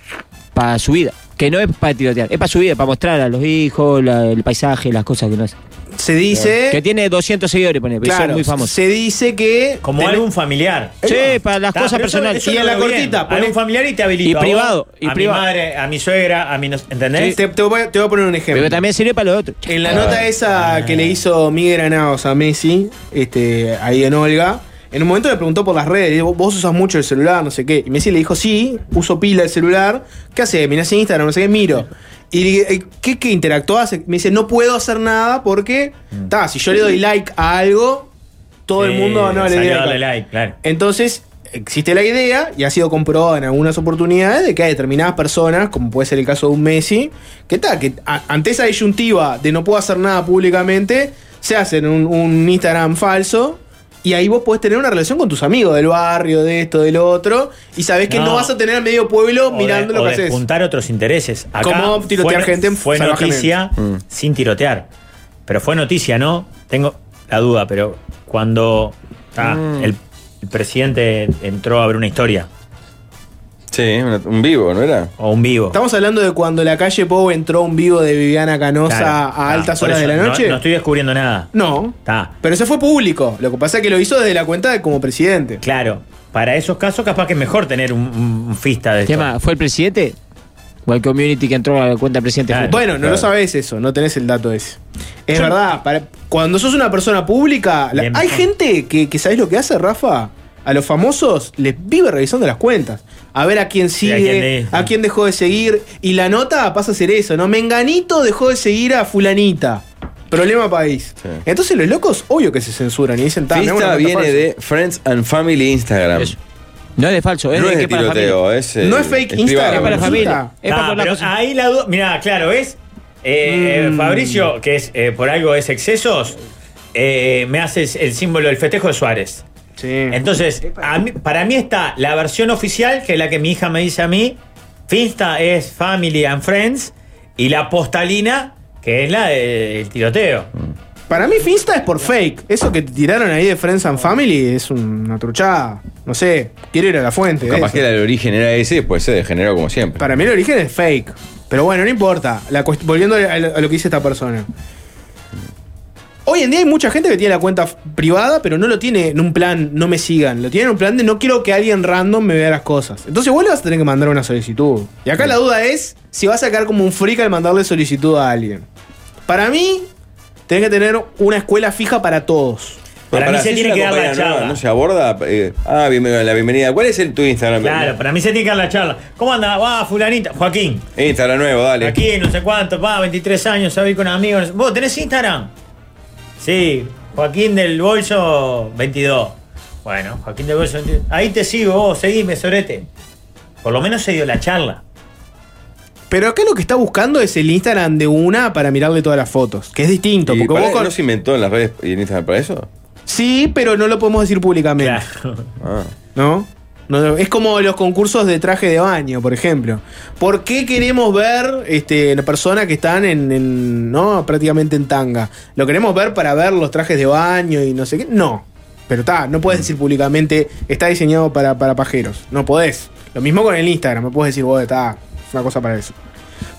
Speaker 5: para su vida. Que no es para tirotear, es para su vida, para mostrar a los hijos, la- el paisaje, las cosas que no hace.
Speaker 2: Se
Speaker 3: Eh,
Speaker 2: dice.
Speaker 5: Que tiene 200 seguidores, pone, porque son muy famosos.
Speaker 2: Se dice que.
Speaker 3: Como
Speaker 2: tenés-
Speaker 3: álbum familiar.
Speaker 5: Sí, para las
Speaker 3: Está,
Speaker 5: cosas
Speaker 3: pero eso-
Speaker 5: personales.
Speaker 3: eso
Speaker 2: Y
Speaker 3: lo
Speaker 2: en la
Speaker 3: veo
Speaker 2: cortita,
Speaker 3: bien.
Speaker 2: poné-
Speaker 3: Álbum familiar y te habilita.
Speaker 5: Y privado, y
Speaker 3: a
Speaker 5: privado.
Speaker 3: mi madre, a mi suegra, a mi. no-
Speaker 2: Te,
Speaker 4: ¿eh?
Speaker 3: ¿Entendés?
Speaker 2: te- te voy a, te voy a poner un ejemplo.
Speaker 5: Pero también sirve para los otros.
Speaker 2: En la nota esa que le hizo Miguel Granados a Messi, este, ahí en Olga, en un momento le preguntó por las redes, digo, vos usas mucho el celular, no sé qué. Y Messi le dijo, sí, uso pila el celular, ¿qué hace? Mirás en Instagram, no sé qué, miro. Y le dije, "Eh, ¿qué, qué interactuás? Me dice, no puedo hacer nada porque, ta, si yo le doy like a algo, todo el
Speaker 3: Sí,
Speaker 2: mundo no le
Speaker 3: salió
Speaker 2: dio
Speaker 3: a darle
Speaker 2: like.
Speaker 3: like, claro.
Speaker 2: Entonces, existe la idea, y ha sido comprobado en algunas oportunidades, de que hay determinadas personas, como puede ser el caso de un Messi, que tal, que a- ante esa disyuntiva de no puedo hacer nada públicamente, se hacen un, un Instagram falso. Y ahí vos podés tener una relación con tus amigos del barrio, de esto, del otro, y sabés que no,
Speaker 3: No.
Speaker 2: vas a tener al medio pueblo
Speaker 3: O
Speaker 2: mirando
Speaker 3: de-
Speaker 2: lo
Speaker 3: o
Speaker 2: que
Speaker 3: de
Speaker 2: haces.
Speaker 3: Juntar otros intereses. Acá
Speaker 2: Como tirotear
Speaker 3: fue,
Speaker 2: gente
Speaker 3: Fue
Speaker 2: salvajemente.
Speaker 3: noticia
Speaker 2: Mm.
Speaker 3: sin tirotear. Pero fue noticia, ¿no? Tengo la duda, pero
Speaker 2: Mm.
Speaker 3: cuando ah, el, el presidente entró a ver una historia
Speaker 4: Sí, una- un vivo, ¿no era?
Speaker 3: O un vivo.
Speaker 2: Estamos hablando de cuando la calle Pou entró un vivo de Viviana Canosa
Speaker 3: Claro,
Speaker 2: a
Speaker 3: claro,
Speaker 2: altas
Speaker 3: por
Speaker 2: horas de
Speaker 3: eso,
Speaker 2: la
Speaker 3: no-
Speaker 2: noche.
Speaker 3: No, estoy descubriendo nada.
Speaker 2: No.
Speaker 3: Está.
Speaker 2: Pero eso fue público. Lo que pasa es que lo hizo desde la cuenta de como presidente.
Speaker 3: Claro. Para esos casos, capaz que es mejor tener un, un- un fista de esto.
Speaker 5: Tema, ¿fue el presidente? O el community que entró a la cuenta del presidente.
Speaker 3: Claro.
Speaker 5: Fue-
Speaker 2: Bueno, no
Speaker 4: claro.
Speaker 2: lo sabés eso, no tenés el dato ese. Es verdad, para- cuando sos una persona pública, la-
Speaker 3: Bien.
Speaker 2: hay gente que, que sabés lo que hace, Rafa. A los famosos les vive revisando las cuentas. A ver a quién
Speaker 3: a
Speaker 2: sigue,
Speaker 3: quién le-
Speaker 2: a quién dejó de seguir. Y la nota pasa a ser eso, ¿no? Menganito dejó de seguir a fulanita. Problema país.
Speaker 4: Sí.
Speaker 2: Entonces los locos, obvio que se censuran y dicen tal.
Speaker 4: Fista viene de Friends and Family Instagram.
Speaker 5: Eso. No es de falso, es
Speaker 4: no
Speaker 5: de
Speaker 4: es
Speaker 5: que
Speaker 4: de
Speaker 5: para la
Speaker 4: tiroteo, es, eh,
Speaker 2: No es fake
Speaker 4: es
Speaker 2: Instagram,
Speaker 5: familia. Es para la
Speaker 4: privado.
Speaker 5: familia. Es
Speaker 3: Está,
Speaker 5: para hablar
Speaker 3: Ah, pero
Speaker 5: cosas.
Speaker 3: ahí la duda. Mirá, claro, ¿ves? Eh,
Speaker 5: Mm.
Speaker 3: eh, Fabricio, que es eh, por algo es excesos, eh, me hace el símbolo del festejo de Suárez. Entonces, a mí- para mí está la versión oficial, que es la que mi hija me dice a mí. Finsta es Family and Friends. Y la postalina, que es la de- del tiroteo.
Speaker 2: Para mí Finsta es por fake. Eso que te tiraron ahí de Friends and Family es una truchada. No sé, quiero ir a la fuente. de
Speaker 4: Capaz
Speaker 2: eso.
Speaker 4: que era el origen era ese y después se degeneró como siempre.
Speaker 2: Para mí el origen es fake. Pero bueno, no importa. La cuest- volviendo a lo a lo que dice esta persona. Hoy en día hay mucha gente que tiene la cuenta f- privada, pero no lo tiene en un plan, no me sigan. Lo tiene en un plan de no quiero que alguien random me vea las cosas. Entonces vos le vas a tener que mandar una solicitud. Y acá la duda es si vas a quedar como un freak al mandarle solicitud a alguien. Para mí, tenés que tener una escuela fija para todos.
Speaker 3: Para, mí
Speaker 4: pará,
Speaker 3: se
Speaker 4: si
Speaker 3: tiene
Speaker 4: es
Speaker 3: que
Speaker 4: una
Speaker 3: dar la
Speaker 4: compañía
Speaker 3: charla.
Speaker 4: nueva, No se aborda. eh, ah, bienvenido, la bienvenida. ¿Cuál es el tu Instagram?
Speaker 3: Claro, para mí se tiene que dar la charla. ¿Cómo anda? Va, fulanita. Joaquín.
Speaker 4: Instagram nuevo, dale.
Speaker 3: Aquí, no sé cuánto, pa, 23 años, salí con amigos. no sé- ¿Vos tenés Instagram? Sí, Joaquín del Bolso 22. Bueno, Joaquín del Bolso 22. Ahí te sigo, vos, seguime, sorete. Por lo menos se dio la charla.
Speaker 2: Pero acá lo que está buscando es el Instagram de una para mirarle todas las fotos. Que es distinto.
Speaker 4: Y
Speaker 2: Porque
Speaker 4: pará,
Speaker 2: vos con-
Speaker 4: ¿No se inventó en las redes y en Instagram para eso?
Speaker 2: Sí, pero no lo podemos decir públicamente.
Speaker 3: Claro.
Speaker 4: Ah.
Speaker 2: ¿No? No, es como los concursos de traje de baño, por ejemplo. ¿Por qué queremos ver este, personas que están en, en- ¿no? prácticamente en tanga? ¿Lo queremos ver para ver los trajes de baño y no sé qué? No. Pero está, no puedes decir públicamente, está diseñado para, para pajeros. No podés. Lo mismo con el Instagram, no puedes decir, vos está, es una cosa para eso.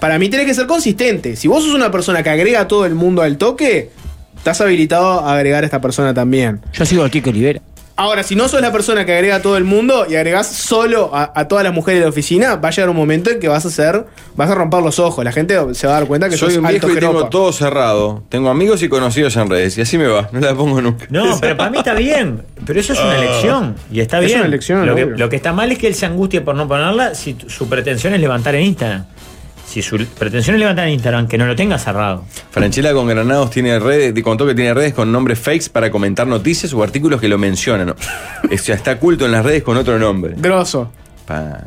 Speaker 2: Para mí tenés que ser consistente. Si vos sos una persona que agrega a todo el mundo al toque, estás habilitado a agregar a esta persona también.
Speaker 5: Yo sigo al Kiko Olivera.
Speaker 2: Ahora, si no sos la persona que agrega a todo el mundo y agregás solo a, a todas las mujeres de la oficina, va a llegar un momento en que vas a ser, vas a romper los ojos. La gente se va a dar cuenta que
Speaker 4: Soy
Speaker 2: sos
Speaker 4: un
Speaker 2: alto
Speaker 4: viejo y tengo
Speaker 2: jeropa.
Speaker 4: todo cerrado. Tengo amigos y conocidos en redes. Y así me va. No la pongo nunca.
Speaker 3: No, pero para mí está bien. Pero eso es una elección. Y está
Speaker 2: Ah. Es
Speaker 3: bien.
Speaker 2: una elección,
Speaker 3: lo, que,
Speaker 2: obvio.
Speaker 3: lo que está mal es que él se angustie por no ponerla si tu- su pretensión es levantar en Instagram. Si su pretensión es levantar en Instagram, que no lo tenga cerrado.
Speaker 4: Franchella con Granados tiene redes, te contó que tiene redes con nombres fakes para comentar noticias o artículos que lo mencionan. o sea, está culto en las redes con otro nombre.
Speaker 2: Grosso.
Speaker 4: Pa.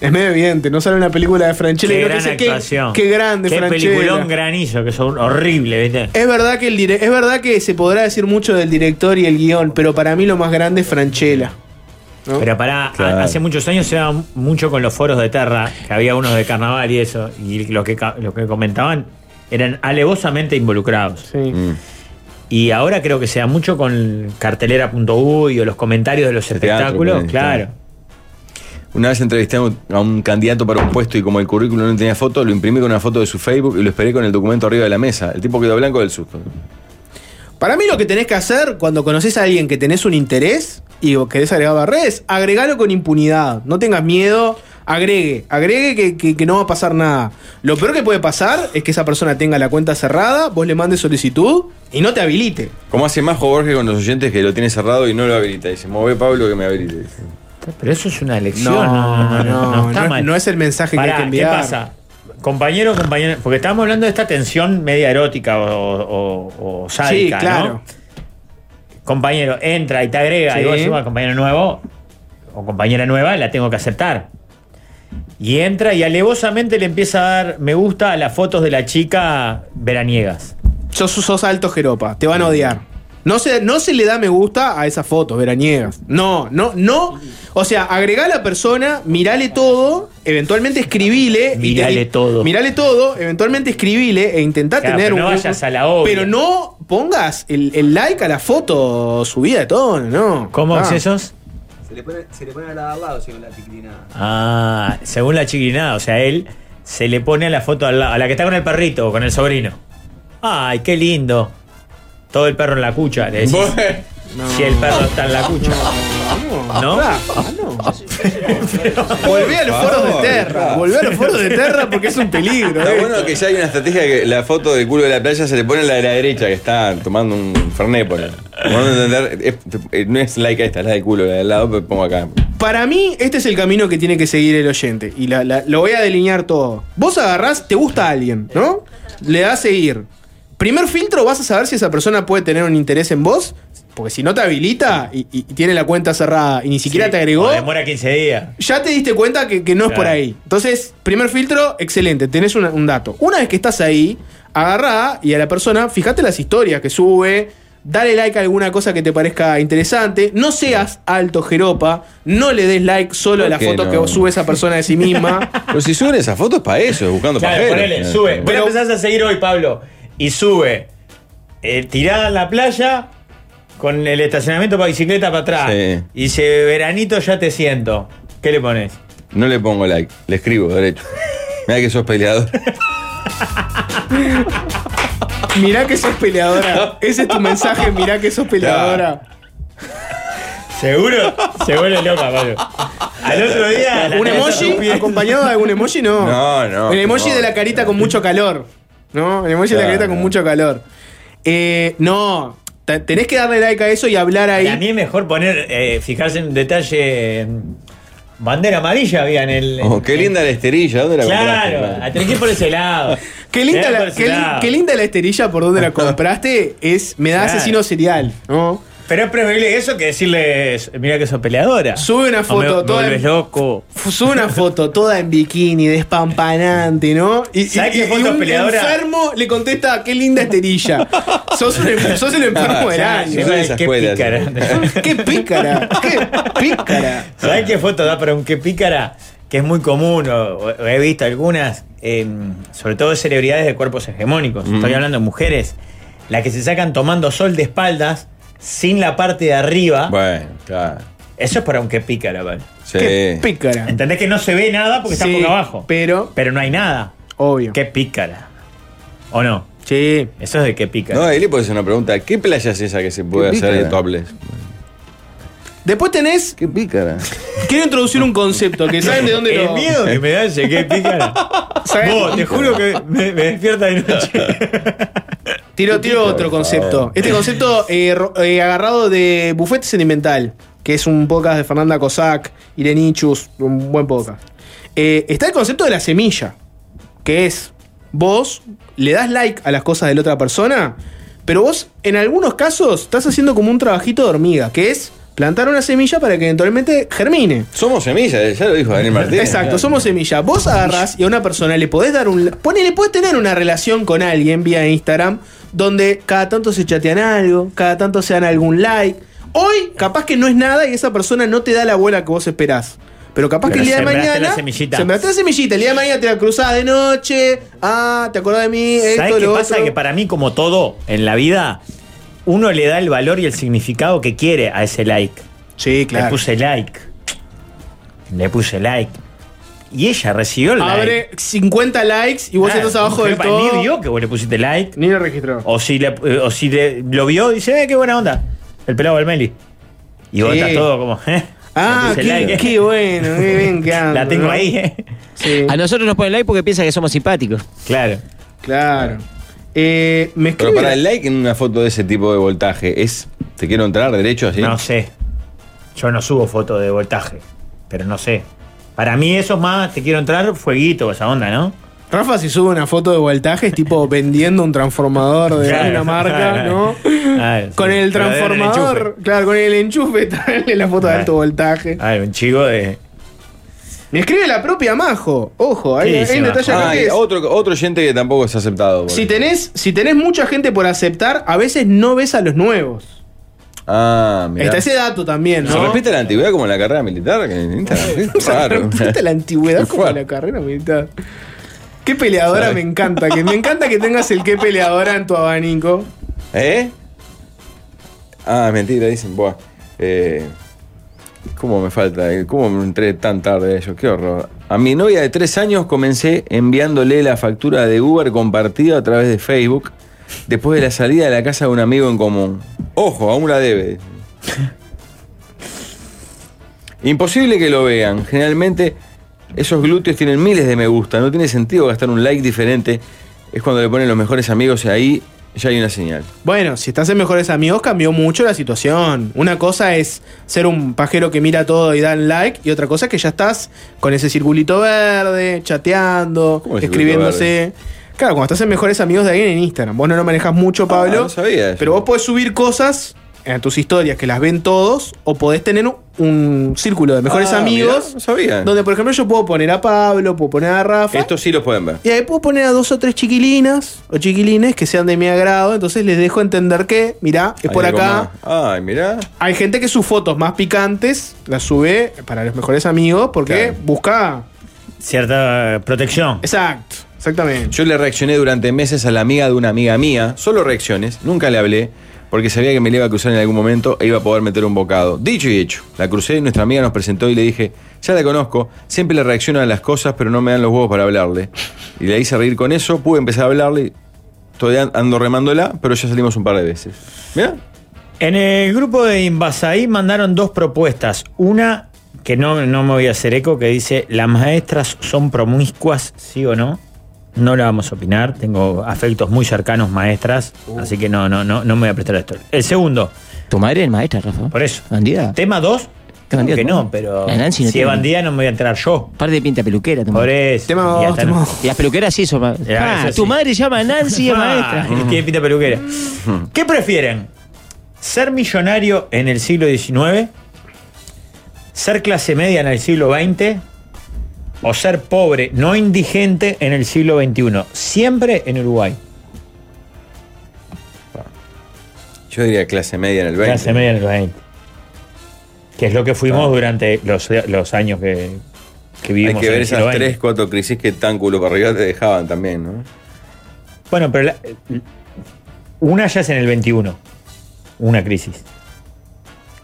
Speaker 2: Es medio evidente, no sale una película de Franchella
Speaker 3: Qué
Speaker 2: y no te
Speaker 3: gran
Speaker 2: dice, qué-
Speaker 3: actuación.
Speaker 2: Qué, grande
Speaker 3: Qué
Speaker 2: Franchella.
Speaker 3: peliculón granizo, que son horrible, ¿viste?
Speaker 2: Es verdad que el dire- es verdad que se podrá decir mucho del director y el guión, pero para mí lo más grande es Franchella. ¿no?
Speaker 3: Pero pará,
Speaker 4: Claro.
Speaker 3: a- hace muchos años se daba mucho con los foros de Terra, que había unos de carnaval y eso, y lo que, ca- lo que comentaban eran alevosamente involucrados.
Speaker 2: Sí.
Speaker 4: Mm.
Speaker 3: Y ahora creo que se da mucho con cartelera.uy o los comentarios de los
Speaker 4: De teatro,
Speaker 3: espectáculos,
Speaker 4: ponele,
Speaker 3: claro.
Speaker 4: Una vez entrevisté a un, a un candidato para un puesto y como el currículum no tenía foto, lo imprimí con una foto de su Facebook y lo esperé con el documento arriba de la mesa. El tipo quedó blanco del susto.
Speaker 2: Para mí lo que tenés que hacer cuando conoces a alguien que tenés un interés y o querés agregar a redes, agregalo con impunidad. No tengas miedo, agregue, agregue que, que- que no va a pasar nada. Lo peor que puede pasar es que esa persona tenga la cuenta cerrada, vos le mandes solicitud y no te habilite.
Speaker 4: Como hace Majo Borges con los oyentes que lo tiene cerrado y no lo habilita. Dice, move Pablo que me habilite. Dice.
Speaker 3: Pero eso es una elección, no, no, no, no, no está
Speaker 2: no es-
Speaker 3: mal.
Speaker 2: no es el mensaje que
Speaker 3: Pará,
Speaker 2: hay que enviar.
Speaker 3: ¿Qué pasa? Compañero, compañera, porque estábamos hablando de esta tensión media erótica o, o, o
Speaker 2: Sí,
Speaker 3: sádica,
Speaker 2: claro.
Speaker 3: ¿no? compañero entra y te agrega
Speaker 2: Sí.
Speaker 3: y vos decís, "Bueno, compañero nuevo o compañera nueva, la tengo que aceptar. Y entra y alevosamente le empieza a dar me gusta a las fotos de la chica veraniegas.
Speaker 2: Sos, sos alto jeropa, te van a odiar. No se, no se le da me gusta a esas fotos veraniegas. No, no, no. O sea, agregá a la persona, mirale todo, eventualmente escribile. y te-
Speaker 3: Mirale todo.
Speaker 2: Mirale todo, eventualmente escribile e intentá
Speaker 3: Claro,
Speaker 2: tener
Speaker 3: pero
Speaker 2: un.
Speaker 3: no vayas a la obvia.
Speaker 2: Pero no pongas el, el like a la foto subida de tono, no.
Speaker 3: ¿Cómo
Speaker 2: Ah.
Speaker 3: accesos?
Speaker 9: le ponen, se le ponen al lado al lado según la chiquilinada.
Speaker 3: Ah, según la chiquilinada, o sea, él se le pone a la foto al lado, a la que está con el perrito o con el sobrino. Ay, qué lindo. Todo el perro en la cucha, le decís. Si el perro está en la cucha. ¿No?
Speaker 2: Volví Ah, a los foros de Terra. Volví a los foros de Terra porque es un peligro.
Speaker 4: Está
Speaker 2: eh.
Speaker 4: bueno que ya hay una estrategia que la foto del culo de la playa se le pone a la de la derecha, que está tomando un fernet por ahí. Vamos a entender, es- no es like esta, es la del culo, la del lado, pero pongo acá.
Speaker 2: Para mí, este es el camino que tiene que seguir el oyente. Y la- la- lo voy a delinear todo. Vos agarrás, te gusta alguien, ¿no? Le das seguir. Primer filtro, vas a saber si esa persona puede tener un interés en vos. Porque si no te habilita y, y- y tiene la cuenta cerrada y ni siquiera
Speaker 3: Sí,
Speaker 2: te agregó,
Speaker 3: o Demora 15 días.
Speaker 2: ya te diste cuenta que, que no es
Speaker 3: Claro.
Speaker 2: por ahí. Entonces, primer filtro, excelente, tenés una- un dato. Una vez que estás ahí, agarrá y a la persona, fíjate las historias que sube, dale like a alguna cosa que te parezca interesante, no seas alto jeropa, no le des like solo a
Speaker 4: ¿Por
Speaker 2: las
Speaker 4: qué
Speaker 2: fotos
Speaker 4: no?
Speaker 2: que sube esa persona de sí misma.
Speaker 4: Pero si suben esas fotos para eso, buscando
Speaker 3: Claro,
Speaker 4: pajeros.
Speaker 3: ponele, sube. Pero
Speaker 2: Pero-
Speaker 3: empezás a seguir hoy, Pablo. Y sube. eh, tirada en la playa. Con el estacionamiento para bicicleta para atrás.
Speaker 4: Sí.
Speaker 3: Y dice, veranito ya te siento. ¿Qué le pones?
Speaker 4: No le pongo like, le escribo derecho. Mira que sos peleador.
Speaker 2: mirá que sos peleadora. Ese es tu mensaje, mirá que sos peleadora.
Speaker 3: ¿Seguro? Se vuelve loca, Pablo. Al otro día. la
Speaker 2: Un
Speaker 3: cabeza
Speaker 2: emoji,
Speaker 3: rompida.
Speaker 2: acompañado de algún emoji, no.
Speaker 4: No, no,
Speaker 2: El emoji
Speaker 4: no.
Speaker 2: de la carita con mucho calor. ¿No? El emoji de la
Speaker 4: Claro.
Speaker 2: carita con mucho calor. Eh, no, te- tenés que darle like a eso y hablar
Speaker 3: Para mí
Speaker 2: ahí.
Speaker 3: es mejor poner, eh, fijarse en un detalle. mm, Bandera amarilla había en el.
Speaker 4: Oh, qué
Speaker 3: en-
Speaker 4: linda la esterilla, ¿dónde la
Speaker 3: Claro,
Speaker 4: compraste?
Speaker 3: a tener que ir por ese lado.
Speaker 2: Qué linda,
Speaker 3: Tener
Speaker 2: la,
Speaker 3: por ese
Speaker 2: qué, lin-
Speaker 3: lado.
Speaker 2: qué linda la esterilla por donde la compraste. Es, me da
Speaker 3: Claro.
Speaker 2: asesino serial. ¿no?
Speaker 3: Pero es preferible eso que decirles, mira que sos peleadora.
Speaker 2: Sube una
Speaker 3: O
Speaker 2: foto,
Speaker 3: Ah, me- me
Speaker 2: toda-
Speaker 3: volvés loco.
Speaker 2: F- Sube una foto toda en bikini, despampanante, ¿no? Y, y-
Speaker 3: ¿Sabés qué
Speaker 2: y- y
Speaker 3: foto
Speaker 2: un
Speaker 3: peleadora?
Speaker 2: enfermo le contesta, qué linda esterilla. sos, un, enfer- sos el enfermo del
Speaker 3: Ah,
Speaker 2: año.
Speaker 4: sí.
Speaker 3: ¿sabés
Speaker 4: esas
Speaker 3: qué
Speaker 4: escuelas.
Speaker 3: pícara?
Speaker 2: ¡Qué pícara! ¡Qué pícara!
Speaker 3: ¿Sabés qué foto da para un qué pícara? Que es muy común, o, o he visto algunas, eh, sobre todo de celebridades de cuerpos hegemónicos. Estoy hablando de mujeres, las que se sacan tomando sol de espaldas, sin la parte de arriba.
Speaker 4: Bueno, claro.
Speaker 3: Eso es para un qué pícara, ¿vale?
Speaker 4: Sí.
Speaker 2: ¡Qué pícara!
Speaker 3: ¿Entendés que no se ve nada porque
Speaker 2: Sí,
Speaker 3: está boca abajo?
Speaker 2: Pero,
Speaker 3: Pero no hay nada.
Speaker 2: obvio.
Speaker 3: Qué pícara. ¿O no?
Speaker 2: Sí.
Speaker 3: Eso es de qué pícara.
Speaker 4: No, ahí le puedes hacer una pregunta. ¿Qué playa es esa que se puede
Speaker 2: Qué
Speaker 4: hacer de
Speaker 2: pícara.
Speaker 4: topless?
Speaker 2: Después tenés.
Speaker 4: Qué pícara.
Speaker 2: Quiero introducir un concepto que saben de dónde
Speaker 3: El
Speaker 2: lo.
Speaker 3: miedo que me da ese qué pícara.
Speaker 2: ¿saben?
Speaker 3: Vos, te juro que me, me despierta de noche.
Speaker 2: Tiro, tiro otro concepto. Este concepto eh, ro- eh, agarrado de Buffet Sentimental, que es un podcast de Fernanda Cossack, Irenichus, un buen podcast. Eh, está el concepto de la semilla, que es vos le das like a las cosas de la otra persona, pero vos en algunos casos estás haciendo como un trabajito de hormiga, que es plantar una semilla para que eventualmente germine.
Speaker 4: Somos semillas, ya lo dijo Daniel Martínez.
Speaker 2: Exacto,
Speaker 4: Claro.
Speaker 2: somos semilla. Vos agarrás y a una persona le podés dar un. Ponele, podés tener una relación con alguien vía Instagram donde cada tanto se chatean algo, cada tanto se dan algún like. Hoy, capaz que no es nada y esa persona no te da la bola que vos esperás. Pero capaz
Speaker 3: Pero
Speaker 2: que el día de
Speaker 3: sembraste
Speaker 2: mañana.
Speaker 3: la semillita.
Speaker 2: Sembraste la semillita. El día de mañana te la cruzás de noche. Ah, te acordás de mí.
Speaker 3: ¿Sabes
Speaker 2: Esto,
Speaker 3: qué
Speaker 2: lo
Speaker 3: pasa?
Speaker 2: otro.
Speaker 3: Que para mí, como todo en la vida, uno le da el valor y el significado que quiere a ese like.
Speaker 2: Sí,
Speaker 3: Le
Speaker 2: claro.
Speaker 3: puse like. Le puse like. Y ella recibió el like.
Speaker 2: Abre 50 likes y vos
Speaker 3: Claro,
Speaker 2: estás abajo del
Speaker 3: pero
Speaker 2: todo.
Speaker 3: Ni vio que vos le pusiste like.
Speaker 2: Ni lo registró.
Speaker 3: O si, le- eh, o si le- lo vio, dice, eh, qué buena onda. El pelado del Meli. Y vos
Speaker 2: Sí.
Speaker 3: estás todo como, eh.
Speaker 2: Ah,
Speaker 3: le puse
Speaker 2: qué,
Speaker 3: like, eh.
Speaker 2: qué bueno, qué bien que ando,
Speaker 3: La tengo
Speaker 2: ¿no?
Speaker 3: ahí, eh.
Speaker 2: Sí.
Speaker 5: A nosotros nos ponen like porque piensan que somos simpáticos.
Speaker 3: Claro.
Speaker 2: Claro. Eh, me
Speaker 4: Pero
Speaker 2: escribe.
Speaker 4: para el like en una foto de ese tipo de voltaje, es. ¿Te quiero entrar derecho así?
Speaker 3: No sé. Yo no subo fotos de voltaje. Pero no sé. Para mí eso es más, te quiero entrar, fueguito, esa onda, ¿no?
Speaker 2: Rafa, si sube una foto de voltaje, es tipo vendiendo un transformador de
Speaker 3: Claro.
Speaker 2: una marca, ¿no?
Speaker 3: Claro, sí.
Speaker 2: Con el
Speaker 3: Pero dale el
Speaker 2: transformador,
Speaker 3: enchufe. Ah.
Speaker 2: claro, con el enchufe, traerle la foto de
Speaker 3: Claro.
Speaker 2: alto voltaje.
Speaker 3: Ay, un chico de.
Speaker 2: Me escribe la propia Majo. Ojo, hay,
Speaker 3: ¿Qué
Speaker 2: hay
Speaker 3: dice
Speaker 2: un detalle
Speaker 4: Ah,
Speaker 2: acá
Speaker 4: y
Speaker 2: que es-
Speaker 4: otro, otro oyente que tampoco es aceptado. por-
Speaker 2: Si tenés, si tenés mucha gente por aceptar, a veces no ves a los nuevos.
Speaker 4: Ah, mira.
Speaker 2: Está ese dato también, ¿no?
Speaker 4: ¿Se respeta la antigüedad como en la carrera militar? que en Instagram? Qué
Speaker 2: Se
Speaker 4: raro.
Speaker 2: respeta la antigüedad
Speaker 4: Qué
Speaker 2: como
Speaker 4: fuerte.
Speaker 2: la carrera militar. Qué peleadora
Speaker 4: Sabe.
Speaker 2: me encanta. Que me encanta que tengas el qué peleadora en tu abanico.
Speaker 4: ¿Eh? Ah, mentira, dicen. Buah. Eh, ¿Cómo me falta? eh? ¿Cómo me entré tan tarde a eso? Qué horror. A mi novia de tres años comencé enviándole la factura de Uber compartida a través de Facebook después de la salida de la casa de un amigo en común. Ojo, aún la debe. Imposible que lo vean. Generalmente esos glúteos tienen miles de me gusta. No tiene sentido gastar un like diferente. Es cuando le ponen los mejores amigos y ahí ya hay una señal.
Speaker 2: Bueno, si estás en Mejores Amigos cambió mucho la situación. Una cosa es ser un pajero que mira todo y da el like y otra cosa es que ya estás con ese circulito verde, chateando,
Speaker 4: ¿Cómo el circulito
Speaker 2: escribiéndose. Claro, cuando estás en Mejores Amigos de alguien en Instagram, vos no lo manejas mucho, Pablo,
Speaker 4: Ah, no sabía eso.
Speaker 2: pero vos podés subir cosas en tus historias que las ven todos o podés tener un- un círculo de Mejores
Speaker 4: Ah, mirá,
Speaker 2: Amigos
Speaker 4: no sabía.
Speaker 2: donde, por ejemplo, yo puedo poner a Pablo, puedo poner a Rafa.
Speaker 4: Estos sí los pueden ver.
Speaker 2: Y ahí puedo poner a dos o tres chiquilinas o chiquilines que sean de mi agrado, entonces les dejo entender que, mirá, es
Speaker 4: Hay
Speaker 2: por
Speaker 4: algo
Speaker 2: acá.
Speaker 4: más. Ay, mirá.
Speaker 2: Hay gente que sus fotos más picantes las sube para los mejores amigos porque
Speaker 4: Claro.
Speaker 2: busca...
Speaker 3: Cierta eh, protección.
Speaker 2: Exacto, exactamente.
Speaker 4: Yo le reaccioné durante meses a la amiga de una amiga mía, solo reacciones, nunca le hablé, porque sabía que me la iba a cruzar en algún momento e iba a poder meter un bocado. Dicho y hecho, la crucé y nuestra amiga nos presentó y le dije, ya la conozco, siempre le reacciono a las cosas, pero no me dan los huevos para hablarle. Y la hice reír con eso, pude empezar a hablarle, todavía ando remándola, pero ya salimos un par de veces. Mirá,
Speaker 3: En el grupo de Invasaí mandaron dos propuestas. Una, que no, no me voy a hacer eco, que dice, las maestras son promiscuas, sí o no. No la vamos a opinar, tengo afectos muy cercanos maestras, así que no, no, no, no me voy a prestar esto. El segundo,
Speaker 5: Tu madre es maestra, Rafa.
Speaker 3: por eso.
Speaker 5: Bandida.
Speaker 3: Tema dos, creo
Speaker 5: bandida
Speaker 3: que
Speaker 5: tu
Speaker 3: no,
Speaker 5: madre?
Speaker 3: pero
Speaker 5: La Nancy Ah. no
Speaker 3: si es
Speaker 5: tiene-
Speaker 3: bandida no me voy a enterar yo.
Speaker 5: Par de pinta peluquera, tu
Speaker 3: Por
Speaker 5: madre.
Speaker 3: eso.
Speaker 2: Tema
Speaker 3: Y
Speaker 2: dos,
Speaker 3: hasta
Speaker 2: tema
Speaker 3: no-
Speaker 2: dos.
Speaker 5: Y las peluqueras sí son ma-
Speaker 3: Ya,
Speaker 5: Ah,
Speaker 3: eso
Speaker 5: tu
Speaker 3: sí.
Speaker 5: madre se llama Nancy y es
Speaker 3: Ah,
Speaker 5: maestra.
Speaker 3: Tiene pinta peluquera. ¿Qué prefieren? ¿Ser millonario en el siglo XIX? ¿Ser clase media en el siglo XX? ¿O ser pobre, no indigente, en el siglo XXI? Siempre en Uruguay.
Speaker 4: yo diría clase media en el 20.
Speaker 3: Clase media en el XX. Que es lo que fuimos durante los, los años que, que
Speaker 4: Hay
Speaker 3: vivimos.
Speaker 4: que
Speaker 3: en
Speaker 4: ver
Speaker 3: el
Speaker 4: esas
Speaker 3: siglo XX.
Speaker 4: tres, cuatro crisis que tan culo para arriba te dejaban también, ¿no?
Speaker 3: Bueno, pero la- eh, una ya es en el 21, una crisis.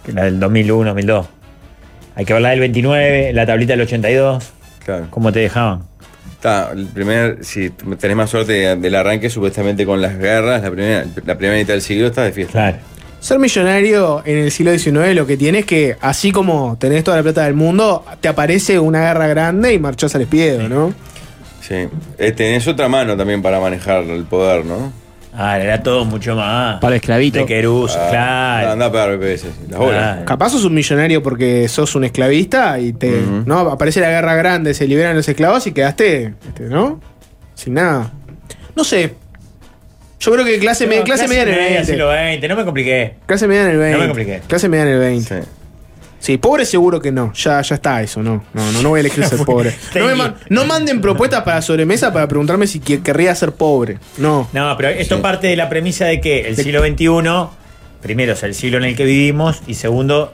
Speaker 3: Que la del 2001, 2002. Hay que ver la del 29, la tablita del 82,
Speaker 4: Claro.
Speaker 3: cómo te dejaban.
Speaker 4: Está, el primer, si tenés más suerte del arranque, supuestamente con las guerras, la primera, la primera mitad del siglo está de fiesta.
Speaker 3: Claro.
Speaker 2: Ser millonario en el siglo XIX lo que tiene es que, así como tenés toda la plata del mundo, te aparece una guerra grande y marchás al espiedo, ¿no?
Speaker 4: Sí. Eh, tenés otra mano también para manejar el poder, ¿no?
Speaker 3: Ah, era todo mucho más.
Speaker 5: Para esclavito.
Speaker 3: De Querús,
Speaker 4: Ah,
Speaker 3: claro.
Speaker 4: Andá a pegar BPS, las bolas.
Speaker 3: Claro.
Speaker 2: Capaz sos un millonario porque sos un esclavista y te. ¿No? Aparece la guerra grande, se liberan los esclavos y quedaste. este, ¿No? Sin nada. No sé. Yo creo que clase, media,
Speaker 3: No,
Speaker 2: Este clase, media en el 20.
Speaker 3: siglo XX, no me compliqué.
Speaker 2: Clase media en el 20.
Speaker 3: No me compliqué.
Speaker 2: Clase media en el 20.
Speaker 4: Sí.
Speaker 2: Sí. pobre seguro que no. Ya, ya está eso, no. No, no, no voy a elegir ser pobre. No, me man- no manden propuestas para sobremesa para preguntarme si que- querría ser pobre. No.
Speaker 3: No, pero esto
Speaker 4: Sí.
Speaker 3: parte de la premisa de que el siglo XXI, primero es el siglo en el que vivimos y segundo,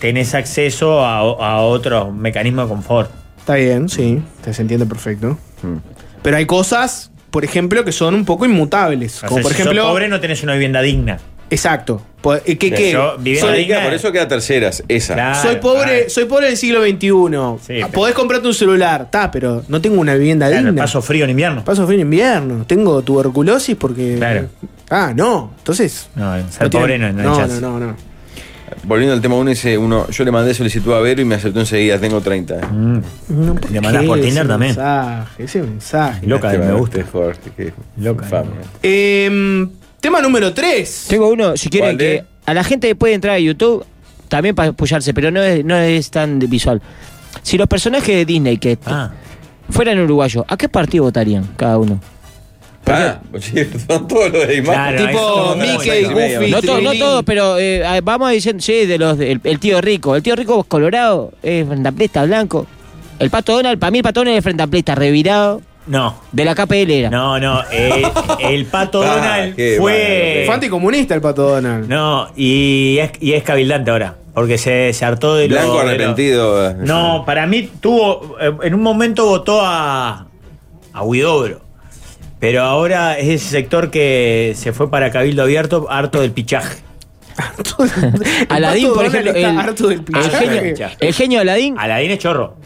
Speaker 3: tenés acceso a, a otro mecanismo de confort.
Speaker 2: Está bien, sí. Te se entiende perfecto. Pero hay cosas, por ejemplo, que son un poco inmutables.
Speaker 3: O
Speaker 2: Como
Speaker 3: sea,
Speaker 2: por
Speaker 3: si
Speaker 2: ejemplo.
Speaker 3: sos pobre no tenés una vivienda digna.
Speaker 2: Exacto. Po- eh, ¿Qué, qué?
Speaker 3: Yo viviendo
Speaker 4: Por ahí
Speaker 3: digna.
Speaker 4: queda- por eso queda terceras, esa.
Speaker 3: Claro,
Speaker 2: Soy pobre,
Speaker 3: claro.
Speaker 2: soy pobre del siglo XXI.
Speaker 3: Sí,
Speaker 2: Ah,
Speaker 3: pero-
Speaker 2: Podés comprarte un celular, está, pero no tengo una vivienda
Speaker 3: Claro,
Speaker 2: digna.
Speaker 3: paso frío en invierno.
Speaker 2: Paso frío en invierno. Tengo tuberculosis porque.
Speaker 3: Claro.
Speaker 2: Ah, no. Entonces.
Speaker 3: No,
Speaker 2: tiene-
Speaker 3: ser pobre no, no hay
Speaker 2: no,
Speaker 3: chance.
Speaker 2: no, no, no.
Speaker 4: Volviendo al tema uno, dice uno, yo le mandé solicitud a Vero y me aceptó enseguida, tengo 30.
Speaker 3: Mm.
Speaker 2: No, ¿por
Speaker 3: Le mandás
Speaker 2: qué?
Speaker 3: por
Speaker 2: Ese
Speaker 3: Tinder también.
Speaker 2: Mensaje, ese mensaje.
Speaker 3: Loca,
Speaker 4: Este
Speaker 3: me
Speaker 4: va,
Speaker 3: gusta.
Speaker 4: este Jorge, qué
Speaker 3: Loca,
Speaker 4: infame.
Speaker 2: Em, tema número 3.
Speaker 5: Tengo uno, si quieren
Speaker 4: ¿Cuál de?
Speaker 5: que. A la gente puede entrar a YouTube también para apoyarse, pero no es, no es tan de visual. Si los personajes de Disney que
Speaker 3: Ah,
Speaker 5: fueran uruguayos, ¿a qué partido votarían cada uno?
Speaker 4: Ah, sí, son todos los de imagen.
Speaker 3: Claro,
Speaker 2: tipo
Speaker 3: eso no,
Speaker 2: Mickey,
Speaker 3: no,
Speaker 2: Goofy.
Speaker 5: No, to- no
Speaker 2: Trini.
Speaker 5: todos, pero eh, a- vamos diciendo, sí, de los, de- el, el tío rico. El tío rico es colorado, es frentaplista, blanco. El pato Donald, para mí el pato Donald es frentaplista, revirado.
Speaker 3: no.
Speaker 5: De la KPL era.
Speaker 3: No, no. El, el pato
Speaker 4: Ah,
Speaker 3: Donald
Speaker 4: qué
Speaker 3: fue.
Speaker 2: Fue anticomunista el pato Donald.
Speaker 3: No, y es, y es cabildante ahora. Porque se, se hartó de lo-
Speaker 4: Blanco
Speaker 3: de lo-
Speaker 4: arrepentido. eh,
Speaker 3: No, para mí tuvo. eh, En un momento votó a. a Huidobro. Pero ahora es ese sector que se fue para Cabildo Abierto, harto del pichaje.
Speaker 5: Aladín,
Speaker 2: Pato Donald
Speaker 5: por ejemplo.
Speaker 2: está
Speaker 5: El,
Speaker 2: harto del
Speaker 5: el genio,
Speaker 3: pinchazo.
Speaker 5: el genio de Aladín.
Speaker 3: Aladín es chorro.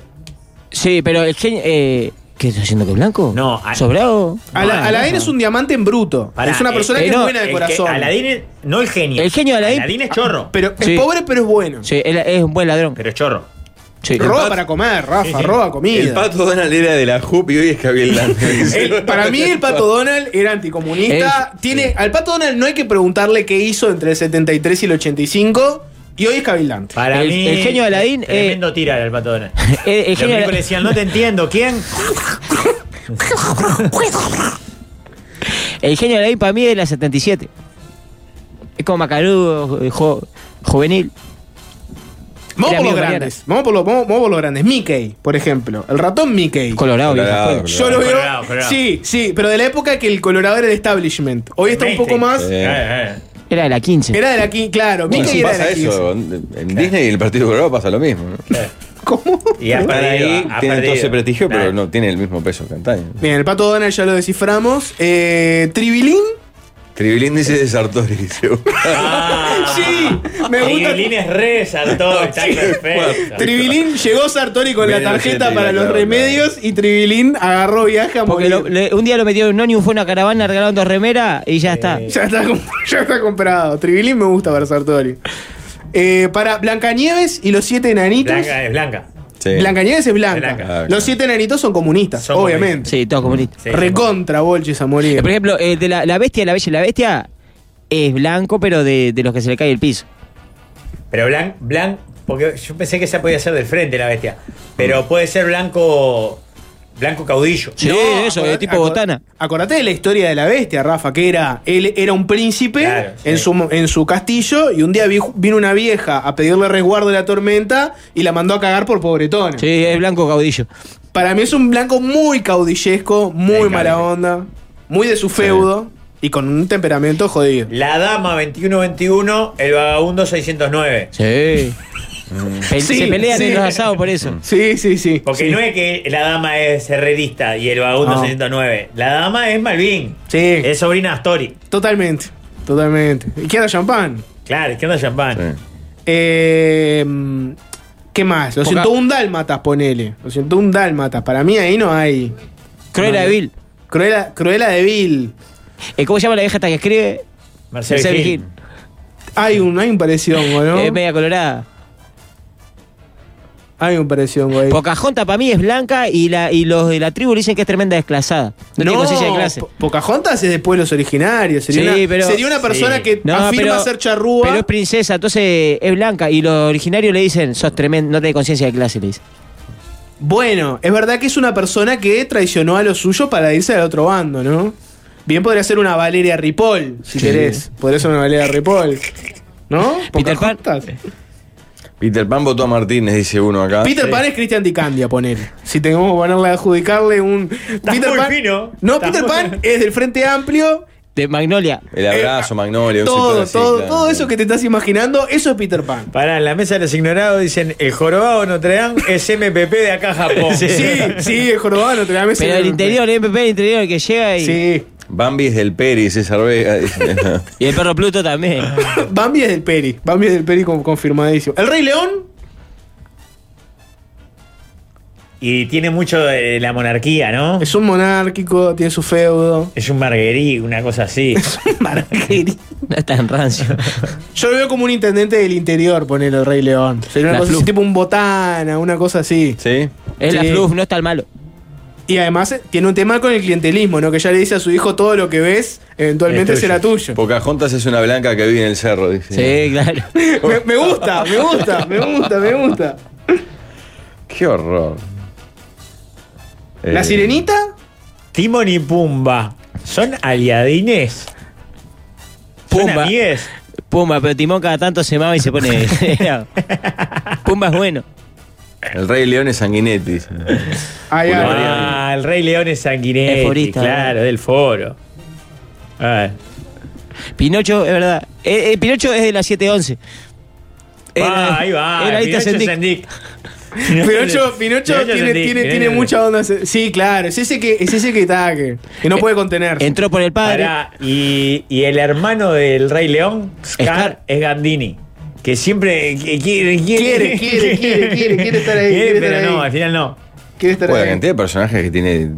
Speaker 5: Sí, pero el genio. eh, ¿Qué está haciendo que blanco?
Speaker 3: No, a-
Speaker 5: ¿Sobrado?
Speaker 2: Ala-
Speaker 3: No,
Speaker 2: Alain
Speaker 3: no.
Speaker 2: es un diamante en bruto.
Speaker 3: Pará,
Speaker 2: es una persona
Speaker 3: eh,
Speaker 2: que
Speaker 5: eh,
Speaker 2: es
Speaker 5: no,
Speaker 2: buena
Speaker 3: El
Speaker 2: de
Speaker 3: que-
Speaker 2: corazón.
Speaker 3: Aladín es- no el genio.
Speaker 5: El genio de Aladín-
Speaker 3: es chorro.
Speaker 2: Pero es
Speaker 5: Sí.
Speaker 2: pobre, pero es bueno.
Speaker 5: Sí, él es un buen ladrón.
Speaker 3: Pero es chorro.
Speaker 5: Sí.
Speaker 2: roba para comer, Rafa, roba comida.
Speaker 4: El pato Donald era de la JUP y hoy es Javier
Speaker 2: El-
Speaker 4: Lanz.
Speaker 2: para mí el Pato Donald era anticomunista. Tiene, Al Pato Donald no hay que preguntarle qué hizo entre el 73 y el 85 y hoy es cavilante.
Speaker 3: Para
Speaker 5: El-
Speaker 3: mí.
Speaker 5: el genio de Aladín, eh,
Speaker 3: Tremendo tira era el pato Donald.
Speaker 5: El- el
Speaker 3: Los
Speaker 5: genio de-
Speaker 3: miércoles decían, no te entiendo, ¿quién?
Speaker 5: El genio de Alain para mí es la 77. Es como Macarudo, eh, jo- juvenil.
Speaker 2: Vamos
Speaker 5: Era
Speaker 2: por los
Speaker 5: amigo de
Speaker 2: grandes. Vamos por los, vamos, vamos por los grandes. Mickey, por ejemplo. El ratón Mickey.
Speaker 5: Colorado,
Speaker 4: Colorado, colorado.
Speaker 5: viejo.
Speaker 2: Yo lo veo.
Speaker 3: Colorado, colorado.
Speaker 2: Sí, sí, pero de la época que el Colorado era el establishment. Hoy está un poco
Speaker 3: Mainstream.
Speaker 2: más.
Speaker 4: Sí.
Speaker 3: Eh, eh.
Speaker 5: Era de la 15.
Speaker 2: Era de la 15, claro.
Speaker 4: Bueno,
Speaker 2: Mickey era de
Speaker 4: pasa
Speaker 2: la 15.
Speaker 4: eso. En en Disney y el Partido Colorado pasa lo mismo. ¿no?
Speaker 2: ¿Cómo?
Speaker 3: Y ha
Speaker 4: Están
Speaker 3: perdido,
Speaker 4: ahí,
Speaker 3: ha
Speaker 4: tienen todo
Speaker 3: perdido.
Speaker 4: ese prestigio, pero
Speaker 3: Claro.
Speaker 4: no tienen el mismo peso que antaño.
Speaker 2: Bien, el Pato Donald ya lo desciframos. Eh, Tribilín.
Speaker 4: Tribilín dice de Sartori, dice.
Speaker 3: Ah,
Speaker 2: Sí, me gusta.
Speaker 3: Tribilín es re saltó, está perfecto.
Speaker 2: Tribilín llegó Sartori con la
Speaker 4: Menos
Speaker 2: tarjeta
Speaker 4: gente,
Speaker 2: para los
Speaker 4: claro,
Speaker 2: remedios y Tribilín agarró viaje a
Speaker 5: Porque
Speaker 2: morir.
Speaker 5: lo- le- un día lo metió en un Nonium, fue una caravana, regalaron dos remeras y ya está.
Speaker 2: Ya, está, comp- ya está comprado. Tribilín me gusta para Sartori. Eh, para Blancanieves y los siete enanitos.
Speaker 3: Blanca es blanca.
Speaker 4: Sí.
Speaker 2: Blancanieves es blanca.
Speaker 3: Blanca.
Speaker 4: Ah, claro.
Speaker 2: Los siete enanitos son comunistas,
Speaker 3: Son
Speaker 2: obviamente.
Speaker 5: Sí, todo comunista.
Speaker 3: Sí,
Speaker 2: Recontra Bolches a
Speaker 5: Eh,
Speaker 2: morir.
Speaker 5: Por ejemplo, el de la, la bestia, la bella y la bestia es blanco, pero de, de los que se le cae el piso.
Speaker 3: Pero blanc, blanc, porque yo pensé que esa podía ser del frente la bestia. Pero puede ser blanco. Blanco caudillo.
Speaker 5: Sí, eso,
Speaker 2: acordate-
Speaker 5: de tipo
Speaker 2: acor-
Speaker 5: botana.
Speaker 2: Acordate de la historia de la bestia, Rafa, que era, él era un príncipe
Speaker 3: Claro,
Speaker 2: en,
Speaker 3: sí.
Speaker 2: su, mo- en su castillo y un día vi- vino una vieja a pedirle resguardo de la tormenta y la mandó a cagar por pobretona.
Speaker 5: Sí, es blanco caudillo.
Speaker 2: Para mí es un blanco muy caudillesco, muy
Speaker 3: Sí,
Speaker 2: mala
Speaker 3: claro.
Speaker 2: onda, muy de su feudo y con un temperamento jodido.
Speaker 3: La dama 2121, el vagabundo 609.
Speaker 5: Sí. Pe-
Speaker 2: Sí,
Speaker 5: se pelean
Speaker 2: sí. Mm.
Speaker 5: en los asados por eso.
Speaker 2: Sí, sí, sí.
Speaker 3: Porque
Speaker 2: sí.
Speaker 3: no es que la dama es herrerista y el vagabundo
Speaker 2: No.
Speaker 3: 609. La dama es Malvin.
Speaker 2: Sí.
Speaker 3: Es sobrina de Astori.
Speaker 2: Totalmente, totalmente. Y queda champán.
Speaker 3: Claro, izquierda champán.
Speaker 2: Eh, ¿Qué más? Los
Speaker 5: Poca-
Speaker 2: 101 dálmatas, ponele. Los 101 dálmatas. Para mí ahí no hay.
Speaker 5: Cruella
Speaker 2: eh.
Speaker 5: de Vil.
Speaker 2: Cruela, Cruela de Vil.
Speaker 5: Eh, ¿Cómo se llama la vieja hasta que escribe?
Speaker 3: Marcelo
Speaker 5: Mercedes
Speaker 3: Gil.
Speaker 5: Gil.
Speaker 2: Hay un, hay un parecido, ¿no?
Speaker 5: Es media colorada.
Speaker 2: Hay un parecido, ahí.
Speaker 5: Pocahontas para mí es blanca y, la, y los de la tribu le dicen que es tremenda desclasada. No, tiene conciencia de clase.
Speaker 2: Po- Pocahontas es de pueblos originarios. Sería,
Speaker 5: Sí,
Speaker 2: una,
Speaker 5: pero-
Speaker 2: sería una persona
Speaker 3: sí.
Speaker 2: que
Speaker 5: No,
Speaker 2: afirma
Speaker 5: pero-
Speaker 2: ser charrúa.
Speaker 5: Pero es princesa, entonces es blanca. Y los originarios le dicen, sos tremendo, no tenés conciencia de clase, le dicen.
Speaker 2: Bueno, es verdad que es una persona que traicionó a los suyos para irse al otro bando, ¿no? Bien podría ser una Valeria Ripoll, si querés. Podría ser una Valeria Ripoll. ¿No?
Speaker 5: Peter Pan.
Speaker 2: Pocahontas.
Speaker 4: Peter Pan votó a Martínez, dice uno acá.
Speaker 5: Ah,
Speaker 2: Peter Pan es Cristian Dicandia, poner. Si tenemos que ponerle adjudicarle un. Peter
Speaker 3: muy
Speaker 2: Pan-
Speaker 3: fino.
Speaker 2: No,
Speaker 3: Estás
Speaker 2: Peter
Speaker 3: muy-
Speaker 2: Pan es del Frente Amplio.
Speaker 5: De Magnolia.
Speaker 4: El abrazo, Magnolia. un sector
Speaker 2: Eh, Todo,
Speaker 4: así,
Speaker 2: todo,
Speaker 4: claro.
Speaker 2: todo eso que te estás imaginando, eso es Peter Pan.
Speaker 3: Pará, en la mesa de los ignorados dicen el jorobado de Notre Dame es MPP de acá a Japón.
Speaker 2: Sí, sí, el jorobano, te la meses.
Speaker 5: Pero el interior, el MPP, el interior, el que llega y,
Speaker 2: Sí.
Speaker 4: Bambi es del Peri, César Vega. dice.
Speaker 5: y el perro Pluto también.
Speaker 2: Bambi es del Peri. Bambi es del Peri con- confirmadísimo. El Rey León.
Speaker 3: Y tiene mucho de la monarquía, ¿no?
Speaker 2: Es un monárquico, tiene su feudo.
Speaker 3: Es un marguerí, una cosa así.
Speaker 2: Marguerite.
Speaker 5: No es tan rancio.
Speaker 2: Yo lo veo como un intendente del interior, poner el Rey León. Sería una
Speaker 5: La
Speaker 2: cosa así,
Speaker 5: Fluff.
Speaker 2: tipo un botana, una cosa así.
Speaker 4: ¿Sí?
Speaker 5: Es la
Speaker 2: Sí.
Speaker 5: fluff, no es tan malo.
Speaker 2: Y además eh, tiene un tema con el clientelismo, ¿no? Que ya le dice a su hijo todo lo que ves, eventualmente
Speaker 3: Es tuyo.
Speaker 2: será tuyo.
Speaker 4: Pocahontas es una blanca que vive en el cerro, dice.
Speaker 5: Sí, claro.
Speaker 2: Me, me gusta, me gusta, me gusta, me gusta.
Speaker 4: Qué horror.
Speaker 2: La
Speaker 4: Eh,
Speaker 2: sirenita,
Speaker 3: Timón y Pumba. ¿Son aliadines? ¿Son
Speaker 5: Pumba.
Speaker 3: amigues?
Speaker 5: Pumba, pero Timón cada tanto se mama y se pone. Pumba es bueno.
Speaker 4: El Rey León es sanguinetti. dice.
Speaker 2: ahí
Speaker 4: Una
Speaker 2: va.
Speaker 4: variante.
Speaker 3: Ah, el Rey León es sanguinetti.
Speaker 5: Es forista,
Speaker 3: claro,
Speaker 5: ¿no?
Speaker 3: del foro. Ah. A ver.
Speaker 5: Pinocho, es verdad. Eh, eh, Pinocho es de la 711. Era-
Speaker 3: va, Ah, ahí va.
Speaker 5: era ahí te
Speaker 3: Pinocho
Speaker 5: ascendí.
Speaker 3: Sendic.
Speaker 2: Pinocho, Pinocho tiene,
Speaker 3: Sendic,
Speaker 2: tiene, tiene
Speaker 3: Pinocho.
Speaker 2: mucha ¿eh? onda. se- Sí, claro, es ese que, es ese que está que, que
Speaker 3: Eh,
Speaker 2: no puede contener.
Speaker 5: Entró por el padre.
Speaker 3: Pará, y, y el hermano del Rey León, Scar,
Speaker 5: Scar.
Speaker 3: es Gandini. Que siempre qui- quiere, quiere,
Speaker 2: Quiere, quiere, quiere, quiere, quiere estar ahí, quiere
Speaker 3: pero
Speaker 2: estar
Speaker 3: no,
Speaker 2: ahí.
Speaker 3: al final no.
Speaker 2: Quiere estar
Speaker 4: Bueno, la
Speaker 2: ahí.
Speaker 4: cantidad de personajes que tiene el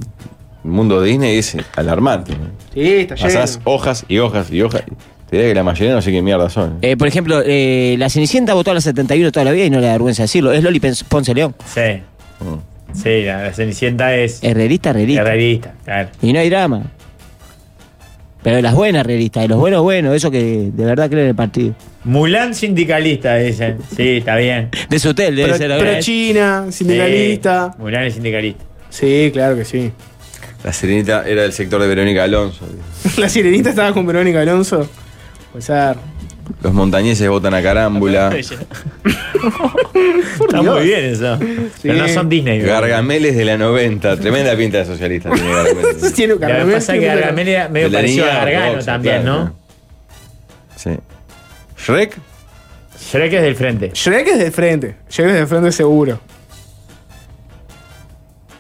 Speaker 4: mundo Disney es alarmante.
Speaker 2: Sí, está lleno.
Speaker 4: Pasás hojas y hojas y hojas. Te diré que la mayoría no sé qué mierda son.
Speaker 5: Eh, por ejemplo, eh, la Cenicienta votó a la 71 toda la vida y no le da vergüenza decirlo. Es Loli Pens- Ponce León.
Speaker 3: Sí.
Speaker 2: Mm.
Speaker 3: Sí, la, la Cenicienta es
Speaker 5: Herrerista, herrerista.
Speaker 3: herrerista, claro.
Speaker 5: Y no hay drama. Pero de las buenas herreristas, de los buenos buenos, eso que de verdad creen en el partido.
Speaker 3: Mulán sindicalista, dicen. Sí, está bien.
Speaker 5: De su hotel, debe
Speaker 2: Pro-
Speaker 5: ser.
Speaker 2: pro
Speaker 5: ahora, ¿eh?
Speaker 2: China, sindicalista.
Speaker 3: Sí, Mulán es sindicalista.
Speaker 2: Sí, claro que sí.
Speaker 4: La sirenita era del sector de Verónica Alonso.
Speaker 2: La sirenita estaba con Verónica Alonso. Puede ser.
Speaker 4: Los montañeses votan a carámbula.
Speaker 3: Está muy bien eso. Pero no son Disney. ¿verdad?
Speaker 4: Gargameles de la 90. Tremenda pinta de socialista tiene Gargameles.
Speaker 2: Tiene un
Speaker 3: Lo que
Speaker 2: caramelo,
Speaker 3: pasa es
Speaker 2: tiene
Speaker 3: que
Speaker 2: un caramelo.
Speaker 3: Gargamel era medio
Speaker 4: De la
Speaker 3: parecido a
Speaker 4: niña
Speaker 3: Gargano
Speaker 4: ortodoxa,
Speaker 3: también,
Speaker 4: claro,
Speaker 3: ¿no?
Speaker 4: Sí. Shrek,
Speaker 3: Shrek es del frente.
Speaker 2: Shrek es de frente. Shrek es de frente seguro.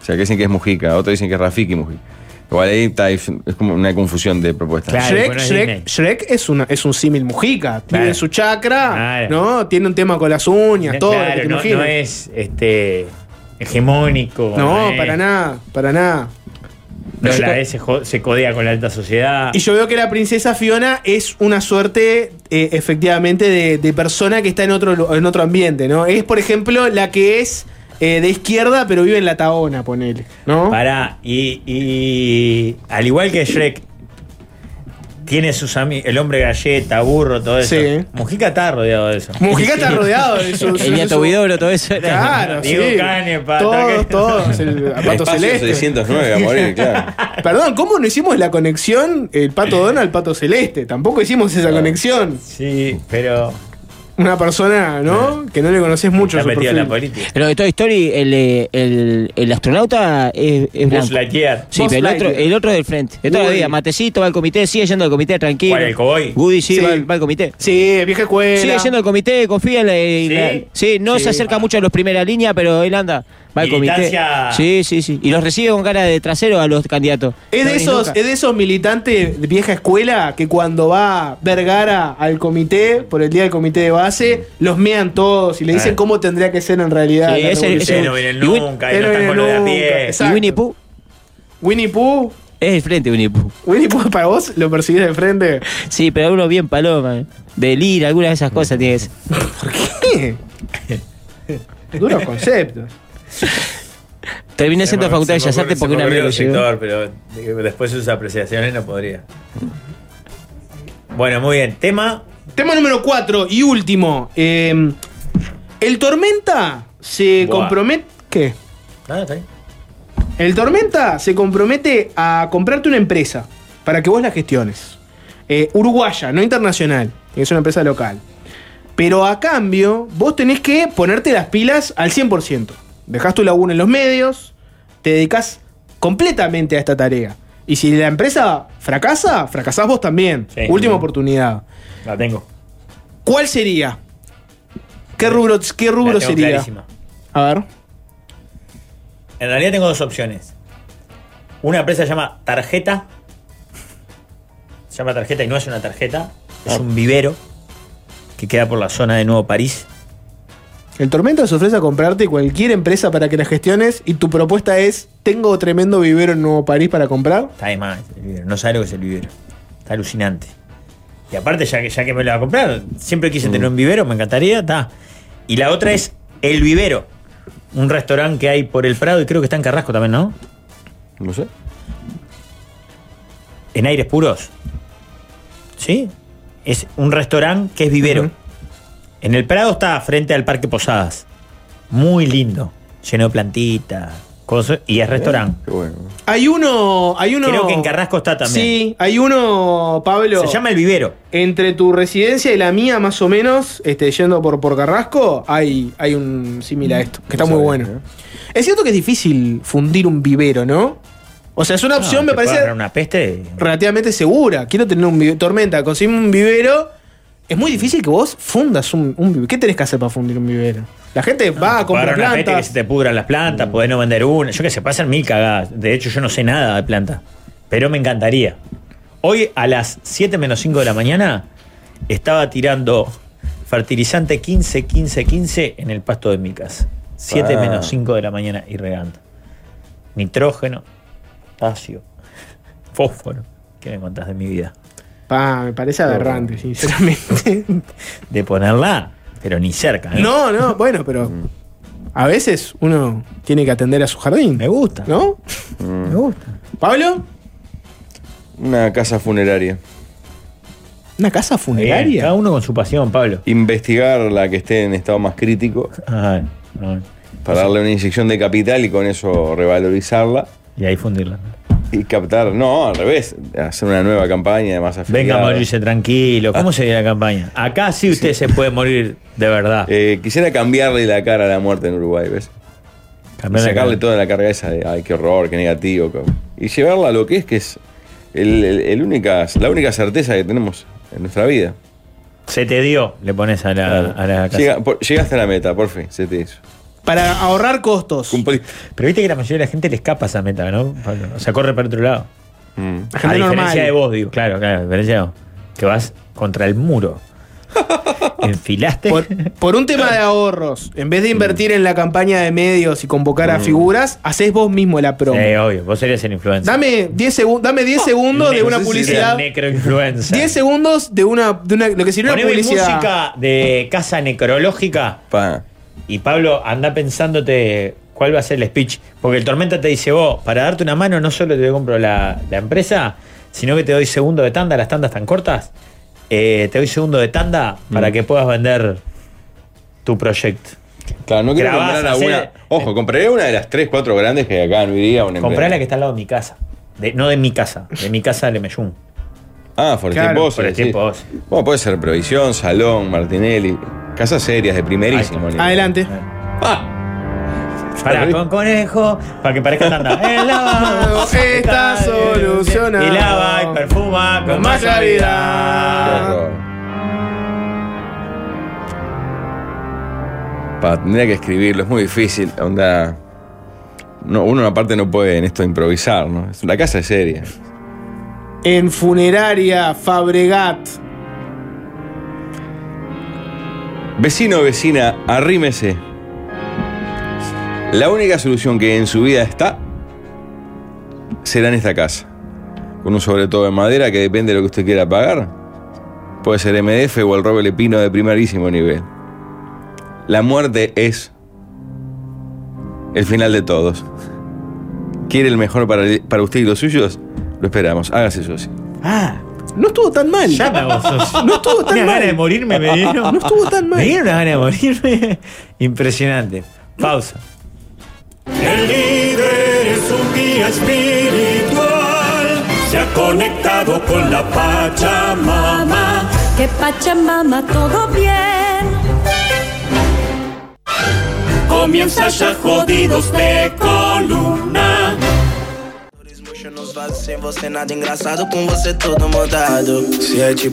Speaker 4: o sea, que dicen que es Mujica, otros dicen que es Rafiki Mujica. Igual ahí está, es como una confusión de propuestas.
Speaker 3: Claro.
Speaker 2: Shrek,
Speaker 3: bueno, es Disney.
Speaker 2: Shrek, Shrek es, una, es un símil mujica. Tiene
Speaker 3: Claro.
Speaker 2: su chakra,
Speaker 3: Claro.
Speaker 2: ¿no? Tiene un tema con las uñas, todo lo que
Speaker 3: Claro,
Speaker 2: te
Speaker 3: no,
Speaker 2: imagines.
Speaker 3: no es este hegemónico.
Speaker 2: No,
Speaker 3: es-
Speaker 2: para nada, para nada.
Speaker 3: Pero
Speaker 2: Yo
Speaker 3: a la
Speaker 2: co-
Speaker 3: vez se, jo- se codea con la alta sociedad.
Speaker 2: Y yo veo que la princesa Fiona es una suerte, eh, efectivamente, de, de persona que está en otro, lu- en otro ambiente, ¿no? Es, por ejemplo, la que es eh, de izquierda, pero vive en la Taona, ponele, ¿no?
Speaker 3: Pará, y, y al igual que Shrek, tiene sus amigos, el hombre galleta, burro, todo eso.
Speaker 2: Sí.
Speaker 3: Mujica está rodeado de eso.
Speaker 2: Mujica está rodeado de su...
Speaker 5: El
Speaker 2: su-
Speaker 5: nieto
Speaker 2: su-
Speaker 5: Huidobro, todo eso.
Speaker 2: Claro,
Speaker 3: Diego
Speaker 2: sí.
Speaker 3: Cane, Pato, que-
Speaker 2: Todos, todos. El
Speaker 4: El
Speaker 2: pato
Speaker 4: espacio
Speaker 2: celeste.
Speaker 4: 609 a morir, claro.
Speaker 2: Perdón, ¿cómo no hicimos la conexión el pato Donald al pato celeste? Tampoco hicimos
Speaker 5: Ah.
Speaker 2: esa conexión.
Speaker 3: Sí, pero
Speaker 2: Una persona,
Speaker 5: Ah.
Speaker 2: ¿no? Que no le conoces mucho.
Speaker 3: está
Speaker 2: su
Speaker 3: metido en la
Speaker 2: perfil.
Speaker 3: política.
Speaker 5: Pero de Toy Story, el, eh, el, el astronauta es, es
Speaker 3: Buzz
Speaker 5: blanco.
Speaker 3: Lightyear.
Speaker 5: Sí,
Speaker 2: Buzz
Speaker 5: pero el otro,
Speaker 2: Lightyear.
Speaker 5: el otro del frente. De toda la
Speaker 2: Woody.
Speaker 5: vida, matecito, va al comité, sigue yendo al comité tranquilo.
Speaker 3: ¿Cuál, el cowboy?
Speaker 5: Woody sí,
Speaker 2: Sí.
Speaker 5: Va, al- va al comité.
Speaker 2: Sí, vieja escuela.
Speaker 5: Sigue yendo al comité, confía en la. en la-
Speaker 3: ¿Sí?
Speaker 5: sí, no se acerca mucho a los primera línea, pero él anda. Va al comité.
Speaker 3: Militancia.
Speaker 5: Sí, sí, sí. Y los recibe con cara de trasero a los candidatos.
Speaker 2: Es
Speaker 5: No
Speaker 2: de,
Speaker 5: venís
Speaker 2: esos,
Speaker 5: nunca.
Speaker 2: es de esos militantes de vieja escuela que cuando va Vergara al comité, por el día del comité de base, los mean todos y le dicen
Speaker 3: Ah.
Speaker 2: cómo tendría que ser en realidad.
Speaker 5: Eh. Sí,
Speaker 2: la
Speaker 5: ese-
Speaker 2: revolución.
Speaker 5: ese-
Speaker 3: Ustedes no vienen
Speaker 5: y Win-
Speaker 3: nunca, y
Speaker 2: él
Speaker 3: no
Speaker 2: no
Speaker 3: están con lo de a
Speaker 2: viene
Speaker 3: pie.
Speaker 2: nunca,
Speaker 5: Y
Speaker 2: exacto.
Speaker 5: Winnie Pooh
Speaker 2: Winnie Pooh,
Speaker 5: es el frente, Winnie Pooh.
Speaker 2: Winnie Pooh para vos lo percibís de frente.
Speaker 5: Sí, pero uno bien paloma. eh. De lira, alguna de esas cosas tiene que ser.
Speaker 2: ¿Qué? Duros conceptos.
Speaker 5: Terminé siendo
Speaker 3: Se me-
Speaker 5: facultad de
Speaker 3: se me
Speaker 5: Bellas Artes
Speaker 3: ocurre-
Speaker 5: porque un
Speaker 3: se me ocurrió
Speaker 5: amigo lo
Speaker 3: el
Speaker 5: llevó.
Speaker 3: sector, pero eh, después de sus apreciaciones no podría. Bueno, muy bien. Tema.
Speaker 2: Tema número 4 y último. eh, el Tormenta se
Speaker 3: Buah.
Speaker 2: compromete. ¿Qué?
Speaker 3: Ah, está bien.
Speaker 2: El Tormenta se compromete a comprarte una empresa para que vos la gestiones. Eh, uruguaya, no internacional, que es una empresa local. Pero a cambio, vos tenés que ponerte las pilas al 100%. Dejás tu laburo en los medios, te dedicas completamente a esta tarea. Y si la empresa fracasa, fracasás vos también.
Speaker 3: Sí.
Speaker 2: Última oportunidad.
Speaker 3: La tengo.
Speaker 2: ¿Cuál sería? ¿Qué rubro, qué rubro
Speaker 3: La tengo
Speaker 2: sería?
Speaker 3: clarísima.
Speaker 2: A ver.
Speaker 3: En realidad tengo dos opciones. Una empresa se llama Tarjeta. Se llama Tarjeta y no es una tarjeta. Es un vivero que queda por la zona de Nuevo París.
Speaker 2: El Tormenta se ofrece a comprarte cualquier empresa para que la gestiones y tu propuesta es, tengo tremendo vivero en Nuevo París para comprar.
Speaker 3: Está de más el vivero. No sabe lo que es el vivero. Está alucinante. Y aparte, ya que, ya que me lo va a comprar, siempre
Speaker 2: Mm.
Speaker 3: quise tener un vivero, me encantaría, está. Y la otra es El Vivero. Un restaurante que hay por el Prado y creo que está en Carrasco también, ¿no?
Speaker 4: No sé.
Speaker 3: En aires puros. ¿Sí? Es un restaurante que es vivero. En el Prado está frente al Parque Posadas. Muy lindo. Lleno de plantitas, cosas. Y es restaurante.
Speaker 4: Qué bueno.
Speaker 2: Hay uno, hay uno...
Speaker 3: Creo que en Carrasco está también.
Speaker 2: Sí, hay uno, Pablo.
Speaker 3: Se llama El Vivero.
Speaker 2: Entre tu residencia y la mía, más o menos, este, yendo por, por Carrasco, hay, hay un similar a esto, que está
Speaker 4: No
Speaker 2: muy
Speaker 4: sabía, eh.
Speaker 2: bueno. Es cierto que es difícil fundir un vivero, ¿no? O sea, es una opción,
Speaker 3: Ah,
Speaker 2: me
Speaker 3: te puede
Speaker 2: parece...
Speaker 3: agarrar una peste.
Speaker 2: relativamente segura. Quiero tener un vivero. Tormenta, conseguimos un vivero es muy difícil que vos fundas un, un vivero. ¿Qué tenés que hacer para fundir un vivero? La gente va a comprar
Speaker 3: Pagar una peste que
Speaker 2: plantas. Mm.
Speaker 3: se te pudran las plantas, podés no vender una. Yo qué sé, pasan mil cagadas. De hecho, yo no sé nada de planta. Pero me encantaría. Hoy a las 7 menos 5 de la mañana estaba tirando fertilizante 15-15-15 en el pasto de mi casa. 7
Speaker 4: Ah.
Speaker 3: menos 5 de la mañana y regando. Nitrógeno, potasio, fósforo. ¿Qué me contás de mi vida?
Speaker 2: Pa, me parece aberrante, sinceramente.
Speaker 3: De ponerla, pero ni cerca. ¿eh?
Speaker 2: no, no, bueno, pero a veces uno tiene que atender a su jardín,
Speaker 3: Me gusta.
Speaker 2: ¿no?
Speaker 3: Me gusta.
Speaker 2: Pablo,
Speaker 4: Una casa funeraria.
Speaker 2: una casa
Speaker 3: Bien, Eh, Cada
Speaker 2: funeraria.
Speaker 3: uno con su pasión, Pablo.
Speaker 4: Investigar la que esté en estado más crítico
Speaker 3: Ay, ay.
Speaker 4: para darle una inyección de capital y con eso revalorizarla.
Speaker 3: Y ahí fundirla.
Speaker 4: Y captar, no, al revés, hacer una nueva campaña de más afiliados.
Speaker 3: Venga a morirse tranquilo.
Speaker 2: Ah.
Speaker 3: ¿Cómo sería la campaña? Acá sí usted se puede morir de verdad.
Speaker 4: Eh, quisiera cambiarle la cara a la muerte en Uruguay, ¿ves? Y
Speaker 3: Cambiar la
Speaker 4: sacarle
Speaker 3: cara.
Speaker 4: toda la carga esa de, ay, qué horror, qué negativo. cabrón". Y llevarla a lo que es que es el, el- el única, la única certeza que tenemos en nuestra vida.
Speaker 3: Se te dio, le pones a la, a la casa.
Speaker 4: Llega- por- llegaste a la meta, por fin, se te hizo.
Speaker 2: Para ahorrar costos.
Speaker 4: Cumplí.
Speaker 3: Pero viste que la mayoría de la gente le escapa esa meta, ¿no? Pablo? O sea, corre para otro lado.
Speaker 4: Mm.
Speaker 2: La
Speaker 3: A
Speaker 2: gente
Speaker 3: diferencia
Speaker 2: normal.
Speaker 3: de vos, digo. Claro, claro, a diferencia de vos. Que vas contra el muro. Enfilaste.
Speaker 2: Por, por un tema de ahorros, en vez de invertir en la campaña de medios y convocar a figuras, haces vos mismo la promo.
Speaker 3: Mm. Sí, obvio. Vos serías el influencer.
Speaker 2: Dame 10 segun- dame 10 segundos de
Speaker 3: Ne-
Speaker 2: una
Speaker 3: no sé si
Speaker 2: publicidad.
Speaker 3: sería Necroinfluencer.
Speaker 2: 10 segundos de una, de una- lo que sería una
Speaker 3: Poneme
Speaker 2: publicidad.
Speaker 3: música de casa necrológica.
Speaker 4: Pa.
Speaker 3: Y Pablo, anda pensándote cuál va a ser el speech. Porque el Tormenta te dice, vos, para darte una mano no solo te compro la, la empresa, sino que te doy segundo de tanda, las tandas tan cortas. eh, te doy segundo de tanda para que puedas vender tu proyecto.
Speaker 4: Claro, no quiero
Speaker 3: Grabás,
Speaker 4: comprar
Speaker 3: hacé-
Speaker 4: alguna. Ojo, compraré una de las 3, 4 grandes que acá no iría. Una
Speaker 3: Comprá la que
Speaker 4: empresa.
Speaker 3: está al lado de mi casa. De- no de mi casa, de mi casa de Lemeyún.
Speaker 4: Ah, Forestier
Speaker 2: Claro,
Speaker 4: Pozo,
Speaker 3: Forestier
Speaker 4: decís.
Speaker 3: Pozo.
Speaker 4: Bueno, puede ser Provisión, Salón, Martinelli. Casas serias de primerísimo.
Speaker 3: Ahí
Speaker 4: nivel.
Speaker 2: Adelante.
Speaker 3: Eh.
Speaker 4: Ah,
Speaker 3: Para con conejo, para que parezca tanda. El lavado
Speaker 2: Está solucionado.
Speaker 3: Y lava y perfuma con,
Speaker 2: Con
Speaker 3: más
Speaker 2: más
Speaker 4: qué
Speaker 3: claridad.
Speaker 2: claridad. Ah.
Speaker 4: horror. Pa, tendría que escribirlo, es muy difícil. Onda. No, uno aparte no puede en esto improvisar, ¿no? Es- La casa es seria.
Speaker 2: En funeraria, Fabregat.
Speaker 4: Vecino o vecina, arrímese. La única solución que en su vida está será en esta casa. Con un sobre todo de madera que depende de lo que usted quiera pagar. Puede ser MDF o el roble pino de primerísimo nivel. La muerte es el final de todos. ¿Quiere el mejor para, para usted y los suyos? Lo esperamos. Hágase socio.
Speaker 3: Ah,
Speaker 2: No estuvo tan mal.
Speaker 3: ya me hago socio.
Speaker 2: No estuvo tan mal.
Speaker 3: Unas ganas de morirme me dieron.
Speaker 2: No estuvo tan mal.
Speaker 3: Me dieron unas ganas de morirme. Impresionante. Pausa.
Speaker 6: El líder es un guía espiritual, se ha conectado con la Pachamama.
Speaker 10: Que Pachamama todo bien.
Speaker 6: Comienza ya jodidos de columna.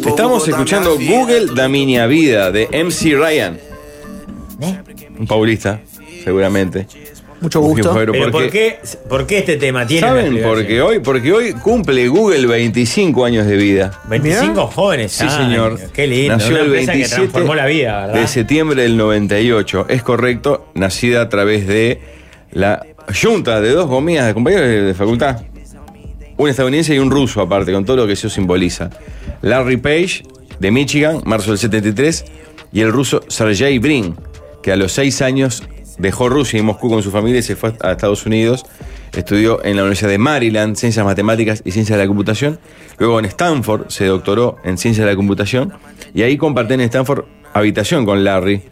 Speaker 4: Estamos escuchando Google da miña vida de MC Ryan. Un paulista, seguramente.
Speaker 2: Mucho
Speaker 4: Un
Speaker 2: gusto.
Speaker 4: jujero,
Speaker 3: Pero ¿por
Speaker 4: porque-
Speaker 3: qué, por qué este tema tiene? una
Speaker 4: ¿Saben
Speaker 3: explicación?
Speaker 4: por qué hoy? Porque hoy cumple Google 25 años de vida.
Speaker 3: 25 jóvenes.
Speaker 4: Sí,
Speaker 3: Ay,
Speaker 4: señor.
Speaker 3: Ah, Qué lindo.
Speaker 4: Nació
Speaker 3: una
Speaker 4: el
Speaker 3: empresa
Speaker 4: 27
Speaker 3: que transformó la vida, ¿verdad?
Speaker 4: de septiembre del 98. Es correcto, nacida a través de la junta de dos gomías de compañeros de de facultad. Un estadounidense y un ruso, aparte, con todo lo que eso simboliza. Larry Page, de Michigan, marzo del 73, y el ruso Sergei Brin, que a los seis años dejó Rusia y Moscú con su familia y se fue a Estados Unidos. Estudió en la Universidad de Maryland Ciencias Matemáticas y Ciencias de la Computación. Luego en Stanford se doctoró en Ciencias de la Computación. Y ahí compartió en Stanford habitación con Larry.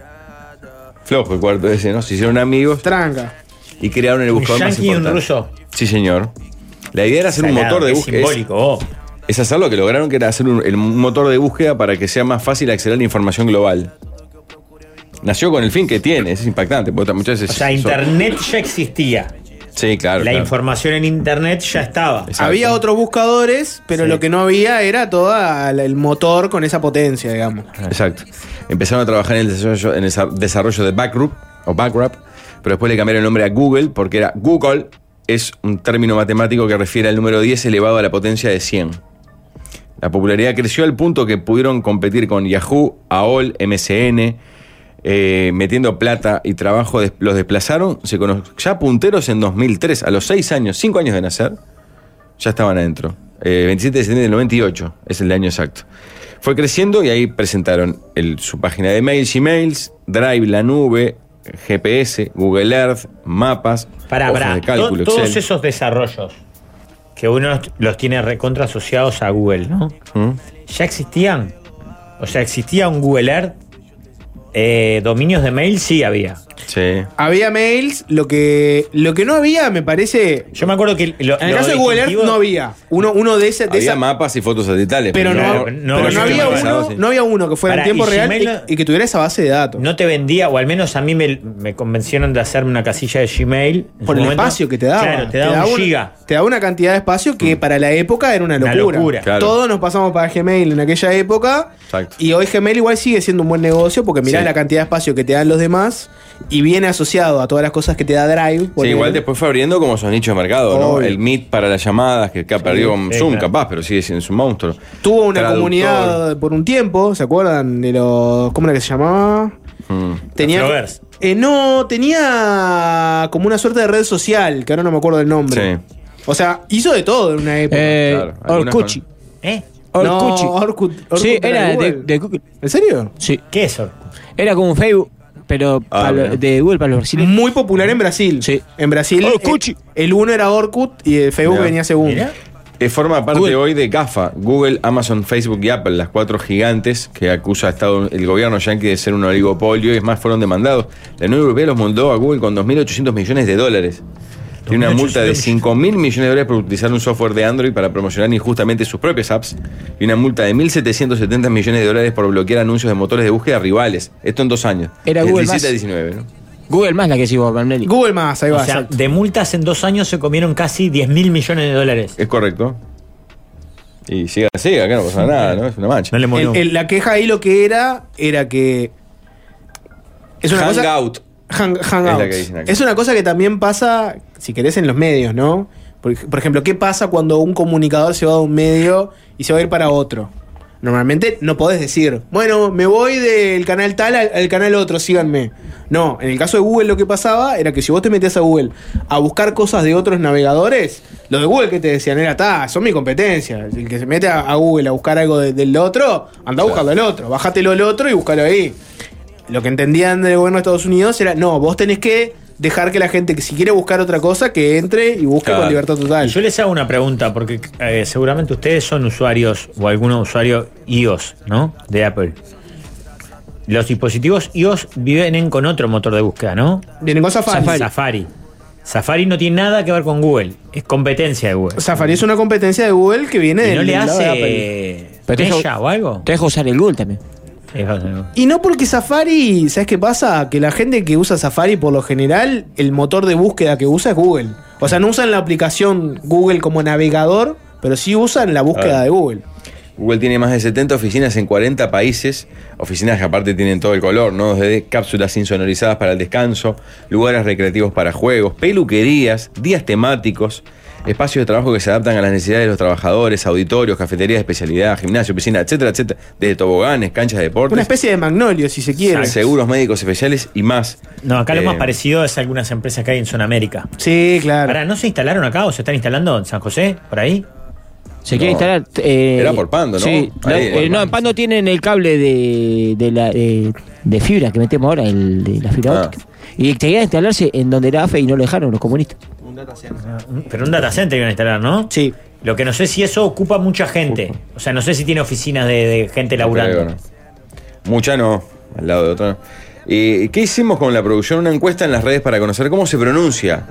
Speaker 4: Flojo el cuarto ese, ¿no? Se hicieron amigos
Speaker 2: Tranca.
Speaker 4: y crearon el
Speaker 3: un
Speaker 4: buscador más
Speaker 3: yankee y un
Speaker 4: importante.
Speaker 3: ruso.
Speaker 4: Sí, señor. La idea era hacer un
Speaker 3: Salado,
Speaker 4: motor de
Speaker 3: qué
Speaker 4: búsqueda. Es,
Speaker 3: simbólico. vos.
Speaker 4: es hacer lo que lograron, que era hacer un, el motor de búsqueda para que sea más fácil acceder a la información global. Nació con el fin que tiene, es impactante. porque muchas veces
Speaker 3: O sea,
Speaker 4: son-
Speaker 3: internet ya existía.
Speaker 4: Sí, claro.
Speaker 3: La
Speaker 4: claro.
Speaker 3: información en internet ya estaba.
Speaker 4: Exacto.
Speaker 2: Había otros buscadores, pero
Speaker 3: Sí.
Speaker 2: lo que no había era todo el motor con esa potencia, digamos.
Speaker 4: Exacto. Empezaron a trabajar en el desarrollo, en el sa- desarrollo de Backrub o Backrub, pero después le cambiaron el nombre a Google porque era Google es un término matemático que refiere al número 10 elevado a la potencia de 100. La popularidad creció al punto que pudieron competir con Yahoo, AOL, MSN, eh, metiendo plata y trabajo, des- los desplazaron, se cono- ya punteros en 2003, a los 6 años, 5 años de nacer, ya estaban adentro. Eh, 27 de septiembre del 98 es el año exacto. Fue creciendo y ahí presentaron el- su página de mail, Gmails, Drive, la nube, GPS, Google Earth, mapas,
Speaker 3: Para,
Speaker 4: hojas
Speaker 3: para,
Speaker 4: de cálculo,
Speaker 3: todos
Speaker 4: Excel.
Speaker 3: esos desarrollos que uno los- los tiene recontra asociados a Google, ¿no?
Speaker 4: ¿Mm?
Speaker 3: Ya existían. O sea, existía un Google Earth. eh, dominios de mail sí había.
Speaker 4: Sí.
Speaker 2: Había mails, lo que, lo que no había, me parece.
Speaker 3: Yo me acuerdo que. Lo,
Speaker 2: En el caso de Google Earth no había. Uno, uno de ese. De
Speaker 4: Había
Speaker 2: esa-
Speaker 4: mapas y fotos satelitales.
Speaker 2: pero no,
Speaker 3: Claro, no,
Speaker 2: pero
Speaker 3: yo
Speaker 2: no, había
Speaker 3: creo que
Speaker 2: uno,
Speaker 4: pasaba, sí.
Speaker 2: no había uno que fuera
Speaker 3: Pará,
Speaker 2: en tiempo
Speaker 3: y
Speaker 2: real
Speaker 3: Gmail
Speaker 2: y-
Speaker 3: no-
Speaker 2: y, que tuviera esa base de datos.
Speaker 3: No te vendía, o al menos a mí me, me convencieron de hacerme una casilla de Gmail. en su
Speaker 2: por el
Speaker 3: momento.
Speaker 2: espacio que te daba.
Speaker 3: Claro, te daba un
Speaker 2: una-
Speaker 3: giga. Mm.
Speaker 2: Te daba una cantidad de espacio que para la época era una
Speaker 3: Una
Speaker 2: locura.
Speaker 3: locura.
Speaker 4: Claro.
Speaker 2: Todos nos pasamos para Gmail en aquella época.
Speaker 4: Exacto.
Speaker 2: Y hoy Gmail igual sigue siendo un buen negocio porque mirá
Speaker 4: Sí.
Speaker 2: la cantidad de espacio que te dan los demás y viene asociado a todas las cosas que te da Drive.
Speaker 4: Sí,
Speaker 2: ponele.
Speaker 4: igual después fue abriendo como sus nichos de mercado, ¿no?
Speaker 2: Obvio.
Speaker 4: El Meet para las llamadas, que, que perdió con
Speaker 3: sí,
Speaker 4: Zoom,
Speaker 3: claro.
Speaker 4: capaz, pero sigue siendo su monstruo.
Speaker 2: Tuvo una
Speaker 4: Traductor.
Speaker 2: comunidad por un tiempo, ¿se acuerdan? De los. ¿Cómo era que se llamaba?
Speaker 4: Mm.
Speaker 2: Tenía.
Speaker 3: Flowers.
Speaker 2: Eh, no, tenía como una suerte de red social, que ahora no me acuerdo el nombre.
Speaker 4: Sí.
Speaker 2: O sea, hizo de todo en una época.
Speaker 5: Eh,
Speaker 4: Claro, algunas
Speaker 5: Orkuchi.
Speaker 4: con-
Speaker 3: ¿Eh?
Speaker 2: No,
Speaker 5: Orkuchi.
Speaker 2: Orkut- Orkut
Speaker 5: sí,
Speaker 2: era
Speaker 5: era
Speaker 2: de
Speaker 5: de,
Speaker 2: Google.
Speaker 5: de Google.
Speaker 2: ¿En serio?
Speaker 5: Sí.
Speaker 3: ¿Qué es eso?
Speaker 5: Era como un Facebook, pero
Speaker 4: Ah,
Speaker 5: para lo-
Speaker 4: mira.
Speaker 5: de Google para los brasileños.
Speaker 2: Muy popular en Brasil.
Speaker 5: Sí.
Speaker 2: En Brasil.
Speaker 5: Orkut.
Speaker 2: eh, El uno era Orkut y el Facebook
Speaker 4: Mirá.
Speaker 2: venía segundo.
Speaker 3: Mirá.
Speaker 4: Eh, forma parte
Speaker 5: Google.
Speaker 4: hoy de GAFA, Google, Amazon, Facebook y Apple, las cuatro gigantes que acusa a Estado- el gobierno yanqui de ser un oligopolio y es más, fueron demandados. La Unión Europea los mandó a Google con 2.800 millones de dólares. Tiene una multa de 5.000 millones de dólares por utilizar un software de Android para promocionar injustamente sus propias apps y una multa de 1.770 millones de dólares por bloquear anuncios de motores de búsqueda rivales. Esto en dos años.
Speaker 5: Era
Speaker 4: Del
Speaker 5: Google
Speaker 4: 17 al
Speaker 5: más.
Speaker 4: 19, ¿no?
Speaker 5: Google más la que sigo, Manuel.
Speaker 2: Google más, ahí
Speaker 3: O
Speaker 2: va.
Speaker 3: sea,
Speaker 2: exacto.
Speaker 3: de multas en dos años se comieron casi 10 mil millones de dólares.
Speaker 4: Es correcto. Y siga así, acá no pasa nada, ¿no? Es una mancha.
Speaker 3: No le moló.
Speaker 2: El- el- la queja ahí lo que era, era que. Es una cosa.
Speaker 4: Hangout.
Speaker 2: Hang- hangouts.
Speaker 4: Es la que dicen acá.
Speaker 2: Es una cosa que también pasa, si querés, en los medios, ¿no? Por, ej- por ejemplo, ¿qué pasa cuando un comunicador se va de un medio y se va a ir para otro? Normalmente no podés decir, bueno, me voy del canal tal al, al canal otro, síganme. No, en el caso de Google lo que pasaba era que si vos te metías a Google a buscar cosas de otros navegadores, lo de Google que te decían era, ta, son mi competencia. El que se mete a, a Google a buscar algo de- del otro, anda buscando al otro, bájatelo al otro y búscalo ahí lo que entendían del gobierno de Estados Unidos era, no, vos tenés que dejar que la gente que si quiere buscar otra cosa, que entre y busque
Speaker 4: Claro.
Speaker 2: con libertad total.
Speaker 3: Yo les hago una pregunta, porque eh, seguramente ustedes son usuarios o algún usuario iOS, ¿no? De Apple. Los dispositivos iOS vienen con otro motor de búsqueda, ¿no?
Speaker 2: Vienen con Safari.
Speaker 3: Safari.
Speaker 2: Safari.
Speaker 3: Safari. no tiene nada que ver con Google. Es competencia de Google.
Speaker 2: es una competencia de Google que viene
Speaker 3: y no
Speaker 2: del
Speaker 3: le
Speaker 2: lado de Apple.
Speaker 3: hace
Speaker 5: Pero te
Speaker 3: ella
Speaker 5: deja-
Speaker 3: o algo.
Speaker 5: Te dejo usar el Google también.
Speaker 2: Y no porque Safari, ¿sabes qué pasa? Que la gente que usa Safari por lo general, el motor de búsqueda que usa es Google. O sea, no usan la aplicación Google como navegador, pero sí usan la búsqueda de Google.
Speaker 4: Google tiene más de 70 oficinas en 40 países, oficinas que aparte tienen todo el color, ¿no? Desde cápsulas insonorizadas para el descanso, lugares recreativos para juegos, peluquerías, días temáticos, espacios de trabajo que se adaptan a las necesidades de los trabajadores, auditorios, cafeterías de especialidad, gimnasio, piscina, etcétera, etcétera, desde toboganes, canchas de deportes,
Speaker 2: Una especie de magnolio, si se quiere.
Speaker 4: seguros médicos especiales y más.
Speaker 3: No, acá lo
Speaker 4: Eh,
Speaker 3: más parecido es algunas empresas que hay en Sudamérica.
Speaker 2: Sí, claro.
Speaker 3: Ahora, ¿no se instalaron acá o se están instalando en San José? ¿Por ahí?
Speaker 5: Se
Speaker 4: No.
Speaker 5: quiere instalar. eh,
Speaker 4: Era por Pando, ¿no?
Speaker 5: Sí,
Speaker 4: Ahí,
Speaker 5: la-
Speaker 4: ahí,
Speaker 5: eh,
Speaker 4: ahí.
Speaker 5: no, en Pando tienen el cable de, de la, de, de fibra que metemos ahora, el de la fibra
Speaker 4: Ah.
Speaker 5: óptica. Y te quería instalarse en donde era AFE y no lo dejaron los comunistas.
Speaker 9: Un data center.
Speaker 3: Pero un data center iban a instalar, ¿no?
Speaker 2: Sí.
Speaker 3: Lo que no sé si eso ocupa mucha gente. O sea, no sé si tiene oficinas de, de gente
Speaker 4: Creo,
Speaker 3: laburando.
Speaker 4: ¿no? Mucha no, al lado de otra. no. Eh, ¿Qué hicimos con la producción? Una encuesta en las redes para conocer cómo se pronuncia.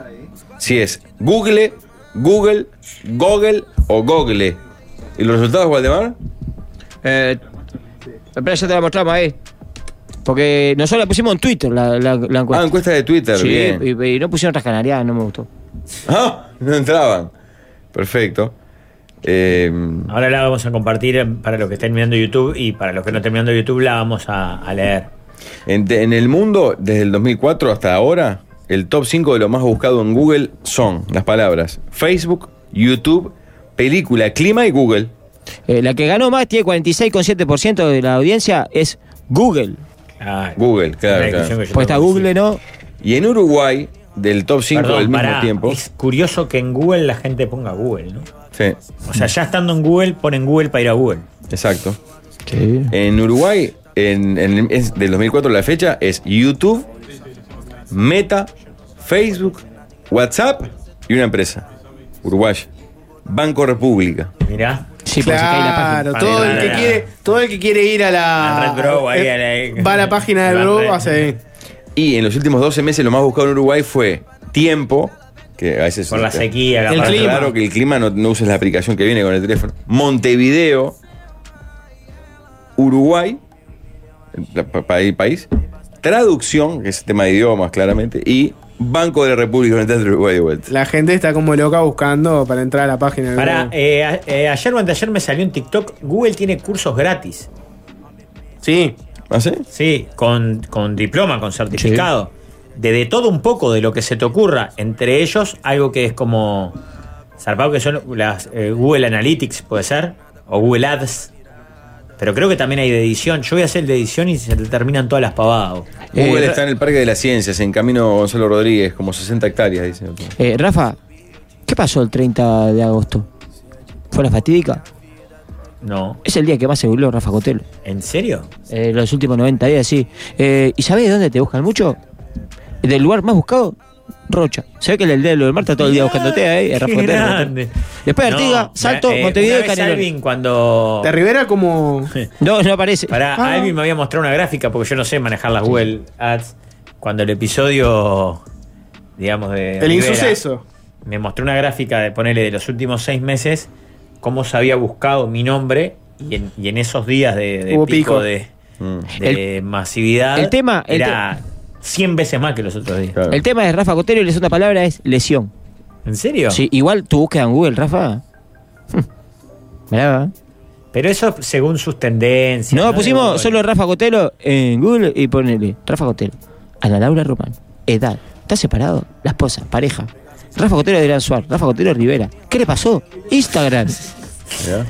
Speaker 4: Si es Google, Google, Google o Google. ¿Y los resultados, Waldemar? Ah,
Speaker 5: Eh, espera, ya te la mostramos ahí. Porque nosotros la pusimos en Twitter la, la, la
Speaker 4: Ah,
Speaker 5: encuesta.
Speaker 4: encuesta de Twitter,
Speaker 5: sí,
Speaker 4: bien.
Speaker 5: y, y no pusieron otras canarias, no me gustó.
Speaker 4: Ah, no entraban. Perfecto. Eh,
Speaker 3: Ahora la vamos a compartir para los que estén mirando YouTube y para los que no estén mirando YouTube la vamos a, a leer.
Speaker 4: En, te- en el mundo, desde el 2004 hasta ahora, el top 5 de lo más buscado en Google son las palabras Facebook, YouTube, película, clima y Google.
Speaker 5: Eh, la que ganó más tiene 46,7% de la audiencia es Google.
Speaker 4: Google, claro.
Speaker 3: Una discusión
Speaker 4: claro.
Speaker 3: que yo
Speaker 5: Pues está Google, ¿no?
Speaker 4: Y en Uruguay, del top 5
Speaker 3: Perdón,
Speaker 4: del mismo
Speaker 3: pará,
Speaker 4: tiempo.
Speaker 3: Es curioso que en Google la gente ponga Google, ¿no?
Speaker 4: Sí,
Speaker 3: O sea, ya estando en Google, ponen Google para ir a Google.
Speaker 4: exacto. En Uruguay, en, en- es del 2004 la fecha, es YouTube, Meta, Facebook, WhatsApp y una empresa. Uruguaya. Banco República.
Speaker 3: Mirá.
Speaker 5: Sí, porque se cae la página.
Speaker 2: Claro,
Speaker 3: Ah,
Speaker 2: todo el, que
Speaker 3: Vale,
Speaker 2: quiere, todo el que quiere ir a la.
Speaker 3: Al Red Grow, ahí,
Speaker 2: eh,
Speaker 3: ahí.
Speaker 2: Va a la página del
Speaker 3: Al
Speaker 2: Bro,
Speaker 3: Red.
Speaker 2: hace.
Speaker 4: Y en los últimos 12 meses lo más buscado en Uruguay fue tiempo, que a veces... este,
Speaker 3: Por la sequía,
Speaker 2: El
Speaker 3: capaz.
Speaker 4: Claro,
Speaker 2: clima.
Speaker 4: Claro que el clima no, no uses la aplicación que viene con el teléfono. Montevideo, Uruguay, la- pa- pa- país, traducción, que es tema de idiomas claramente, y Banco de la República Oriental de Uruguay de vuelta.
Speaker 2: La gente está como loca buscando para entrar a la página del
Speaker 3: Pará,
Speaker 2: Bro.
Speaker 3: eh, a- eh, ayer o anteayer me salió en TikTok, Google tiene cursos gratis.
Speaker 2: Sí.
Speaker 4: ¿Ah, sí?
Speaker 3: Sí, con, con diploma, con certificado. De, de todo un poco de lo que se te ocurra. Entre ellos, algo que es como. Zarpado, que son las eh, Google Analytics, puede ser. O Google Ads. Pero creo que también hay de edición. Yo voy a hacer el de edición y se te terminan todas las pavadas. vos.
Speaker 4: Google
Speaker 5: Eh,
Speaker 4: está en el Parque de las Ciencias, en camino Gonzalo Rodríguez, como 60 hectáreas, dice. otro.
Speaker 5: Eh, Rafa, ¿qué pasó el 30 de agosto? ¿Fue la fatídica?
Speaker 3: No.
Speaker 5: Es el día que más se burló Rafa Cotelo.
Speaker 3: ¿En serio?
Speaker 5: Eh, los últimos 90 días, sí. Eh, ¿Y sabés de dónde te buscan mucho? ¿Del lugar más buscado? Rocha. Se ve que el del dedo del mar está todo el día buscándote ahí. eh, Rafa
Speaker 3: Qué
Speaker 5: Cotelo, Rafa
Speaker 3: grande.
Speaker 5: Cotelo. Después de Artiga,
Speaker 3: No,
Speaker 5: Salto,
Speaker 3: eh,
Speaker 5: Montevideo
Speaker 3: una
Speaker 5: y
Speaker 3: vez
Speaker 5: Canelones.
Speaker 3: Alvin, cuando.
Speaker 2: De Rivera, como.
Speaker 5: No, no aparece.
Speaker 3: Pará,
Speaker 2: Ah.
Speaker 3: Alvin me había mostrado una gráfica porque yo no sé manejar las Google Ads. Cuando el episodio, digamos, de.
Speaker 2: El
Speaker 3: Rivera,
Speaker 2: insuceso.
Speaker 3: Me mostró una gráfica de ponerle de los últimos seis meses cómo se había buscado mi nombre y en, y en esos días de, de
Speaker 2: Hubo
Speaker 3: pico,
Speaker 2: pico.
Speaker 3: de,
Speaker 4: Mm.
Speaker 3: de masividad.
Speaker 5: el tema- el
Speaker 3: era 100 veces más que los otros días.
Speaker 4: Claro.
Speaker 5: El tema de Rafa Cotelo y la segunda palabra es lesión.
Speaker 3: ¿En serio?
Speaker 5: Sí, igual tu búsqueda en Google, Rafa. Hmm. Brava.
Speaker 3: Pero eso según sus tendencias.
Speaker 5: No,
Speaker 3: Digo,
Speaker 5: pusimos solo Rafa Cotelo en Google y ponele Rafa Cotelo. Ana Laura Román. Edad. Está separado. La esposa. Pareja. Rafa Cotelo de Gran Suárez. Rafa Cotelo Rivera. ¿Qué le pasó? Instagram.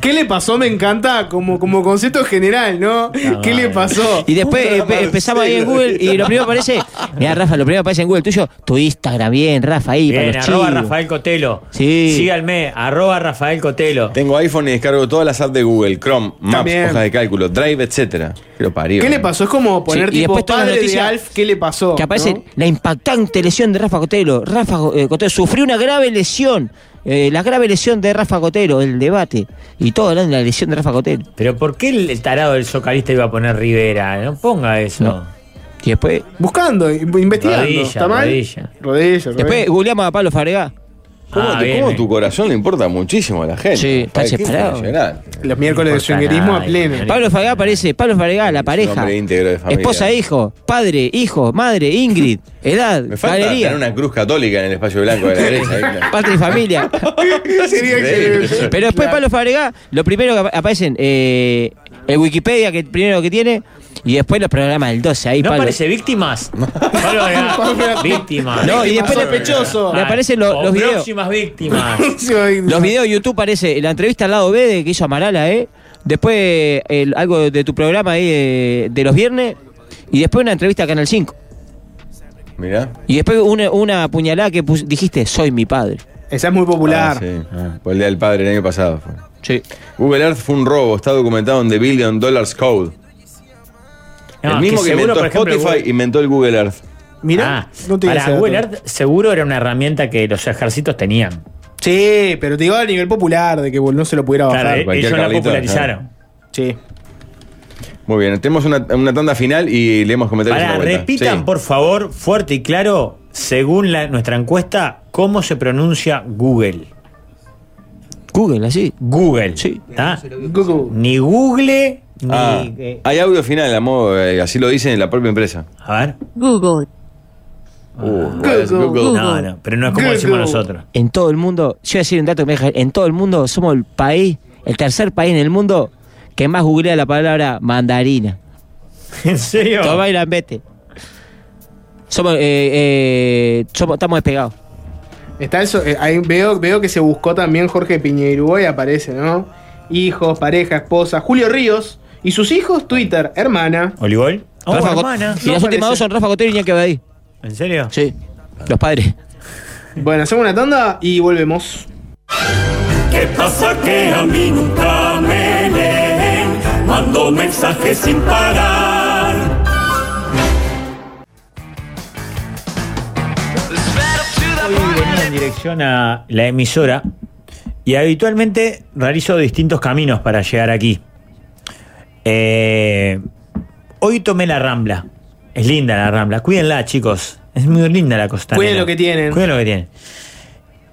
Speaker 2: ¿Qué le pasó? Me encanta como, como concepto general, ¿no? ¿Qué le pasó?
Speaker 5: Y después eh, pe- empezamos ahí en Google y lo primero aparece. Mira, Rafa, lo primero aparece en Google tuyo. Tu Instagram. Bien, Rafa. Ahí
Speaker 3: Bien,
Speaker 5: para los
Speaker 3: arroba
Speaker 5: chivos.
Speaker 3: Rafael Cotelo.
Speaker 5: Sí.
Speaker 3: Síganme, arroba Rafael Cotelo.
Speaker 4: Tengo iPhone y descargo todas las apps de Google, Chrome, Maps,
Speaker 2: También.
Speaker 4: hojas de cálculo, Drive, etcétera. Que lo parió.
Speaker 2: ¿Qué le pasó? Es como poner
Speaker 5: Sí, y
Speaker 2: tipo
Speaker 5: después todas las
Speaker 2: padre de
Speaker 5: noticias
Speaker 2: Alf, ¿qué le pasó?
Speaker 5: Que aparece
Speaker 2: ¿no?
Speaker 5: la impactante lesión de Rafa Cotelo. Rafa eh, Cotelo sufrió una grave lesión. Eh, la grave lesión de Rafa Cotelo, el debate. Y todo hablando de la lesión de Rafa Cotelo.
Speaker 3: Pero ¿por qué el el tarado del socalista iba a poner Rivera? No ponga eso.
Speaker 5: No. Y después,
Speaker 2: Buscando, investigando.
Speaker 3: Rodilla,
Speaker 2: ¿Está mal?
Speaker 3: rodilla.
Speaker 2: Rodilla,
Speaker 5: después
Speaker 2: rodilla.
Speaker 5: googleamos a Pablo Fabregá.
Speaker 4: ¿Cómo,
Speaker 3: Ah,
Speaker 4: te-
Speaker 3: bien,
Speaker 4: cómo
Speaker 3: eh.
Speaker 4: tu corazón le importa muchísimo a la gente?
Speaker 5: Sí, está
Speaker 4: Ay, qué
Speaker 5: separado.
Speaker 4: impresionante.
Speaker 5: uh,
Speaker 2: Los miércoles de
Speaker 3: No importa
Speaker 2: swingerismo a
Speaker 3: nada,
Speaker 2: pleno.
Speaker 3: no
Speaker 5: Pablo Fabregá aparece. Pablo Fabregá, la pareja.
Speaker 4: hombre íntegro de familia.
Speaker 5: Esposa, hijo, padre, hijo, madre, Ingrid, edad,
Speaker 4: Me falta tener
Speaker 5: galería,
Speaker 4: una cruz católica en el espacio blanco de la derecha. ahí, claro.
Speaker 5: patria y familia.
Speaker 2: Sería
Speaker 4: Increíble.
Speaker 5: Pero después Pablo Fabregá, lo primero que apa- aparecen, eh, el Wikipedia, que el primero que tiene, y después los programas del 12. Ahí
Speaker 3: ¿No
Speaker 5: Pablo-
Speaker 3: aparece víctimas? Pablo Vega, víctimas.
Speaker 5: No, y después
Speaker 2: Sospechoso.
Speaker 5: le aparecen los-
Speaker 3: o
Speaker 5: los videos.
Speaker 3: Próximas víctimas.
Speaker 5: Los videos de YouTube parece la entrevista al lado B de que hizo Amarala, ¿eh? Después el- algo de tu programa ahí de, de los viernes. Y después una entrevista a Canal 5.
Speaker 4: Mirá.
Speaker 5: Y después una, una puñalada que pus- dijiste, soy mi padre.
Speaker 2: Esa es muy popular.
Speaker 4: Ah, sí. Ah, fue el día del padre el año pasado. fue.
Speaker 5: Sí.
Speaker 4: Google Earth fue un robo, está documentado en The Billion Dollars Code.
Speaker 3: No,
Speaker 4: el mismo que,
Speaker 3: Ah, seguro,
Speaker 4: inventó
Speaker 3: por ejemplo,
Speaker 4: Spotify,
Speaker 3: Google-
Speaker 4: inventó el Google Earth.
Speaker 2: Mirá,
Speaker 3: Ah,
Speaker 2: no te
Speaker 3: para
Speaker 2: digas
Speaker 3: Google Earth seguro era una herramienta que los ejércitos tenían.
Speaker 2: Sí, pero te digo a nivel popular, de que no se lo pudiera bajar.
Speaker 3: Claro, eh,
Speaker 4: cualquier
Speaker 3: ellos la
Speaker 4: Carlito,
Speaker 3: popularizaron.
Speaker 2: Sí.
Speaker 4: Muy bien, tenemos una, una tanda final y leemos comentarios. en
Speaker 3: Para,
Speaker 4: la vuelta.
Speaker 3: repitan
Speaker 4: Sí.
Speaker 3: por favor, fuerte y claro, según la- nuestra encuesta, cómo se pronuncia Google.
Speaker 5: Google, así.
Speaker 3: Google.
Speaker 5: Sí.
Speaker 3: ¿tá?
Speaker 2: Google.
Speaker 3: Ni Google, ni.
Speaker 4: Ah,
Speaker 3: eh,
Speaker 4: hay audio final, a modo, eh, así lo dicen en la propia empresa.
Speaker 3: a ver.
Speaker 10: Google.
Speaker 3: Ah.
Speaker 4: Uh, Google. Google.
Speaker 3: No, no, pero no es como decimos nosotros.
Speaker 5: En todo el mundo, yo voy a decir un dato que me deja, en todo el mundo somos el país, el tercer país en el mundo que más googlea la palabra mandarina.
Speaker 3: ¿En serio?
Speaker 5: Toma y la vete. Somos, eh, eh, somos- estamos despegados.
Speaker 2: Está eso, eh, ahí veo, veo que se buscó también Jorge Piñeiro y aparece, ¿no? Hijos, pareja, esposa, Julio Ríos y sus hijos, Twitter, hermana.
Speaker 3: ¿Oligol? Oh,
Speaker 5: Rafa Cot-
Speaker 3: hermana.
Speaker 5: y las
Speaker 2: No
Speaker 5: últimas
Speaker 2: parece.
Speaker 5: dos son Rafa Cotero y Iñaki Abadí.
Speaker 3: ¿En serio?
Speaker 5: Sí, los padres.
Speaker 2: Bueno, hacemos una tanda y volvemos.
Speaker 6: ¿Qué pasa que a mí nunca me leen? Mando mensajes sin parar.
Speaker 3: Hoy venía en dirección a la emisora y habitualmente realizo distintos caminos para llegar aquí. Eh, hoy tomé la Rambla. Es linda la Rambla. Cuídenla, chicos. Es muy linda la costanera.
Speaker 2: Cuiden lo que tienen.
Speaker 3: Cuiden lo que tienen.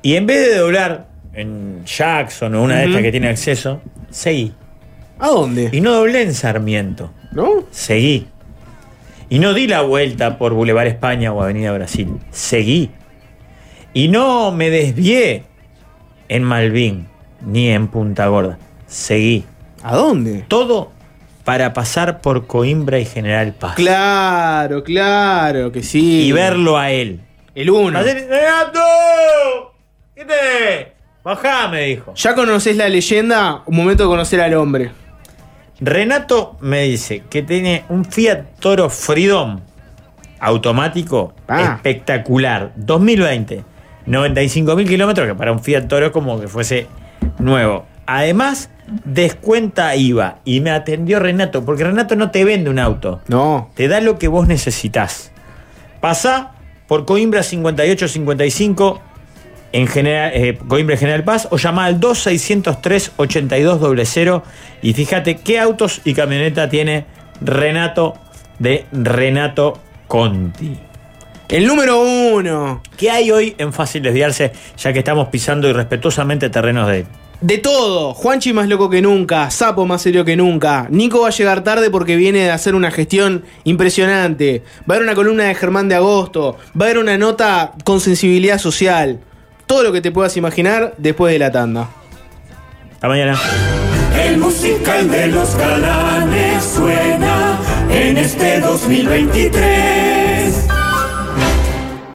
Speaker 3: Y en vez de doblar en Jackson o una de
Speaker 2: Ujú.
Speaker 3: estas que tiene acceso, seguí.
Speaker 2: ¿A dónde?
Speaker 3: Y no doblé en Sarmiento.
Speaker 2: ¿No?
Speaker 3: Seguí. Y no di la vuelta por Boulevard España o Avenida Brasil. Seguí. Y no me desvié en Malvin ni en Punta Gorda. Seguí.
Speaker 2: ¿A dónde?
Speaker 3: Todo para pasar por Coimbra y General Paz.
Speaker 2: Claro, claro que sí.
Speaker 3: Y verlo a él.
Speaker 2: El uno.
Speaker 3: Ayer, "Renato, ¿Qué te? Bajá", me dijo.
Speaker 2: Ya conoces la leyenda, un momento de conocer al hombre.
Speaker 3: Renato me dice que tiene un Fiat Toro Freedom automático
Speaker 2: Ah.
Speaker 3: espectacular, 2020, 95.000 kilómetros, que para un Fiat Toro es como que fuese nuevo. Además, descuenta IVA y me atendió Renato, porque Renato no te vende un auto,
Speaker 2: No.
Speaker 3: te da lo que vos necesitas. Pasá por Coimbra 5855 en general, eh, Coimbra General Paz o llamá al 2603-8200 y fíjate qué autos y camioneta tiene Renato de Renato Conti.
Speaker 2: El número uno.
Speaker 3: ¿Qué hay hoy en Fácil Desviarse ya que estamos pisando irrespetuosamente terrenos de...
Speaker 2: De todo, Juanchi más loco que nunca, Sapo más serio que nunca, Nico va a llegar tarde porque viene de hacer una gestión impresionante, va a haber una columna de Germán de Agosto, va a haber una nota con sensibilidad social, todo lo que te puedas imaginar después de la tanda.
Speaker 3: Hasta mañana.
Speaker 6: El musical de los galanes suena en este 2023.